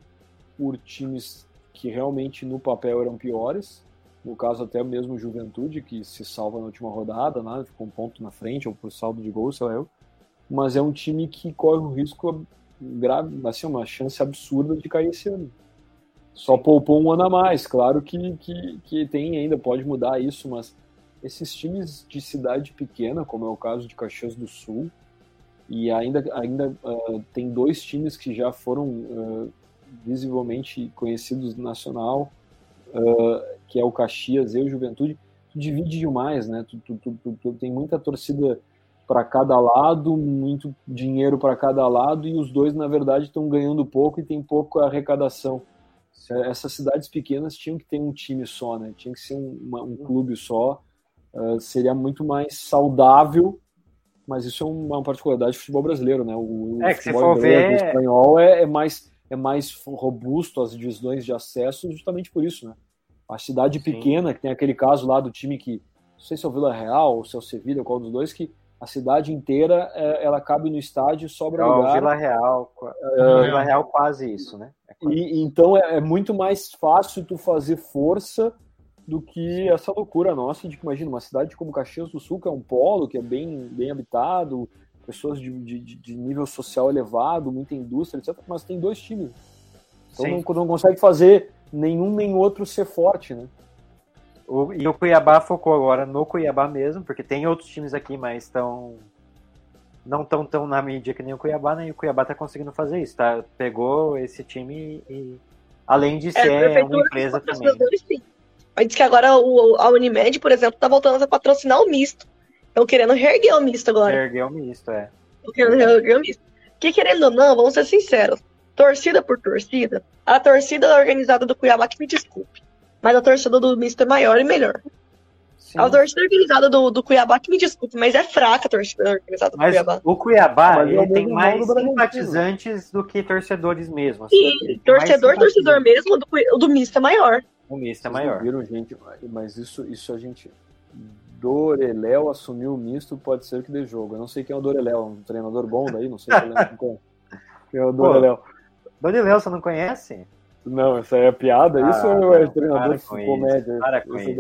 Speaker 4: por times que realmente no papel eram piores. No caso, até mesmo Juventude, que se salva na última rodada, né? ficou um ponto na frente, ou por saldo de gol, sei lá eu. Mas é um time que corre um risco grave, assim, uma chance absurda de cair esse ano. Só poupou um ano a mais, claro que, que, que tem ainda, pode mudar isso, mas esses times de cidade pequena, como é o caso de Caxias do ah, Sul, e ainda, ainda uh, tem dois times que já foram uh, visivelmente conhecidos do Nacional, uh, que é o Caxias e o Juventude, tu divide demais, né? Tu, tu, tu, tu tem muita torcida para cada lado, muito dinheiro para cada lado, e os dois, na verdade, estão ganhando pouco e tem pouca arrecadação. Essas cidades pequenas tinham que ter um time só, né? Tinha que ser um, uma, um clube só. Uh, seria muito mais saudável, mas isso é uma particularidade do futebol brasileiro, né? O,
Speaker 3: é,
Speaker 4: o futebol
Speaker 3: brasileiro,
Speaker 4: ver... espanhol é, é, mais, é mais robusto as divisões de acesso justamente por isso, né? A cidade Sim. pequena, que tem aquele caso lá do time que, não sei se é o Vila Real ou se é o Sevilha, qual dos dois, que a cidade inteira é, ela cabe no estádio sobra
Speaker 3: oh,
Speaker 4: lugar.
Speaker 3: Vila Real, uh, Vila Real quase isso, né?
Speaker 4: É quase. E, então é, é, muito mais fácil tu fazer força do que essa loucura nossa de que imagina uma cidade como Caxias do Sul que é um polo que é bem bem habitado, pessoas de, de, de nível social elevado, muita indústria, etc. Mas tem dois times, né? então não, não consegue fazer nenhum nem outro ser forte, né?
Speaker 3: O, e o Cuiabá focou agora no Cuiabá mesmo, porque tem outros times aqui, mas estão não tão tão na mídia que nem o Cuiabá, né? E o Cuiabá tá conseguindo fazer isso, tá? Pegou esse time e além de ser é, uma empresa também. Né?
Speaker 5: Mas diz que agora o, a Unimed, por exemplo, tá voltando a patrocinar o misto. Estão querendo reerguer o misto agora.
Speaker 3: Reerguer o misto, é.
Speaker 5: Estão querendo reerguer o misto. Porque querendo ou não, vamos ser sinceros, torcida por torcida, a torcida organizada do Cuiabá que me desculpe mas a torcida do Misto é maior e melhor. Sim. A torcida organizada do, do Cuiabá, que me desculpe, mas é fraca a torcida organizada do
Speaker 3: mas
Speaker 5: Cuiabá.
Speaker 3: O Cuiabá mas ele tem mais simpatizantes do que torcedores mesmo.
Speaker 5: Assim. Sim, torcedor, torcedor mesmo, do, do Misto é maior.
Speaker 3: O Misto é maior.
Speaker 4: Viram, gente, mas isso, isso a gente. Doreléu assumiu o misto, pode ser que dê jogo. Eu não sei quem é o Doreléu, um treinador bom daí, não sei quem é o Doreléu.
Speaker 3: Doreléu, você não conhece?
Speaker 4: Não, essa é piada, ah, isso não, é treinador de comédia.
Speaker 3: Para com
Speaker 4: isso.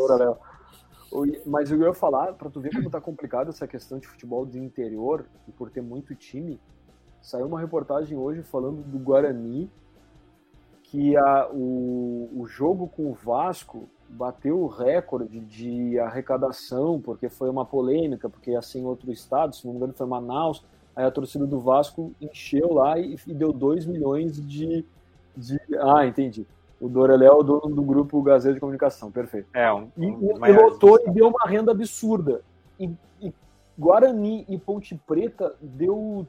Speaker 4: Mas eu ia falar, para tu ver como tá complicado essa questão de futebol de interior, e por ter muito time, saiu uma reportagem hoje falando do Guarani, que a, o, o jogo com o Vasco bateu o recorde de arrecadação, porque foi uma polêmica, porque assim em outro estado, se não me engano foi Manaus, aí a torcida do Vasco encheu lá e, e deu 2 milhões de de... Ah, entendi. O Dorelé é o dono do grupo Gazeta de Comunicação, perfeito. Então,
Speaker 3: É, um, um,
Speaker 4: e, e lotou e deu uma renda absurda. E, e, Guarani e Ponte Preta deu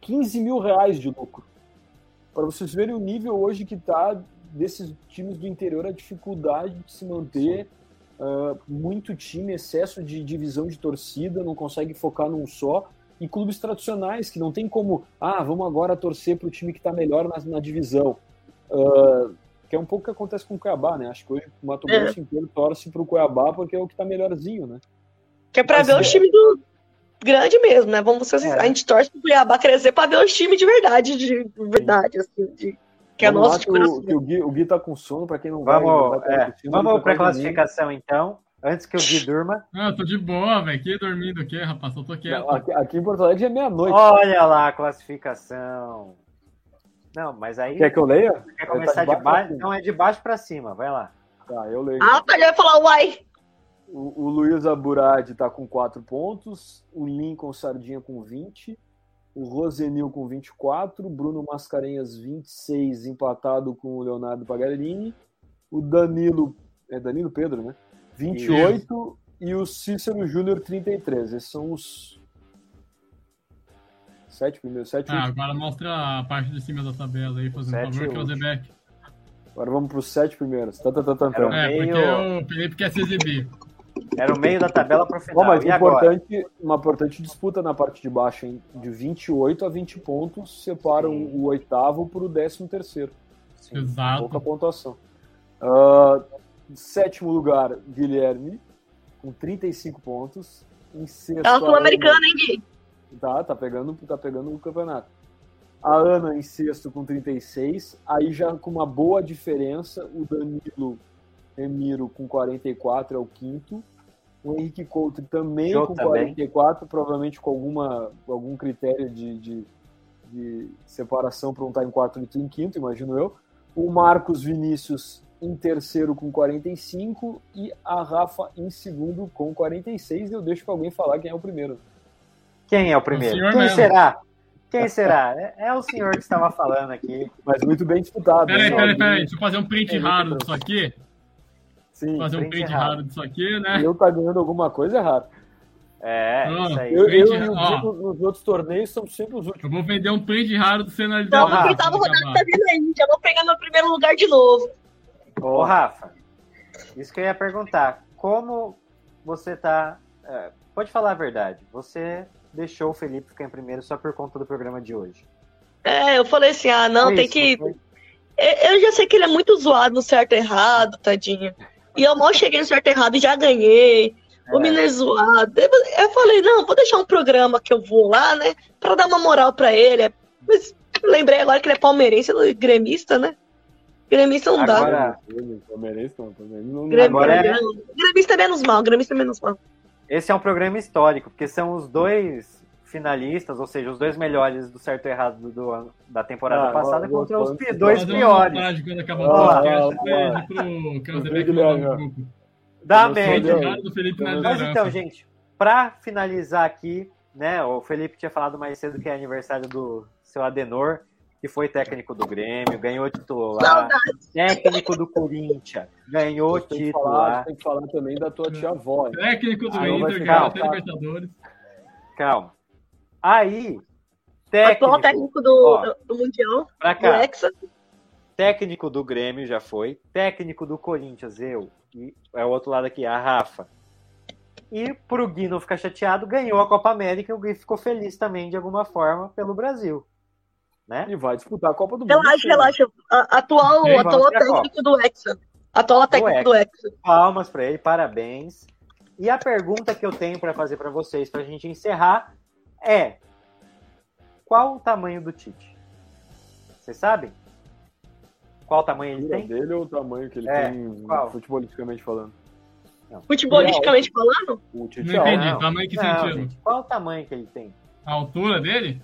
Speaker 4: 15 mil reais de lucro. Para vocês verem o nível hoje que está desses times do interior, a dificuldade de se manter. Uh, muito time, excesso de divisão de torcida, não consegue focar num só e clubes tradicionais que não tem como, ah, vamos agora torcer para o time que está melhor na, na divisão. Uh, que é um pouco o que acontece com o Cuiabá, né? Acho que hoje o Mato Grosso é. inteiro torce para o Cuiabá porque é o que está melhorzinho, né?
Speaker 5: Que é para ver é... o time do grande mesmo, né? Vamos ser... é. a gente torce para o Cuiabá crescer para ver o time de verdade, de verdade, assim, de... que é nosso.
Speaker 4: Que, o, que o, Gui, o Gui tá com sono, para quem não
Speaker 3: vamos,
Speaker 4: vai.
Speaker 3: vai time, vamos tá para a classificação então. Antes que o Gui durma.
Speaker 6: Ah, tô de boa, velho. Aqui dormindo o quê, rapaz? Eu tô quieto.
Speaker 4: Aqui, aqui, em Porto Alegre já é meia-noite.
Speaker 3: Olha lá a classificação. Não, mas aí.
Speaker 4: Quer que eu leia?
Speaker 3: Quer começar tá de baixo? De baixo? Não, é de baixo pra cima. Vai lá.
Speaker 4: Tá, eu leio.
Speaker 5: Ah, tá, já ia falar uai.
Speaker 4: O, o Luiz Aburadi tá com 4 pontos. O Lincoln Sardinha com 20. O Rosenil com 24. Bruno Mascarenhas, 26, empatado com o Leonardo Pagalini. O Danilo. É Danilo Pedro, né? 28 Isso. e o Cícero Júnior 33. Esses são os sete primeiros. Sete,
Speaker 6: ah, agora mostra a parte de cima da tabela aí, fazendo sete, favor, que é o Zebeck.
Speaker 4: Agora vamos para os sete primeiros. Tá, tá, tá, tá,
Speaker 6: tá. É, meio... porque o Felipe quer se exibir.
Speaker 3: Era o meio da tabela para o final.
Speaker 4: Bom, mas importante, agora? uma importante disputa na parte de baixo, hein? De 28 a 20 pontos separam Sim. o oitavo para o décimo terceiro.
Speaker 6: Sim, Exato.
Speaker 4: Pouca pontuação. Uh, em sétimo lugar, Guilherme, com 35 pontos. Em sexto,
Speaker 5: Ela sul-americana, hein, Gui?
Speaker 4: Tá, tá pegando, tá pegando o campeonato. A Ana em sexto com 36. Aí já com uma boa diferença, o Danilo Emiro com 44 é o quinto. O Henrique Couto também Jô com também. 44, provavelmente com alguma, algum critério de, de, de separação para um estar em quarto e em quinto, imagino eu. O Marcos Vinícius em terceiro com 45 e a Rafa em segundo com 46. Eu deixo para alguém falar quem é o primeiro.
Speaker 3: Quem é o primeiro? O quem mesmo. será? Quem será? É o senhor que estava falando aqui.
Speaker 4: Mas muito bem disputado.
Speaker 6: Peraí, peraí, peraí. Deixa eu fazer um print raro disso aqui.
Speaker 4: Sim,
Speaker 6: fazer um print raro. raro disso aqui, né?
Speaker 4: E eu tá ganhando alguma coisa errada.
Speaker 3: É,
Speaker 6: Pronto.
Speaker 3: isso aí.
Speaker 4: Eu, eu
Speaker 6: Print-
Speaker 4: e o
Speaker 6: ó.
Speaker 4: Diego nos outros torneios somos sempre os últimos.
Speaker 6: Eu vou vender um print raro do cenário
Speaker 5: Então,
Speaker 3: Ah,
Speaker 5: a oitava
Speaker 6: vou
Speaker 5: rodada
Speaker 6: acabar.
Speaker 5: tá vindo aí. Já vou pegar meu primeiro lugar de novo.
Speaker 3: Ô, Rafa, isso que eu ia perguntar. Como você tá. é, pode falar a verdade. Você deixou o Felipe ficar em primeiro só por conta do programa de hoje.
Speaker 5: É, eu falei assim, ah, não,
Speaker 3: Foi
Speaker 5: tem
Speaker 3: isso, né?
Speaker 5: que...
Speaker 3: foi?
Speaker 5: Eu eu já sei que ele é muito zoado no certo e errado, tadinho. E eu mal cheguei no certo e errado e já ganhei. O
Speaker 3: É.
Speaker 5: menino é zoado. Eu eu falei, não, vou deixar um programa que eu vou lá, né? Pra dar uma moral pra ele. É, Mas lembrei agora que ele é palmeirense, ele é gremista, né? Gremista não dá.
Speaker 3: Agora-
Speaker 4: Palmeirense não, Palmeirense não.
Speaker 5: Gremista,
Speaker 3: agora é-
Speaker 5: gremista é menos mal, gremista é menos mal.
Speaker 3: Esse é um programa histórico, porque são os dois finalistas, ou seja, os dois melhores do certo e errado do, do ano- da temporada
Speaker 4: Ah,
Speaker 3: passada
Speaker 4: vou-
Speaker 3: contra
Speaker 4: vou-
Speaker 3: os
Speaker 4: vou-
Speaker 3: pi-
Speaker 4: vou
Speaker 3: dois
Speaker 6: Fazer uma
Speaker 3: piores.
Speaker 6: montagem quando acabar
Speaker 4: Olha
Speaker 6: o
Speaker 4: lá,
Speaker 6: podcast,
Speaker 4: olha lá,
Speaker 6: pra ele pro é Krausebeck
Speaker 4: Vem,
Speaker 6: mandar no
Speaker 4: Guilherme, ó.
Speaker 6: um grupo.
Speaker 3: Dá
Speaker 4: Eu
Speaker 6: Print
Speaker 4: Entendeu?
Speaker 3: merda.
Speaker 6: raro do Felipe na
Speaker 3: Mas
Speaker 6: liderança.
Speaker 3: então, gente, pra finalizar aqui, né? O Felipe tinha falado mais cedo que é aniversário do seu Adenor, que foi técnico do Grêmio, ganhou titular, técnico do Corinthians, ganhou
Speaker 4: Tem que, falar,
Speaker 3: titular.
Speaker 4: tem que falar também da tua tia avó. hein?
Speaker 6: Técnico do
Speaker 4: Ah, não vai
Speaker 6: Inter,
Speaker 4: ficar,
Speaker 6: ganhou até
Speaker 4: tá.
Speaker 6: Libertadores.
Speaker 3: Calma. Aí,
Speaker 5: Atual
Speaker 3: técnico,
Speaker 5: técnico do,
Speaker 3: Ó.
Speaker 5: do- do Mundial,
Speaker 3: pra
Speaker 5: do
Speaker 3: cá.
Speaker 5: Hexa.
Speaker 3: técnico do Grêmio já foi, técnico do Corinthians, eu, e é o outro lado aqui, a Rafa. E pro Gui não ficar chateado, ganhou a Copa América e o Gui ficou feliz também, de alguma forma, pelo Brasil.
Speaker 4: E vai disputar a Copa do Mundo.
Speaker 5: Relaxa,
Speaker 4: sim.
Speaker 5: relaxa. A- Atual,
Speaker 6: Quem
Speaker 5: atual
Speaker 3: vai pra
Speaker 5: técnico do Hexa. Atual técnico do Hexa.
Speaker 3: Palmas pra ele, parabéns. E a pergunta que eu tenho pra fazer pra vocês, pra gente encerrar, é: qual o tamanho do Tite? Vocês sabem? Qual tamanho ele
Speaker 4: A altura
Speaker 3: tem?
Speaker 4: dele ou o tamanho que ele
Speaker 3: É,
Speaker 4: tem,
Speaker 3: qual?
Speaker 4: futebolisticamente falando?
Speaker 5: Futebolisticamente falando,
Speaker 4: O Tite
Speaker 6: Não
Speaker 4: é
Speaker 6: entendi,
Speaker 4: alto.
Speaker 3: não.
Speaker 6: tamanho que
Speaker 3: Não,
Speaker 6: sentido.
Speaker 3: gente, qual o tamanho que ele tem?
Speaker 6: A altura dele?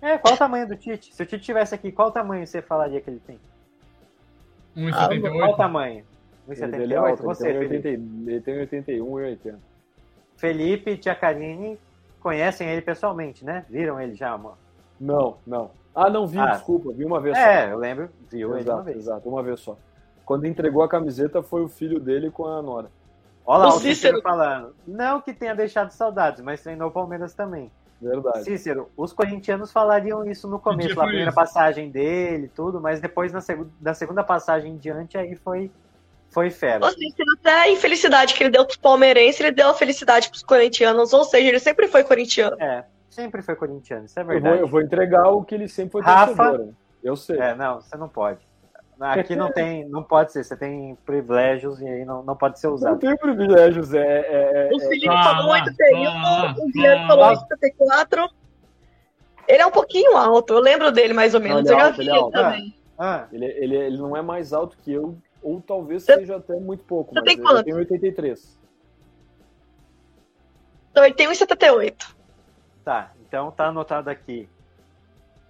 Speaker 3: É, qual o tamanho do Tite? Se o Tite tivesse aqui, qual o tamanho você falaria que ele tem? Qual o
Speaker 6: Ah, 1,78.
Speaker 3: tamanho?
Speaker 4: Ele dele é alto,
Speaker 3: 1,78?
Speaker 4: ele
Speaker 3: Você,
Speaker 4: tem
Speaker 3: Felipe.
Speaker 4: 80 e- ele tem 81 e 80.
Speaker 3: Felipe Tiacarini, conhecem ele pessoalmente, né? Viram ele já, mano?
Speaker 4: Não, não. Ah, não vi,
Speaker 3: Ah.
Speaker 4: desculpa, vi uma vez
Speaker 3: É, eu lembro, viu
Speaker 4: só.
Speaker 3: ele uma
Speaker 4: Exato,
Speaker 3: vez.
Speaker 4: exato, uma vez só. Quando entregou a camiseta foi o filho dele com a Nora.
Speaker 3: Olha lá
Speaker 5: O
Speaker 3: o Cícero.
Speaker 5: Cícero.
Speaker 3: falando. Não que tenha deixado saudades, mas treinou o Palmeiras também.
Speaker 4: Verdade.
Speaker 3: Cícero, os corintianos falariam isso no começo,
Speaker 6: dia
Speaker 3: lá, a
Speaker 6: foi
Speaker 3: primeira
Speaker 6: isso?
Speaker 3: passagem dele tudo, mas depois na segu- da segunda passagem em diante aí foi, foi fera.
Speaker 5: ou seja, até a infelicidade que ele deu pros palmeirenses, ele deu a felicidade pros corintianos, ou seja, ele sempre foi corintiano.
Speaker 3: É, sempre foi corintiano, isso é
Speaker 4: Eu vou,
Speaker 3: verdade.
Speaker 4: eu vou entregar o que ele sempre foi
Speaker 3: Rafa.
Speaker 4: torcedor. né? Eu sei.
Speaker 3: É, não, você não pode. Aqui não tem, não pode ser. Você tem privilégios e aí não, não pode ser
Speaker 4: Não
Speaker 3: usado.
Speaker 4: tem privilégios, é, é,
Speaker 5: O Felipe
Speaker 6: Ah,
Speaker 5: falou
Speaker 6: lá,
Speaker 5: 81,
Speaker 6: ah,
Speaker 5: o Guilherme
Speaker 6: ah,
Speaker 5: falou
Speaker 6: lá.
Speaker 5: 84. Ele é um pouquinho alto, eu lembro dele mais ou menos.
Speaker 4: Não, ele é
Speaker 5: eu já
Speaker 4: alto,
Speaker 5: vi
Speaker 4: ele é alto.
Speaker 5: também.
Speaker 3: Ah,
Speaker 4: Ele, ele, ele não é mais alto que eu, ou talvez
Speaker 5: Você-
Speaker 4: seja até muito pouco,
Speaker 5: Você
Speaker 4: mas
Speaker 5: tem
Speaker 4: eu- eu
Speaker 5: quanto?
Speaker 4: tenho 83.
Speaker 5: Então ele tem 1,78.
Speaker 3: tá. Então tá anotado aqui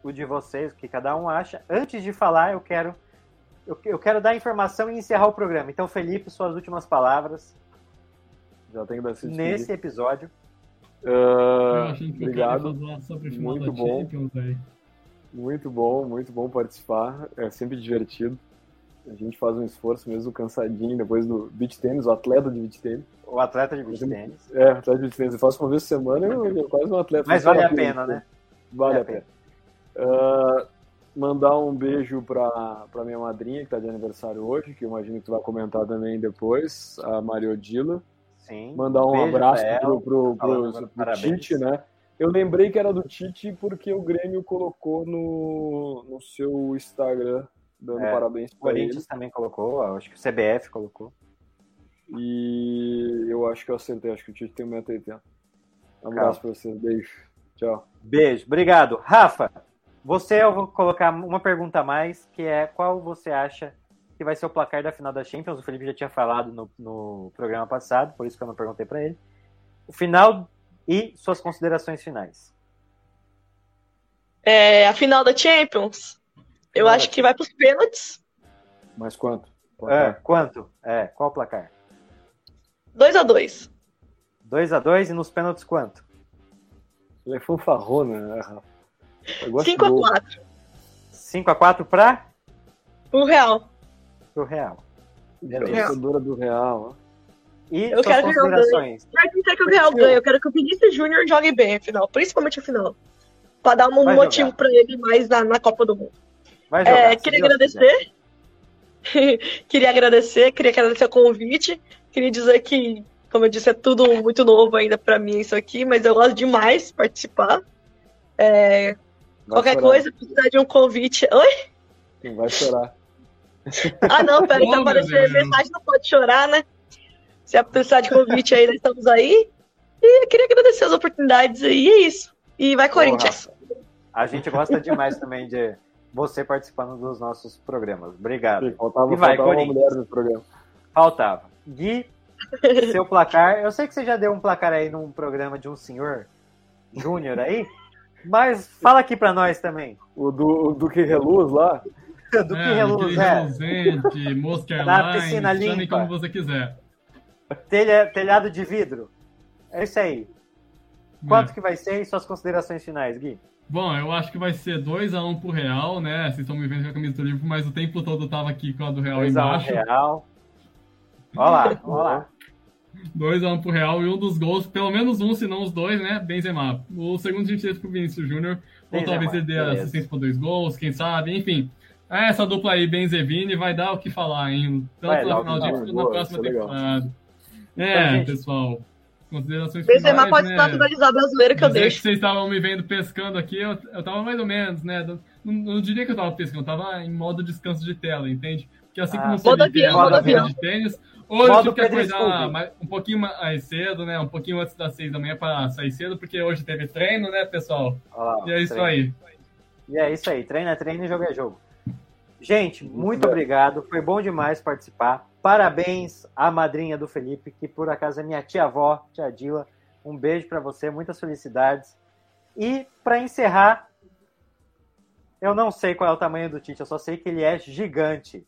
Speaker 3: o de vocês, o que cada um acha. Antes de falar, eu quero eu, eu quero dar informação e encerrar o programa. Então, Felipe, suas últimas palavras
Speaker 4: Já tenho que dar
Speaker 3: nesse episódio.
Speaker 6: Eu
Speaker 4: uh,
Speaker 6: achando que eu queria
Speaker 4: Obrigado,
Speaker 6: falar sobre o final
Speaker 4: Muito
Speaker 6: da
Speaker 4: bom.
Speaker 6: Champions aí.
Speaker 4: muito bom, muito bom participar. É sempre divertido. A gente faz um esforço mesmo cansadinho depois do beach tênis, o atleta de beach tênis.
Speaker 3: O atleta de beach tênis.
Speaker 4: É, atleta de beach tênis. Eu faço uma vez por semana e eu, eu quase um atleta.
Speaker 3: Mas
Speaker 4: Só
Speaker 3: vale a
Speaker 4: uma
Speaker 3: pena,
Speaker 4: vez.
Speaker 3: né?
Speaker 4: Vale
Speaker 3: É,
Speaker 4: a pena. Ah, mandar um beijo pra, pra minha madrinha, que tá de aniversário hoje, que eu imagino que tu vai comentar também depois, a Mariodila.
Speaker 3: Sim.
Speaker 4: Mandar um
Speaker 3: Beijo pra
Speaker 4: abraço
Speaker 3: ela, tá
Speaker 4: pro, pro,
Speaker 3: falando
Speaker 4: pro,
Speaker 3: agora,
Speaker 4: pro
Speaker 3: parabéns.
Speaker 4: Tite, né? Eu lembrei que era do Tite porque o Grêmio colocou no, no seu Instagram, dando
Speaker 3: É,
Speaker 4: parabéns
Speaker 3: O
Speaker 4: pra ele.
Speaker 3: Corinthians também colocou, ó, acho que o CBF colocou.
Speaker 4: E eu acho que eu acertei, acho que o Tite tem 1,80m. Um
Speaker 3: Calma.
Speaker 4: abraço pra vocês, beijo. Tchau.
Speaker 3: Beijo, obrigado. Rafa, você eu vou colocar uma pergunta a mais, que é qual você acha que vai ser o placar da final da Champions? O Felipe já tinha falado no, no programa passado, por isso que eu não perguntei para ele. O final e suas considerações finais.
Speaker 5: É, a final da Champions,
Speaker 4: É
Speaker 5: eu
Speaker 3: Final
Speaker 5: acho
Speaker 3: da
Speaker 5: que vai pros pênaltis.
Speaker 4: Mas quanto?
Speaker 3: É, quanto? É, qual o placar?
Speaker 5: 2x2.
Speaker 3: 2 a 2 e nos pênaltis quanto?
Speaker 4: Ele é fanfarrona, né, Rafa?
Speaker 5: 5x4.
Speaker 3: 5x4 pra?
Speaker 5: Pro um Real.
Speaker 3: Pro Real. Beleza.
Speaker 4: Torcedora do Real.
Speaker 3: E
Speaker 5: Eu
Speaker 3: suas
Speaker 5: quero que o Real ganhe.
Speaker 3: considerações.
Speaker 5: Mas não quero que o Real ganhe, eu quero que o Vinícius Júnior jogue bem a final, principalmente a final. Pra dar um
Speaker 3: Vai
Speaker 5: motivo
Speaker 3: jogar.
Speaker 5: pra ele mais na, na Copa do Mundo.
Speaker 3: Vai
Speaker 5: É,
Speaker 3: jogar,
Speaker 5: queria
Speaker 3: se Deus
Speaker 5: agradecer. queria agradecer, queria agradecer o convite. Queria dizer que, como eu disse, é tudo muito novo ainda pra mim isso aqui, mas eu gosto demais de participar. É,
Speaker 4: Vai
Speaker 5: qualquer
Speaker 4: chorar.
Speaker 5: coisa, precisar de um convite. Oi?
Speaker 4: Não vai chorar.
Speaker 5: Ah, não, pera,
Speaker 6: Oh,
Speaker 5: se
Speaker 6: meu
Speaker 5: aparecer
Speaker 6: Deus.
Speaker 5: mensagem, não pode chorar, né? Se precisar de convite aí, nós estamos aí. E eu queria agradecer as oportunidades aí, e é isso. E vai, Corinthians.
Speaker 3: A gente gosta demais também de você participando dos nossos programas. Obrigado.
Speaker 4: Faltava,
Speaker 3: E vai,
Speaker 4: faltava uma
Speaker 3: Corinthians.
Speaker 4: mulher no programa.
Speaker 3: Faltava. Gui, seu placar. Eu sei que você já deu um placar aí num programa de um senhor júnior aí, mas fala aqui pra nós também.
Speaker 4: O do, o do que reluz lá.
Speaker 3: Do que reluz é?
Speaker 6: reluzente, mosca
Speaker 3: Da
Speaker 6: airline,
Speaker 3: piscina
Speaker 6: chame
Speaker 3: limpa.
Speaker 6: como você quiser.
Speaker 3: Telha- telhado de vidro. É isso aí.
Speaker 6: Hum.
Speaker 3: Quanto que vai ser e suas considerações finais, Gui?
Speaker 6: Bom, eu acho que vai ser 2x1 pro Real, né? Vocês estão me vendo com a camisa do Liverpool, mas o tempo todo eu tava aqui com a do Real
Speaker 3: 2x1
Speaker 6: embaixo.
Speaker 3: real. Olha lá, olha lá.
Speaker 6: 2x1 pro Real e um dos gols, pelo menos um, se não os dois, né? Benzema. O segundo a gente fez pro Vinícius Júnior, ou
Speaker 3: Benzema,
Speaker 6: talvez ele dê
Speaker 3: beleza.
Speaker 6: assistência pra dois gols, quem sabe, enfim. Essa dupla aí, Benzevini, vai dar o que falar, hein? Tanto
Speaker 3: Vai dar
Speaker 6: na
Speaker 3: o
Speaker 6: final
Speaker 3: que
Speaker 6: de
Speaker 3: falar.
Speaker 6: quanto na
Speaker 4: Boa,
Speaker 6: próxima
Speaker 4: isso é legal.
Speaker 6: temporada.
Speaker 3: Então,
Speaker 6: É,
Speaker 3: gente-
Speaker 6: pessoal. Considerações
Speaker 5: Benzema
Speaker 6: finais,
Speaker 5: pode
Speaker 6: né?
Speaker 5: naturalizar brasileiro que eu
Speaker 6: Dizer
Speaker 5: deixo.
Speaker 6: é vocês estavam me vendo pescando aqui, eu, eu tava mais ou menos, né? Não, não diria que eu tava pescando, eu tava em modo descanso de tela, entende? Porque assim
Speaker 3: Ah.
Speaker 6: como
Speaker 5: Modo
Speaker 6: você
Speaker 5: avião,
Speaker 3: modo avião.
Speaker 6: de tênis, hoje
Speaker 3: Modo
Speaker 6: eu tive que
Speaker 3: Pedro
Speaker 6: acordar
Speaker 3: Scooby.
Speaker 6: mais- um pouquinho mais cedo, né? Um pouquinho antes das seis da manhã pra sair cedo, porque hoje teve treino, né, pessoal?
Speaker 3: Olha lá, um.
Speaker 6: E é isso
Speaker 3: treino.
Speaker 6: aí.
Speaker 3: E é isso aí. Treino é treino e jogo é jogo. Gente, muito
Speaker 4: bem.
Speaker 3: obrigado. Foi bom demais participar. Parabéns à madrinha do Felipe, que por acaso é minha tia-avó, tia Dila. Um beijo pra você, muitas felicidades. E pra encerrar, eu não sei qual é o tamanho do Tite, eu só sei que ele é gigante.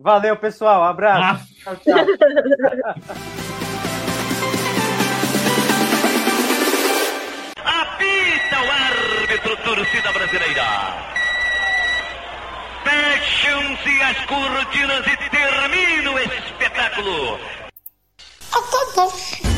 Speaker 3: Valeu, pessoal. Abraço. Tchau,
Speaker 6: Ah,
Speaker 3: tchau.
Speaker 2: Apita o árbitro, torcida brasileira. Fecham-se as cortinas e termina o espetáculo.
Speaker 1: Okay, okay.